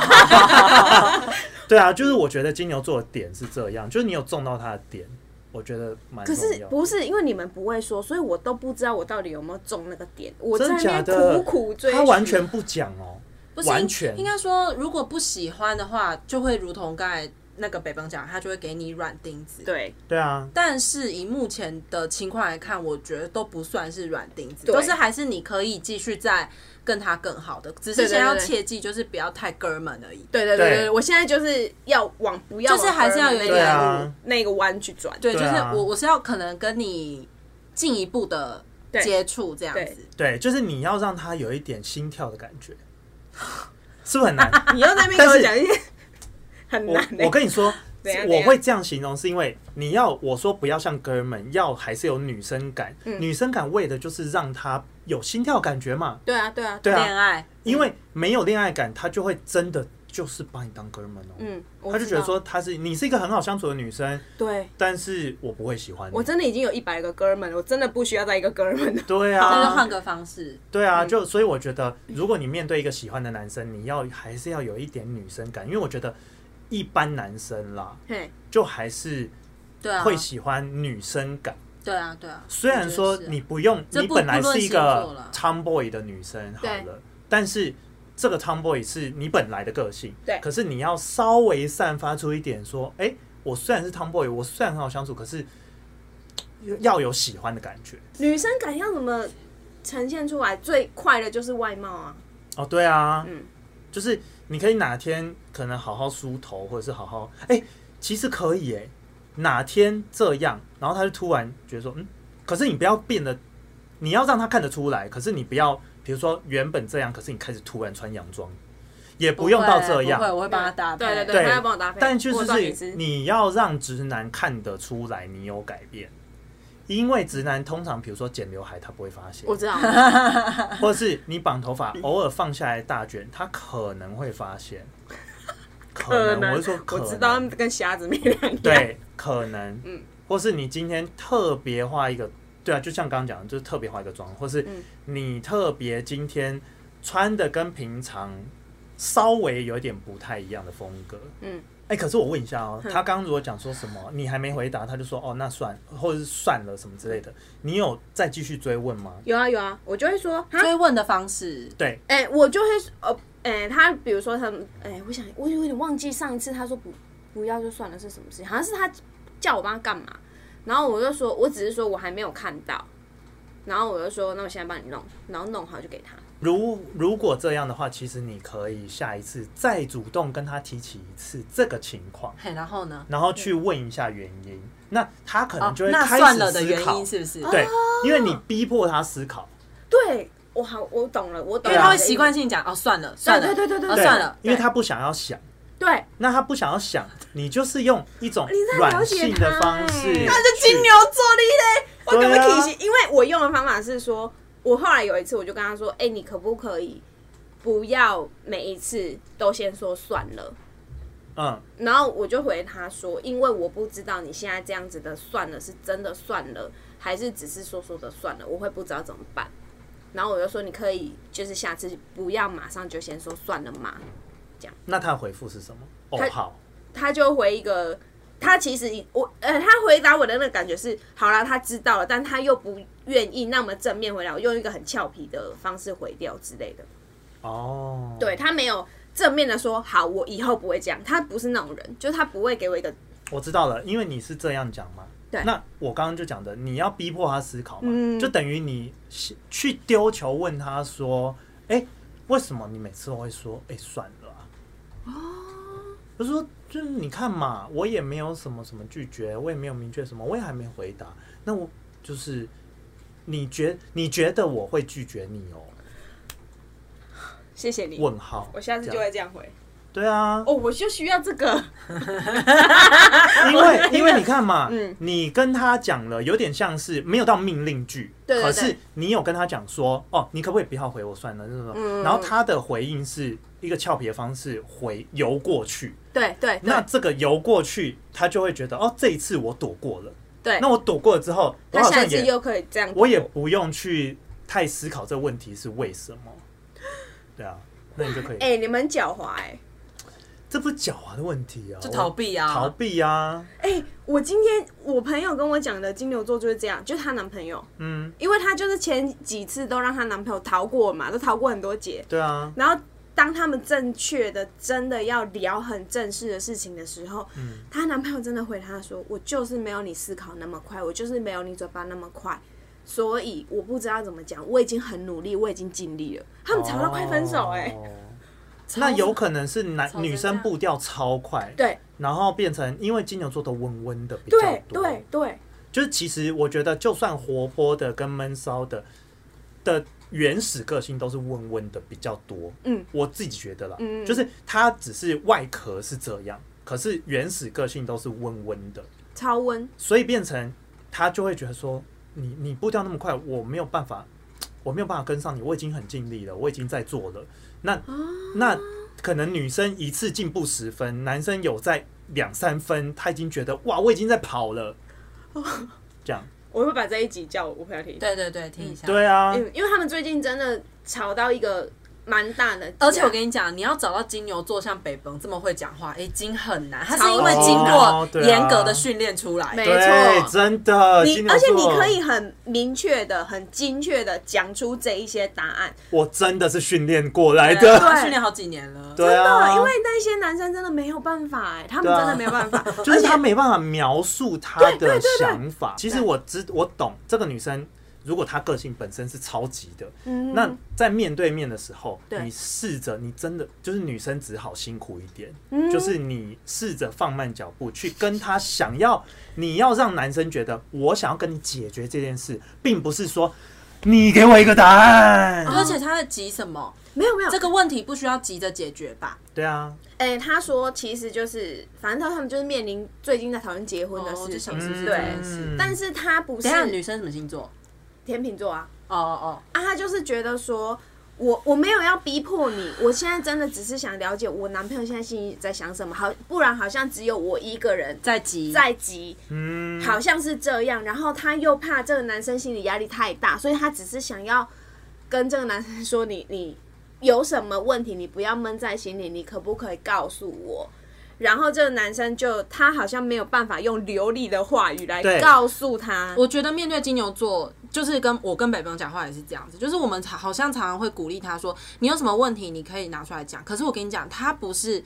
[SPEAKER 2] 对啊，就是我觉得金牛座的点是这样，就是你有中到他的点，我觉得蛮
[SPEAKER 1] 可
[SPEAKER 2] 重
[SPEAKER 1] 是
[SPEAKER 2] 要。
[SPEAKER 1] 不是因为你们不会说，所以我都不知道我到底有没有中那个点。我在
[SPEAKER 2] 真
[SPEAKER 1] 那
[SPEAKER 2] 假
[SPEAKER 1] 边
[SPEAKER 2] 的
[SPEAKER 1] 苦苦追寻，
[SPEAKER 2] 他完全不讲哦，
[SPEAKER 4] 不是
[SPEAKER 2] 完全
[SPEAKER 4] 应该说，如果不喜欢的话，就会如同刚才那个北方讲，他就会给你软钉子。
[SPEAKER 1] 对
[SPEAKER 2] 对啊，
[SPEAKER 4] 但是以目前的情况来看，我觉得都不算是软钉子，
[SPEAKER 1] 对
[SPEAKER 4] 都是还是你可以继续在跟他更好的，只
[SPEAKER 1] 对
[SPEAKER 4] 是
[SPEAKER 1] 对
[SPEAKER 4] 先要
[SPEAKER 1] 对对
[SPEAKER 4] 切记，就是不要太哥们而已。
[SPEAKER 1] 对对对
[SPEAKER 2] 对
[SPEAKER 1] 对，我现在就是要往不要往
[SPEAKER 4] 就是还是要有
[SPEAKER 1] 那
[SPEAKER 4] 一
[SPEAKER 1] 个
[SPEAKER 4] 点
[SPEAKER 2] 对啊
[SPEAKER 1] 那个弯去转。
[SPEAKER 4] 对，就是
[SPEAKER 2] 对啊
[SPEAKER 4] 我我是要可能跟你进一步的
[SPEAKER 1] 对
[SPEAKER 4] 接触这样
[SPEAKER 1] 对
[SPEAKER 4] 子。
[SPEAKER 2] 对，就是你要让他有一点心跳的感觉， 是不是 很难？
[SPEAKER 1] 你又在那边给我
[SPEAKER 2] 但是
[SPEAKER 1] 讲一些 很难欸
[SPEAKER 2] 我
[SPEAKER 1] 的
[SPEAKER 2] 我。跟你说
[SPEAKER 1] 怎样，怎
[SPEAKER 2] 我
[SPEAKER 1] 样
[SPEAKER 2] 会这样形容，是因为你要我说不要像哥们，要还是有女生感，
[SPEAKER 1] 嗯
[SPEAKER 2] 女生感为的就是让他有心跳感觉嘛，
[SPEAKER 1] 对啊，对啊，
[SPEAKER 2] 对啊，
[SPEAKER 4] 恋爱，
[SPEAKER 2] 因为没有恋爱感，他就会真的就是把你当哥们哦、
[SPEAKER 1] 嗯，我
[SPEAKER 2] 他就觉得
[SPEAKER 1] 知道，
[SPEAKER 2] 说他是你是一个很好相处的女生，
[SPEAKER 1] 对
[SPEAKER 2] 但是我不会喜欢你
[SPEAKER 4] 嗯
[SPEAKER 1] 我，真的已经有一百个哥们了，我真的不需要再一个哥 们了。
[SPEAKER 2] 对
[SPEAKER 4] 那就，
[SPEAKER 2] 啊
[SPEAKER 4] 换个方式。
[SPEAKER 2] 对啊，就所以我觉得，如果你面对一个喜欢的男生，你要还是要有一点女生感，因为我觉得一般男生啦，
[SPEAKER 1] 嘿，
[SPEAKER 2] 就还是
[SPEAKER 4] 对啊，
[SPEAKER 2] 会喜欢女生感。
[SPEAKER 4] 对啊，对啊。
[SPEAKER 2] 虽然
[SPEAKER 4] 我
[SPEAKER 2] 说
[SPEAKER 4] 觉得是啊
[SPEAKER 2] 你不用，
[SPEAKER 4] 这
[SPEAKER 2] 你
[SPEAKER 4] 不
[SPEAKER 2] 本来
[SPEAKER 4] 不论
[SPEAKER 2] 是一
[SPEAKER 4] 星座
[SPEAKER 2] 个
[SPEAKER 4] 啦
[SPEAKER 2] tomboy 的女生好
[SPEAKER 1] 对
[SPEAKER 2] 了，但是这个 tomboy 是你本来的个性，
[SPEAKER 1] 对
[SPEAKER 2] 可是你要稍微散发出一点说，哎、我虽然是 tomboy，我虽然很好相处，可是要有喜欢的感觉。
[SPEAKER 1] 女生感要怎么呈现出来？最快的就是外貌啊。
[SPEAKER 2] 哦，对啊，
[SPEAKER 1] 嗯
[SPEAKER 2] 就是你可以哪天可能好好梳头，或者是好好，哎、其实可以哎、哪天这样，然后他就突然觉得说，嗯，可是你不要变得，你要让他看得出来，可是你不要，比如说原本这样，可是你开始突然穿洋装，也不用到这样
[SPEAKER 4] 不会，，我会帮他搭配。
[SPEAKER 1] 对对
[SPEAKER 2] 对
[SPEAKER 1] 他要帮我搭配。
[SPEAKER 2] 但就
[SPEAKER 1] 我
[SPEAKER 2] 是
[SPEAKER 1] 断你枝
[SPEAKER 2] 是你要让直男看得出来你有改变。因为直男通常，比如说剪刘海，他不会发现
[SPEAKER 1] 我，知道，
[SPEAKER 2] 或者是你绑头发，偶尔放下来大卷，他可能会发 现。可能，我是说可
[SPEAKER 1] 我
[SPEAKER 2] 能，
[SPEAKER 1] 知道他们跟瞎子没两样。
[SPEAKER 2] 对，可能，
[SPEAKER 1] 嗯
[SPEAKER 2] 嗯，或是你今天特别画一个，对啊，就像刚刚讲的，就是特别化一个妆，或是
[SPEAKER 1] 嗯
[SPEAKER 2] 你特别今天穿的跟平常稍微有一点不太一样的风格，
[SPEAKER 1] 嗯
[SPEAKER 2] 嗯。哎、可是我问一下哦，
[SPEAKER 1] 嗯
[SPEAKER 2] 他刚刚如果讲说什么，你还没回答，他就说哦，那算，或者是算了什么之类的，你有再继续追问吗？
[SPEAKER 1] 有啊有啊，我就会说，哈，
[SPEAKER 4] 追问的方式，
[SPEAKER 2] 对，
[SPEAKER 1] 哎、我就会呃，哎、他比如说他们，哎、我想我有点忘记上一次他说不不要就算了是什么事情，好像是他叫我帮他干嘛，然后我就说我只是说我还没有看到，然后我就说那我现在帮你弄，然后弄好就给他。
[SPEAKER 2] 如如果这样的话，其实你可以下一次再主动跟他提起一次这个情况，
[SPEAKER 4] 嘿，然后呢？
[SPEAKER 2] 然后去问一下原因。那他可
[SPEAKER 4] 哦
[SPEAKER 2] 能就会，
[SPEAKER 4] 那
[SPEAKER 2] 开
[SPEAKER 4] 算
[SPEAKER 2] 始
[SPEAKER 4] 了的
[SPEAKER 2] 思
[SPEAKER 4] 原
[SPEAKER 2] 考
[SPEAKER 4] 因，是不是？
[SPEAKER 2] 对，啊因为你逼迫他思考，
[SPEAKER 1] 对我好，我懂了，我懂
[SPEAKER 4] 因
[SPEAKER 1] 了，
[SPEAKER 4] 为他会习惯性讲哦，算了，算了，
[SPEAKER 1] 对对对对
[SPEAKER 4] 哦
[SPEAKER 1] 对
[SPEAKER 4] 算了。
[SPEAKER 2] 因为他不想要想。
[SPEAKER 1] 对，
[SPEAKER 2] 那他不想要想，你就是用一种
[SPEAKER 1] 你在了
[SPEAKER 2] 软
[SPEAKER 1] 解
[SPEAKER 2] 性
[SPEAKER 1] 他
[SPEAKER 2] 的方式
[SPEAKER 1] 欸
[SPEAKER 4] 哎
[SPEAKER 2] 去，
[SPEAKER 1] 他是金牛座的嘞，我根
[SPEAKER 2] 对啊
[SPEAKER 1] 本提醒，因为我用的方法是说，我后来有一次我就跟他说，哎、你可不可以不要每一次都先说算了？
[SPEAKER 2] 嗯，
[SPEAKER 1] 然后我就回他说，因为我不知道你现在这样子的算了是真的算了，还是只是说说的算了，我会不知道怎么办。然后我就说，你可以就是下次不要马上就先说算了嘛。
[SPEAKER 2] 那他的回复是什么？
[SPEAKER 1] 他
[SPEAKER 2] 哦，好，
[SPEAKER 1] 他就回一个，他其实已我呃，他回答我的那个感觉是，好啦，他知道了，但他又不愿意那么正面回答，我用一个很俏皮的方式回掉之类的。
[SPEAKER 2] 哦，
[SPEAKER 1] 对，他没有正面的说，好，我以后不会这样。他不是那种人，就是他不会给我一个
[SPEAKER 2] 我知道了，因为你是这样讲嘛。
[SPEAKER 1] 对
[SPEAKER 2] 那我刚刚就讲的，你要逼迫他思考嘛，
[SPEAKER 1] 嗯
[SPEAKER 2] 就等于你去去丢球问他说：“哎、为什么你每次都会说‘哎、算了、啊’？”哦，就说就是你看嘛，我也没有什么什么拒绝，我也没有明确什么，我也还没回答。那我就是你觉你觉得我会拒绝你哦？
[SPEAKER 1] 谢谢你，
[SPEAKER 2] 问号，
[SPEAKER 1] 我下次就
[SPEAKER 2] 这样
[SPEAKER 1] 会这样回。
[SPEAKER 2] 对啊，
[SPEAKER 1] 哦，我就需要这个，
[SPEAKER 2] 因为 因为你看嘛，
[SPEAKER 1] 嗯
[SPEAKER 2] 你跟他讲了，有点像是没有到命令句，
[SPEAKER 1] 对对
[SPEAKER 2] 可
[SPEAKER 1] 对
[SPEAKER 2] 是你有跟他讲说，哦，你可不可以不要回我算了，那种、
[SPEAKER 1] 嗯
[SPEAKER 2] 然后他的回应是一个俏皮的方式回游过去，
[SPEAKER 1] 对对
[SPEAKER 2] 那
[SPEAKER 1] 对
[SPEAKER 2] 这个游过去，他就会觉得，哦，这一次我躲过了，
[SPEAKER 1] 对
[SPEAKER 2] 那，我躲过了之后，我
[SPEAKER 1] 他
[SPEAKER 2] 好
[SPEAKER 1] 下
[SPEAKER 2] 像
[SPEAKER 1] 一次
[SPEAKER 2] 也
[SPEAKER 1] 又可以这样，
[SPEAKER 2] 我也不用去太思考这问题是为什么，对啊，那你就可以，
[SPEAKER 1] 哎、你们狡猾哎、
[SPEAKER 2] 这不是狡猾的问题啊，
[SPEAKER 4] 就
[SPEAKER 2] 我
[SPEAKER 4] 逃避啊
[SPEAKER 2] 逃避啊，
[SPEAKER 1] 哎、我今天我朋友跟我讲的金牛座就是这样，就是她男朋友，
[SPEAKER 2] 嗯，
[SPEAKER 1] 因为她就是前几次都让她男朋友逃过嘛，都逃过很多劫。
[SPEAKER 2] 对啊，
[SPEAKER 1] 然后当他们正确的真的要聊很正式的事情的时候，
[SPEAKER 2] 嗯
[SPEAKER 1] 她、男朋友真的回她说：“我就是没有你思考那么快，我就是没有你嘴巴那么快，所以我不知道怎么讲，我已经很努力，我已经尽力了。他们吵到快分手、哎、
[SPEAKER 2] 哦那有可能是男
[SPEAKER 3] 吵成
[SPEAKER 2] 女
[SPEAKER 3] 这
[SPEAKER 2] 生
[SPEAKER 3] 样
[SPEAKER 2] 步调超快，
[SPEAKER 1] 对
[SPEAKER 2] 然后变成因为金牛座都温温的比较
[SPEAKER 1] 对
[SPEAKER 2] 多，
[SPEAKER 1] 对对，
[SPEAKER 2] 就是其实我觉得，就算活泼的跟闷骚的的原始个性都是温温的比较多。
[SPEAKER 1] 嗯，
[SPEAKER 2] 我自己觉得啦，
[SPEAKER 1] 嗯
[SPEAKER 2] 就是它只是外壳是这样，可是原始个性都是温温的，
[SPEAKER 1] 超温，
[SPEAKER 2] 所以变成他就会觉得说，你你步调那么快，我没有办法，我没有办法跟上你，我已经很尽力了，我已经在做了。那、
[SPEAKER 1] 哦
[SPEAKER 2] 那可能女生一次进步十分，男生有在两三分，他已经觉得哇，我已经在跑了，这样
[SPEAKER 1] 我会把这一集叫我朋友听。
[SPEAKER 3] 对对对，听一下。
[SPEAKER 2] 对啊，
[SPEAKER 1] 嗯，因为他们最近真的吵到一个蛮大的架，
[SPEAKER 3] 而且我跟你讲，你要找到金牛座像北崩这么会讲话，哎，金很难，他是
[SPEAKER 1] 超
[SPEAKER 3] 因为
[SPEAKER 1] 级
[SPEAKER 3] 经
[SPEAKER 2] 哦
[SPEAKER 3] 过
[SPEAKER 2] 对啊
[SPEAKER 3] 严格的训练出来
[SPEAKER 1] 没
[SPEAKER 3] 的。
[SPEAKER 2] 对，
[SPEAKER 1] 错
[SPEAKER 2] 真的，金
[SPEAKER 1] 你，
[SPEAKER 2] 牛
[SPEAKER 1] 而且你
[SPEAKER 2] 座
[SPEAKER 1] 可以，很明确的、很精确的讲出这一些答案，
[SPEAKER 2] 我真的是训练过来
[SPEAKER 3] 对
[SPEAKER 2] 的，
[SPEAKER 3] 他训练好几年了。
[SPEAKER 2] 对啊，
[SPEAKER 1] 因为那些男生真的没有办法哎、他们
[SPEAKER 2] 对啊
[SPEAKER 1] 真的没有办法，
[SPEAKER 2] 就
[SPEAKER 1] 而
[SPEAKER 2] 是
[SPEAKER 1] 且
[SPEAKER 2] 他没办法描述他的想法。其实我知我懂这个女生，如果她个性本身是超级的，
[SPEAKER 1] 嗯
[SPEAKER 2] 那在面对面的时候，
[SPEAKER 1] 对
[SPEAKER 2] 你试着你真的就是女生只好辛苦一点，
[SPEAKER 1] 嗯
[SPEAKER 2] 就是你试着放慢脚步去跟他想要，你要让男生觉得我想要跟你解决这件事，并不是说你给我一个答案。
[SPEAKER 3] 而且他在急什么？
[SPEAKER 1] 没有没有
[SPEAKER 3] 这个问题不需要急着解决吧？
[SPEAKER 2] 对啊，
[SPEAKER 1] 哎、他说其实就是，反正他们就是面临最近在讨论结婚的
[SPEAKER 3] 哦
[SPEAKER 1] 事
[SPEAKER 3] 就
[SPEAKER 1] 情，
[SPEAKER 3] 想是
[SPEAKER 2] 嗯
[SPEAKER 3] 这件事。
[SPEAKER 1] 但是他不是
[SPEAKER 3] 等一下，女生什么星座？
[SPEAKER 1] 天秤座啊，
[SPEAKER 3] 哦哦
[SPEAKER 1] 啊，他就是觉得说。我我没有要逼迫你，我现在真的只是想了解我男朋友现在心里在想什么，好，不然好像只有我一个人
[SPEAKER 3] 在急，
[SPEAKER 1] 在急，
[SPEAKER 2] 嗯，
[SPEAKER 1] 好像是这样。然后他又怕这个男生心理压力太大，所以他只是想要跟这个男生说你：“你有什么问题，你不要闷在心里，你可不可以告诉我？”然后这个男生就他好像没有办法用流利的话语来
[SPEAKER 2] 对
[SPEAKER 1] 告诉他，
[SPEAKER 3] 我觉得面对金牛座，就是跟我跟北方讲话也是这样子，就是我们常好像常常会鼓励他说，你有什么问题你可以拿出来讲。可是我跟你讲，他不是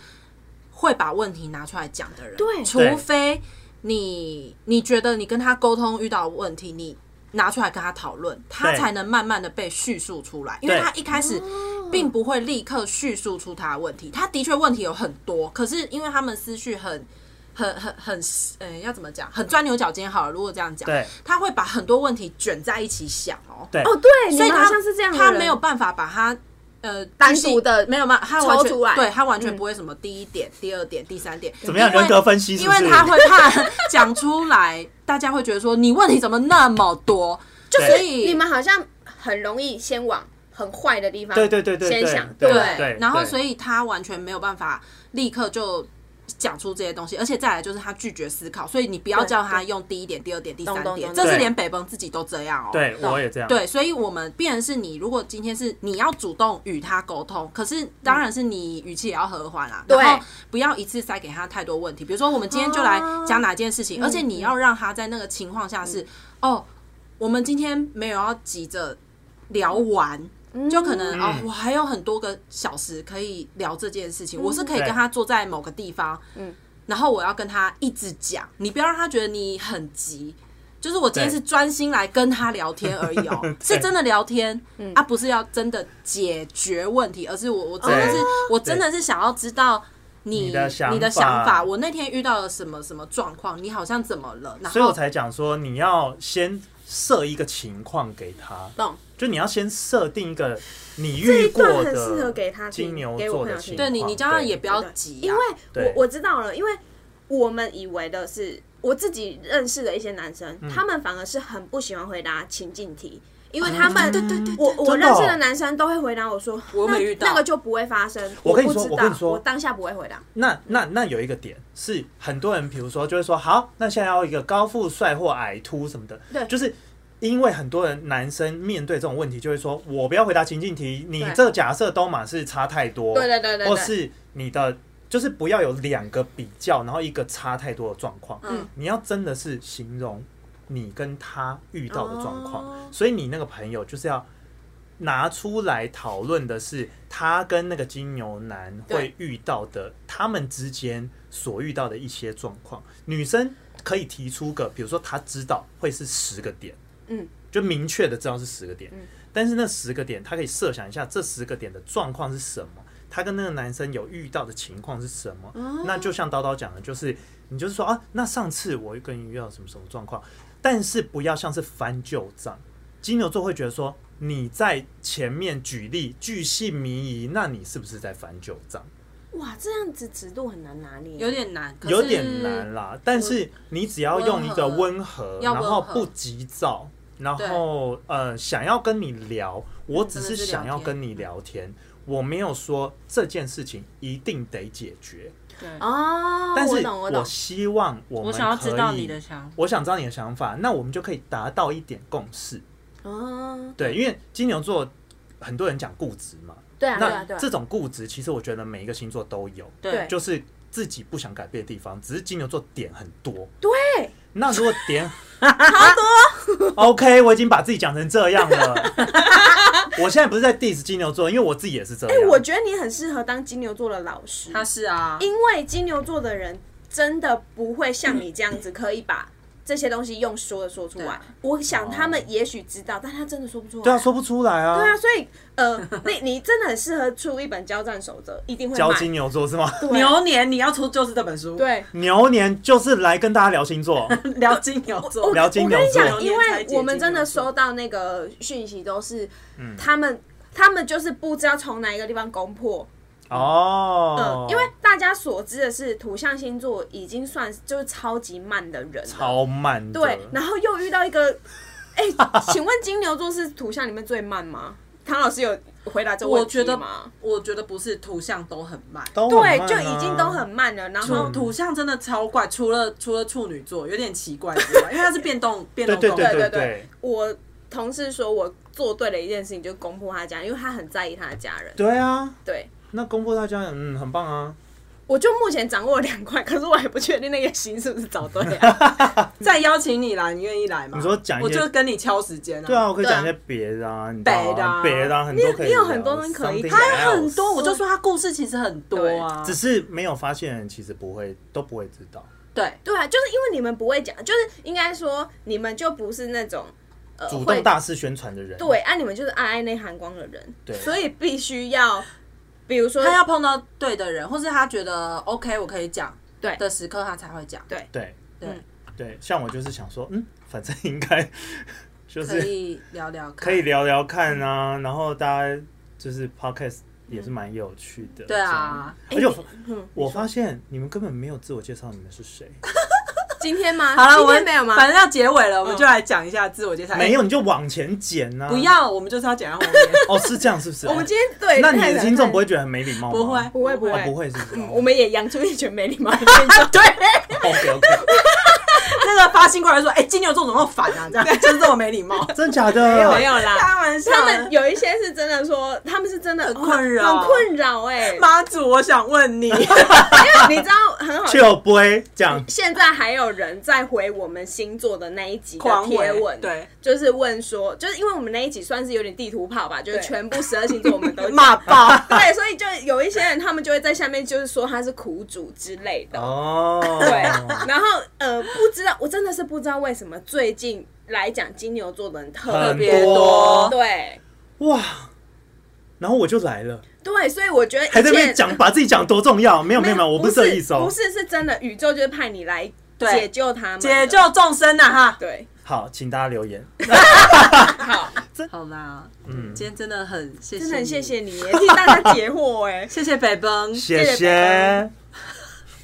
[SPEAKER 3] 会把问题拿出来讲的人，
[SPEAKER 1] 对
[SPEAKER 3] 除非你你觉得你跟他沟通遇到问题，你拿出来跟他讨论，他
[SPEAKER 2] 对
[SPEAKER 3] 才能慢慢的被叙述出来，因为
[SPEAKER 2] 对
[SPEAKER 3] 他一开始。并不会立刻叙述出他的问题，他的确问题有很多，可是因为他们思绪很、很、很、很，呃，要怎么讲，很钻牛角尖好了。如果这样讲，
[SPEAKER 2] 对
[SPEAKER 3] 他会把很多问题卷在一起想哦，
[SPEAKER 2] 对
[SPEAKER 1] 哦，对，
[SPEAKER 3] 所以
[SPEAKER 1] 你
[SPEAKER 3] 他
[SPEAKER 1] 好像是这样的
[SPEAKER 3] 他
[SPEAKER 1] 人
[SPEAKER 3] 没有办法把他呃
[SPEAKER 1] 单
[SPEAKER 3] 就是
[SPEAKER 1] 独地
[SPEAKER 3] 没有办法，他完
[SPEAKER 1] 抽
[SPEAKER 3] 全
[SPEAKER 1] 出来
[SPEAKER 3] 对他完全
[SPEAKER 1] 嗯
[SPEAKER 3] 不会什么第一点、第二点、第三点，
[SPEAKER 2] 怎么样
[SPEAKER 3] 因为
[SPEAKER 2] 人格分析是
[SPEAKER 3] 因
[SPEAKER 2] 不是？
[SPEAKER 3] 为他会怕讲出来，大家会觉得说你问题怎么那么多，
[SPEAKER 2] 就
[SPEAKER 3] 所以
[SPEAKER 1] 你们好像很容易先往很坏的地方，
[SPEAKER 2] 对对对对对
[SPEAKER 1] 先想
[SPEAKER 2] 对
[SPEAKER 1] 对
[SPEAKER 2] 对
[SPEAKER 3] 然后所以他完全没有办法立刻就讲出这些东西，而且再来就是他拒绝思考，所以你不要
[SPEAKER 1] 对
[SPEAKER 3] 叫他用第一点、第二点、第
[SPEAKER 1] 懂
[SPEAKER 3] 三
[SPEAKER 1] 懂
[SPEAKER 3] 点，
[SPEAKER 1] 懂
[SPEAKER 3] 这是
[SPEAKER 2] 对
[SPEAKER 3] 连北崩自己都这样哦。
[SPEAKER 2] 对我也这样，
[SPEAKER 3] 对，所以我们必然是你，如果今天是你要主动与他沟通，可是当然是你语气也要和缓啦，
[SPEAKER 1] 对
[SPEAKER 3] 然后不要一次塞给他太多问题。比如说，我们今天就来
[SPEAKER 1] 啊
[SPEAKER 3] 讲哪件事
[SPEAKER 1] 嗯
[SPEAKER 3] 情，而且你要让他在那个情况下是、哦，我们今天没有要急着聊完。就可
[SPEAKER 1] 嗯
[SPEAKER 3] 能、哦，我还有很多个小时可以聊这件事情，我是可以
[SPEAKER 2] 对
[SPEAKER 3] 跟他坐在某个地方，
[SPEAKER 1] 嗯
[SPEAKER 3] 然后我要跟他一直讲，你不要让他觉得你很急，就是我今天
[SPEAKER 2] 对
[SPEAKER 3] 是专心来跟他聊天而已哦、
[SPEAKER 2] 对
[SPEAKER 3] 是真的聊天，
[SPEAKER 1] 嗯
[SPEAKER 3] 啊，不是要真的解决问题，而是我我真
[SPEAKER 1] 哦
[SPEAKER 3] 的是
[SPEAKER 2] 对
[SPEAKER 3] 我真的是想要知道你
[SPEAKER 2] 你的想法
[SPEAKER 3] 你的想法，我那天遇到了什么什么状况，你好像怎么了，然
[SPEAKER 2] 所以我
[SPEAKER 3] 后
[SPEAKER 2] 才讲说，你要先设一个情况给他，
[SPEAKER 3] 懂，
[SPEAKER 2] 就你要先设定一个你
[SPEAKER 1] 这
[SPEAKER 2] 遇
[SPEAKER 1] 一
[SPEAKER 2] 过
[SPEAKER 1] 段
[SPEAKER 2] 的
[SPEAKER 1] 很适合给他听
[SPEAKER 2] 金牛
[SPEAKER 1] 给我
[SPEAKER 2] 座
[SPEAKER 1] 朋
[SPEAKER 2] 的
[SPEAKER 1] 友听
[SPEAKER 2] 情况。
[SPEAKER 3] 对你你叫他也不要
[SPEAKER 1] 对
[SPEAKER 3] 急、啊，
[SPEAKER 1] 因为
[SPEAKER 2] 对
[SPEAKER 1] 我我知道了，因为我们以为的是我自己认识的一些男生，
[SPEAKER 2] 嗯
[SPEAKER 1] 他们反而是很不喜欢回答情境题。
[SPEAKER 2] 啊
[SPEAKER 1] 因为他们，对对对，我我
[SPEAKER 2] 真的
[SPEAKER 1] 认
[SPEAKER 2] 哦
[SPEAKER 1] 识的男生都会回答我说，
[SPEAKER 3] 我
[SPEAKER 1] 那
[SPEAKER 3] 没遇到
[SPEAKER 1] 那个就不会发生。
[SPEAKER 2] 我跟你
[SPEAKER 1] 不
[SPEAKER 2] 说
[SPEAKER 1] 知
[SPEAKER 2] 我
[SPEAKER 1] 道
[SPEAKER 2] 跟你说
[SPEAKER 1] 我当下不会回答。
[SPEAKER 2] 那那那有一个点是，很多人比如说就会说，好，那现在要一个高富帅或矮秃什么的，
[SPEAKER 1] 对
[SPEAKER 2] 就是。因为很多人男生面对这种问题，就会说：“我不要回答情境题，你
[SPEAKER 1] 对
[SPEAKER 2] 这假设都马是差太多，
[SPEAKER 1] 对对对对
[SPEAKER 2] 或
[SPEAKER 1] 对，
[SPEAKER 2] 是你的就是不要有两个比较，然后一个差太多的状况。
[SPEAKER 3] 嗯
[SPEAKER 2] 你要真的是形容你跟他遇到的状况，
[SPEAKER 1] 哦
[SPEAKER 2] 所以你那个朋友就是要拿出来讨论的是他跟那个金牛男会遇到的，他们之间所遇到的一些状况。女生可以提出个，比如说她知道会是十个点，
[SPEAKER 1] 嗯，
[SPEAKER 2] 就明确的知道是十个点。但是那十个点，他可以设想一下这十个点的状况是什么，他跟那个男生有遇到的情况是什么。
[SPEAKER 1] 哦
[SPEAKER 2] 那就像叨叨讲的，就是你就是说啊，那上次我跟你遇到什么什么状况，但是不要像是翻旧账。金牛座会觉得说你在前面举例巨细靡遗，那你是不是在翻旧账？
[SPEAKER 1] 哇，这样子尺度很难拿捏，
[SPEAKER 4] 有点难，可是
[SPEAKER 2] 有点难啦，但是你只要用一个温和，
[SPEAKER 4] 要
[SPEAKER 2] 然
[SPEAKER 4] 温和
[SPEAKER 2] 后不急躁，然后呃，想要跟你聊，我只是想要跟你聊天，我没有说这件事情一定得解决，
[SPEAKER 4] 对，
[SPEAKER 1] 哦，
[SPEAKER 2] 但
[SPEAKER 1] 我
[SPEAKER 2] 是
[SPEAKER 1] 懂我
[SPEAKER 2] 我
[SPEAKER 1] 懂，
[SPEAKER 2] 希望我
[SPEAKER 4] 我
[SPEAKER 2] 们
[SPEAKER 4] 想要知道
[SPEAKER 2] 可以
[SPEAKER 4] 你的想法。
[SPEAKER 2] 我想知道你的想法，那我们就可以达到一点共识。
[SPEAKER 1] 哦，
[SPEAKER 2] 对，因为金牛座很多人讲固执嘛，
[SPEAKER 1] 对啊对
[SPEAKER 2] 那
[SPEAKER 1] 啊对啊
[SPEAKER 2] 这，种固执其实我觉得每一个星座都有，
[SPEAKER 1] 对
[SPEAKER 2] 就是自己不想改变的地方，只是金牛座点很多。
[SPEAKER 1] 对，
[SPEAKER 2] 那如果 点好多，OK，我已经把自己讲成这样了。我现在不是在 diss 金牛座，因为我自己也是这样。
[SPEAKER 1] 哎，我觉得你很适合当金牛座的老师，
[SPEAKER 3] 他是啊，
[SPEAKER 1] 因为金牛座的人真的不会像你这样子，可以把这些东西用说的说出来。我想他们也许知道，但他真的说不出来。
[SPEAKER 2] 对啊，说不出来啊。
[SPEAKER 1] 对啊，，所以呃，你你真的很适合出一本交战守则，一定会
[SPEAKER 2] 教
[SPEAKER 1] 卖。
[SPEAKER 2] 金牛座是吗？
[SPEAKER 1] 对
[SPEAKER 3] 牛年你要出就是这本书，，
[SPEAKER 1] 对。
[SPEAKER 2] 牛年就是来跟大家聊 星座，
[SPEAKER 1] 嗯
[SPEAKER 3] 聊金牛
[SPEAKER 1] 我
[SPEAKER 3] 座，
[SPEAKER 2] 聊金
[SPEAKER 1] 我
[SPEAKER 2] 牛
[SPEAKER 1] 跟你
[SPEAKER 2] 座
[SPEAKER 1] 讲，因为我们真的收
[SPEAKER 3] 说
[SPEAKER 1] 到那个讯息，都是
[SPEAKER 2] 嗯
[SPEAKER 1] 他们，他们就是不知道从哪一个地方攻破。
[SPEAKER 2] 哦
[SPEAKER 1] 嗯，。因为大家所知的是，土象星座已经算就是超级慢的人了，
[SPEAKER 2] 超慢的，
[SPEAKER 1] 对，然后又遇到一个，哎、请问金牛座是土象里面最慢吗？唐老师有回答这个
[SPEAKER 3] 我
[SPEAKER 1] 问题
[SPEAKER 3] 觉得
[SPEAKER 1] 吗？，
[SPEAKER 3] 我觉得不是图像都很慢，
[SPEAKER 2] 都很
[SPEAKER 1] 对，
[SPEAKER 2] 慢啊
[SPEAKER 1] 就已经都很慢了，然后
[SPEAKER 2] 嗯
[SPEAKER 3] 土象真的超怪，除了除了处女座有点奇怪之外，因为它是变动变
[SPEAKER 2] 对
[SPEAKER 3] 动
[SPEAKER 2] 对
[SPEAKER 3] 动物
[SPEAKER 1] 对
[SPEAKER 2] 对对
[SPEAKER 1] 我同事说我做对了一件事情，就攻破他家，因为他很在意他的家人。
[SPEAKER 2] 对啊。
[SPEAKER 1] 对，
[SPEAKER 2] 那公布大家，嗯，很棒啊。
[SPEAKER 1] 我就目前掌握了两块，可是我也不确定那个心是不是找对啊 了。
[SPEAKER 3] 再邀请你来，你愿意来吗？
[SPEAKER 2] 你说讲一
[SPEAKER 3] 我
[SPEAKER 2] 些
[SPEAKER 3] 就跟你敲时间啊。
[SPEAKER 2] 对啊，，我可以
[SPEAKER 1] 对啊
[SPEAKER 2] 讲一些别的啊，你知道
[SPEAKER 3] 别的
[SPEAKER 2] 吗
[SPEAKER 3] 啊
[SPEAKER 2] 别的啊很多可以聊，
[SPEAKER 1] 你有很多东西可以
[SPEAKER 2] something
[SPEAKER 1] 他
[SPEAKER 3] 还很多，
[SPEAKER 2] else
[SPEAKER 3] 我就说他故事其实很多啊
[SPEAKER 2] 只。是没有发现的人其实不会都不会知道。
[SPEAKER 3] 对，
[SPEAKER 1] 对啊，就是因为你们不会讲，就是应该说你们就不是那种呃
[SPEAKER 2] 主
[SPEAKER 1] 会
[SPEAKER 2] 动大肆宣传的人，
[SPEAKER 1] 对，啊，你们就是爱爱内涵光的人，
[SPEAKER 2] 对
[SPEAKER 1] 所以必须要，比如说
[SPEAKER 4] 他要碰到对的人，或是他觉得 OK，我可以讲
[SPEAKER 1] 对
[SPEAKER 4] 的时刻，他才会讲。
[SPEAKER 2] 对
[SPEAKER 4] 对，
[SPEAKER 1] 嗯
[SPEAKER 2] 对，像我就是想说，嗯，反正应该就
[SPEAKER 4] 可
[SPEAKER 2] 是
[SPEAKER 4] 以聊聊看，
[SPEAKER 2] 可以聊聊看啊，然后大家就是 podcast 也是蛮有趣的，
[SPEAKER 4] 对啊
[SPEAKER 2] 这样，而且
[SPEAKER 1] 嗯
[SPEAKER 2] 我我发现你们根本没有自我介绍，你们是谁？
[SPEAKER 1] 今天吗？
[SPEAKER 3] 好了，
[SPEAKER 1] 今
[SPEAKER 3] 我
[SPEAKER 1] 天
[SPEAKER 3] 们
[SPEAKER 1] 没有吗？嗯
[SPEAKER 3] 反正要结尾了，我们就来讲一下自我介绍。
[SPEAKER 2] 没
[SPEAKER 3] 哎，
[SPEAKER 2] 有你就往前剪呐，
[SPEAKER 3] 不要，我们就是要讲到后 面。
[SPEAKER 2] 哦，是这样是不是？
[SPEAKER 1] 我们今天对，
[SPEAKER 2] 那你的听众不
[SPEAKER 1] 会
[SPEAKER 2] 会觉得很没礼貌吗？
[SPEAKER 3] 不会
[SPEAKER 1] 不会不
[SPEAKER 2] 哦
[SPEAKER 1] 会
[SPEAKER 2] 不，会是不哦是？
[SPEAKER 1] 嗯我们也养出一群没礼貌的 听众。对，
[SPEAKER 2] OK OK，
[SPEAKER 3] 那个发信过来说，哎，金牛座怎么那么烦啊？这样真这么没礼貌。
[SPEAKER 2] 真假的？
[SPEAKER 1] 没有没有啦。
[SPEAKER 3] 开玩笑的，
[SPEAKER 1] 他们有一些是真的说，他们是真的
[SPEAKER 3] 很
[SPEAKER 1] 哦
[SPEAKER 3] 困扰
[SPEAKER 1] 很困扰哎。因
[SPEAKER 3] 妈祖，我想 问你，
[SPEAKER 1] 为你知道很好，
[SPEAKER 2] 就不会这样。
[SPEAKER 1] 现在还有人在回我们星座的那一集的
[SPEAKER 3] 狂
[SPEAKER 1] 贴
[SPEAKER 3] 回
[SPEAKER 1] 文，，
[SPEAKER 3] 对，
[SPEAKER 1] 就是问说，就是因为我们那一集算是有点地图炮吧，就是
[SPEAKER 3] 对
[SPEAKER 1] 全部十二星座我们 都讲
[SPEAKER 3] 骂爆。
[SPEAKER 1] 对，所以就有一些人，他们就会在下面就是说他是苦主之类的。
[SPEAKER 2] 哦，
[SPEAKER 1] 对，然后呃，不知道，我真的是不知道为什么最近来讲金牛座的人特
[SPEAKER 2] 很
[SPEAKER 1] 别
[SPEAKER 3] 别
[SPEAKER 2] 多
[SPEAKER 3] 多
[SPEAKER 1] 对
[SPEAKER 2] 哇，然后我就来了，
[SPEAKER 1] 对，所以我觉得
[SPEAKER 2] 还在
[SPEAKER 1] 一
[SPEAKER 2] 那边
[SPEAKER 1] 切
[SPEAKER 2] 讲把自己讲多重要，没有没有没有，我
[SPEAKER 1] 不
[SPEAKER 2] 不是这个意思哦
[SPEAKER 1] 不。是是真的，宇宙就是派你来
[SPEAKER 3] 对
[SPEAKER 1] 解救他们的，
[SPEAKER 3] 解救众生呐、啊、哈。
[SPEAKER 1] 对，
[SPEAKER 2] 好，请大家留言。
[SPEAKER 1] 好，
[SPEAKER 4] 好啦，
[SPEAKER 2] 嗯，
[SPEAKER 4] 今天真的很谢谢，。
[SPEAKER 1] 真的很谢，谢你耶，替大家解惑哎
[SPEAKER 4] 谢谢北崩。
[SPEAKER 1] 谢
[SPEAKER 2] 谢
[SPEAKER 1] 谢
[SPEAKER 2] 谢。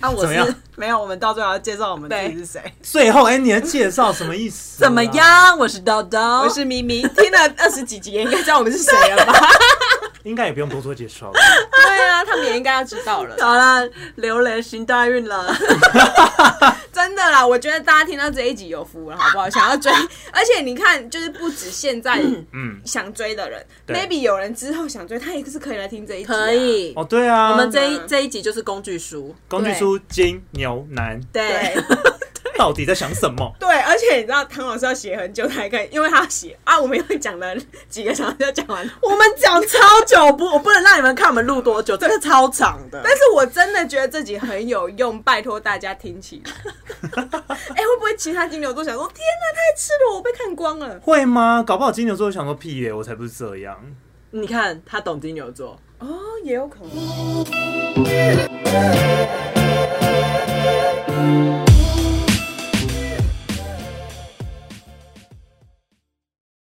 [SPEAKER 3] 啊，我
[SPEAKER 2] 怎 么样
[SPEAKER 3] 是没有，我们到最后要介绍我们自己是谁。
[SPEAKER 2] 最后，哎，你的介绍什么意思？啊
[SPEAKER 3] 怎么？样？我是豆豆，
[SPEAKER 1] 我是咪咪，听了二十几集也应该知道我们是谁了吧？
[SPEAKER 2] 应该也不用多做介绍 了。
[SPEAKER 1] 对啊，他们也应该要知道了。
[SPEAKER 3] 好啦，流雷行大运了，
[SPEAKER 1] 真的啦，我觉得大家听到这一集有福了，好不好？想 要追，而且你看，就是不止现在
[SPEAKER 2] 嗯，
[SPEAKER 1] 想追的人
[SPEAKER 2] 对
[SPEAKER 1] ，maybe 有人之后想追，他也是可以来听这一集、
[SPEAKER 4] 可，以，
[SPEAKER 2] 哦，对啊，
[SPEAKER 4] 我们这
[SPEAKER 1] 嗯
[SPEAKER 4] 一这一集就是工具书，
[SPEAKER 2] 工具书金牛男
[SPEAKER 1] 对
[SPEAKER 3] 对，
[SPEAKER 2] 到底在想什么？
[SPEAKER 1] 对，而且你知道唐老师要写很久才可以，因为他要写啊，我们又讲了几个小时就讲完了。
[SPEAKER 3] 我们讲超久，不，我不能让你们看我们录多久，这个超长的。
[SPEAKER 1] 但是我真的觉得自己很有用，拜托大家听起来。哎、会不会其他金牛座想说，天哪，太赤裸，我被看光了。
[SPEAKER 2] 会吗？搞不好金牛座想说屁耶、我才不是这样。
[SPEAKER 3] 你看他懂金牛座，
[SPEAKER 1] 哦，也有可能。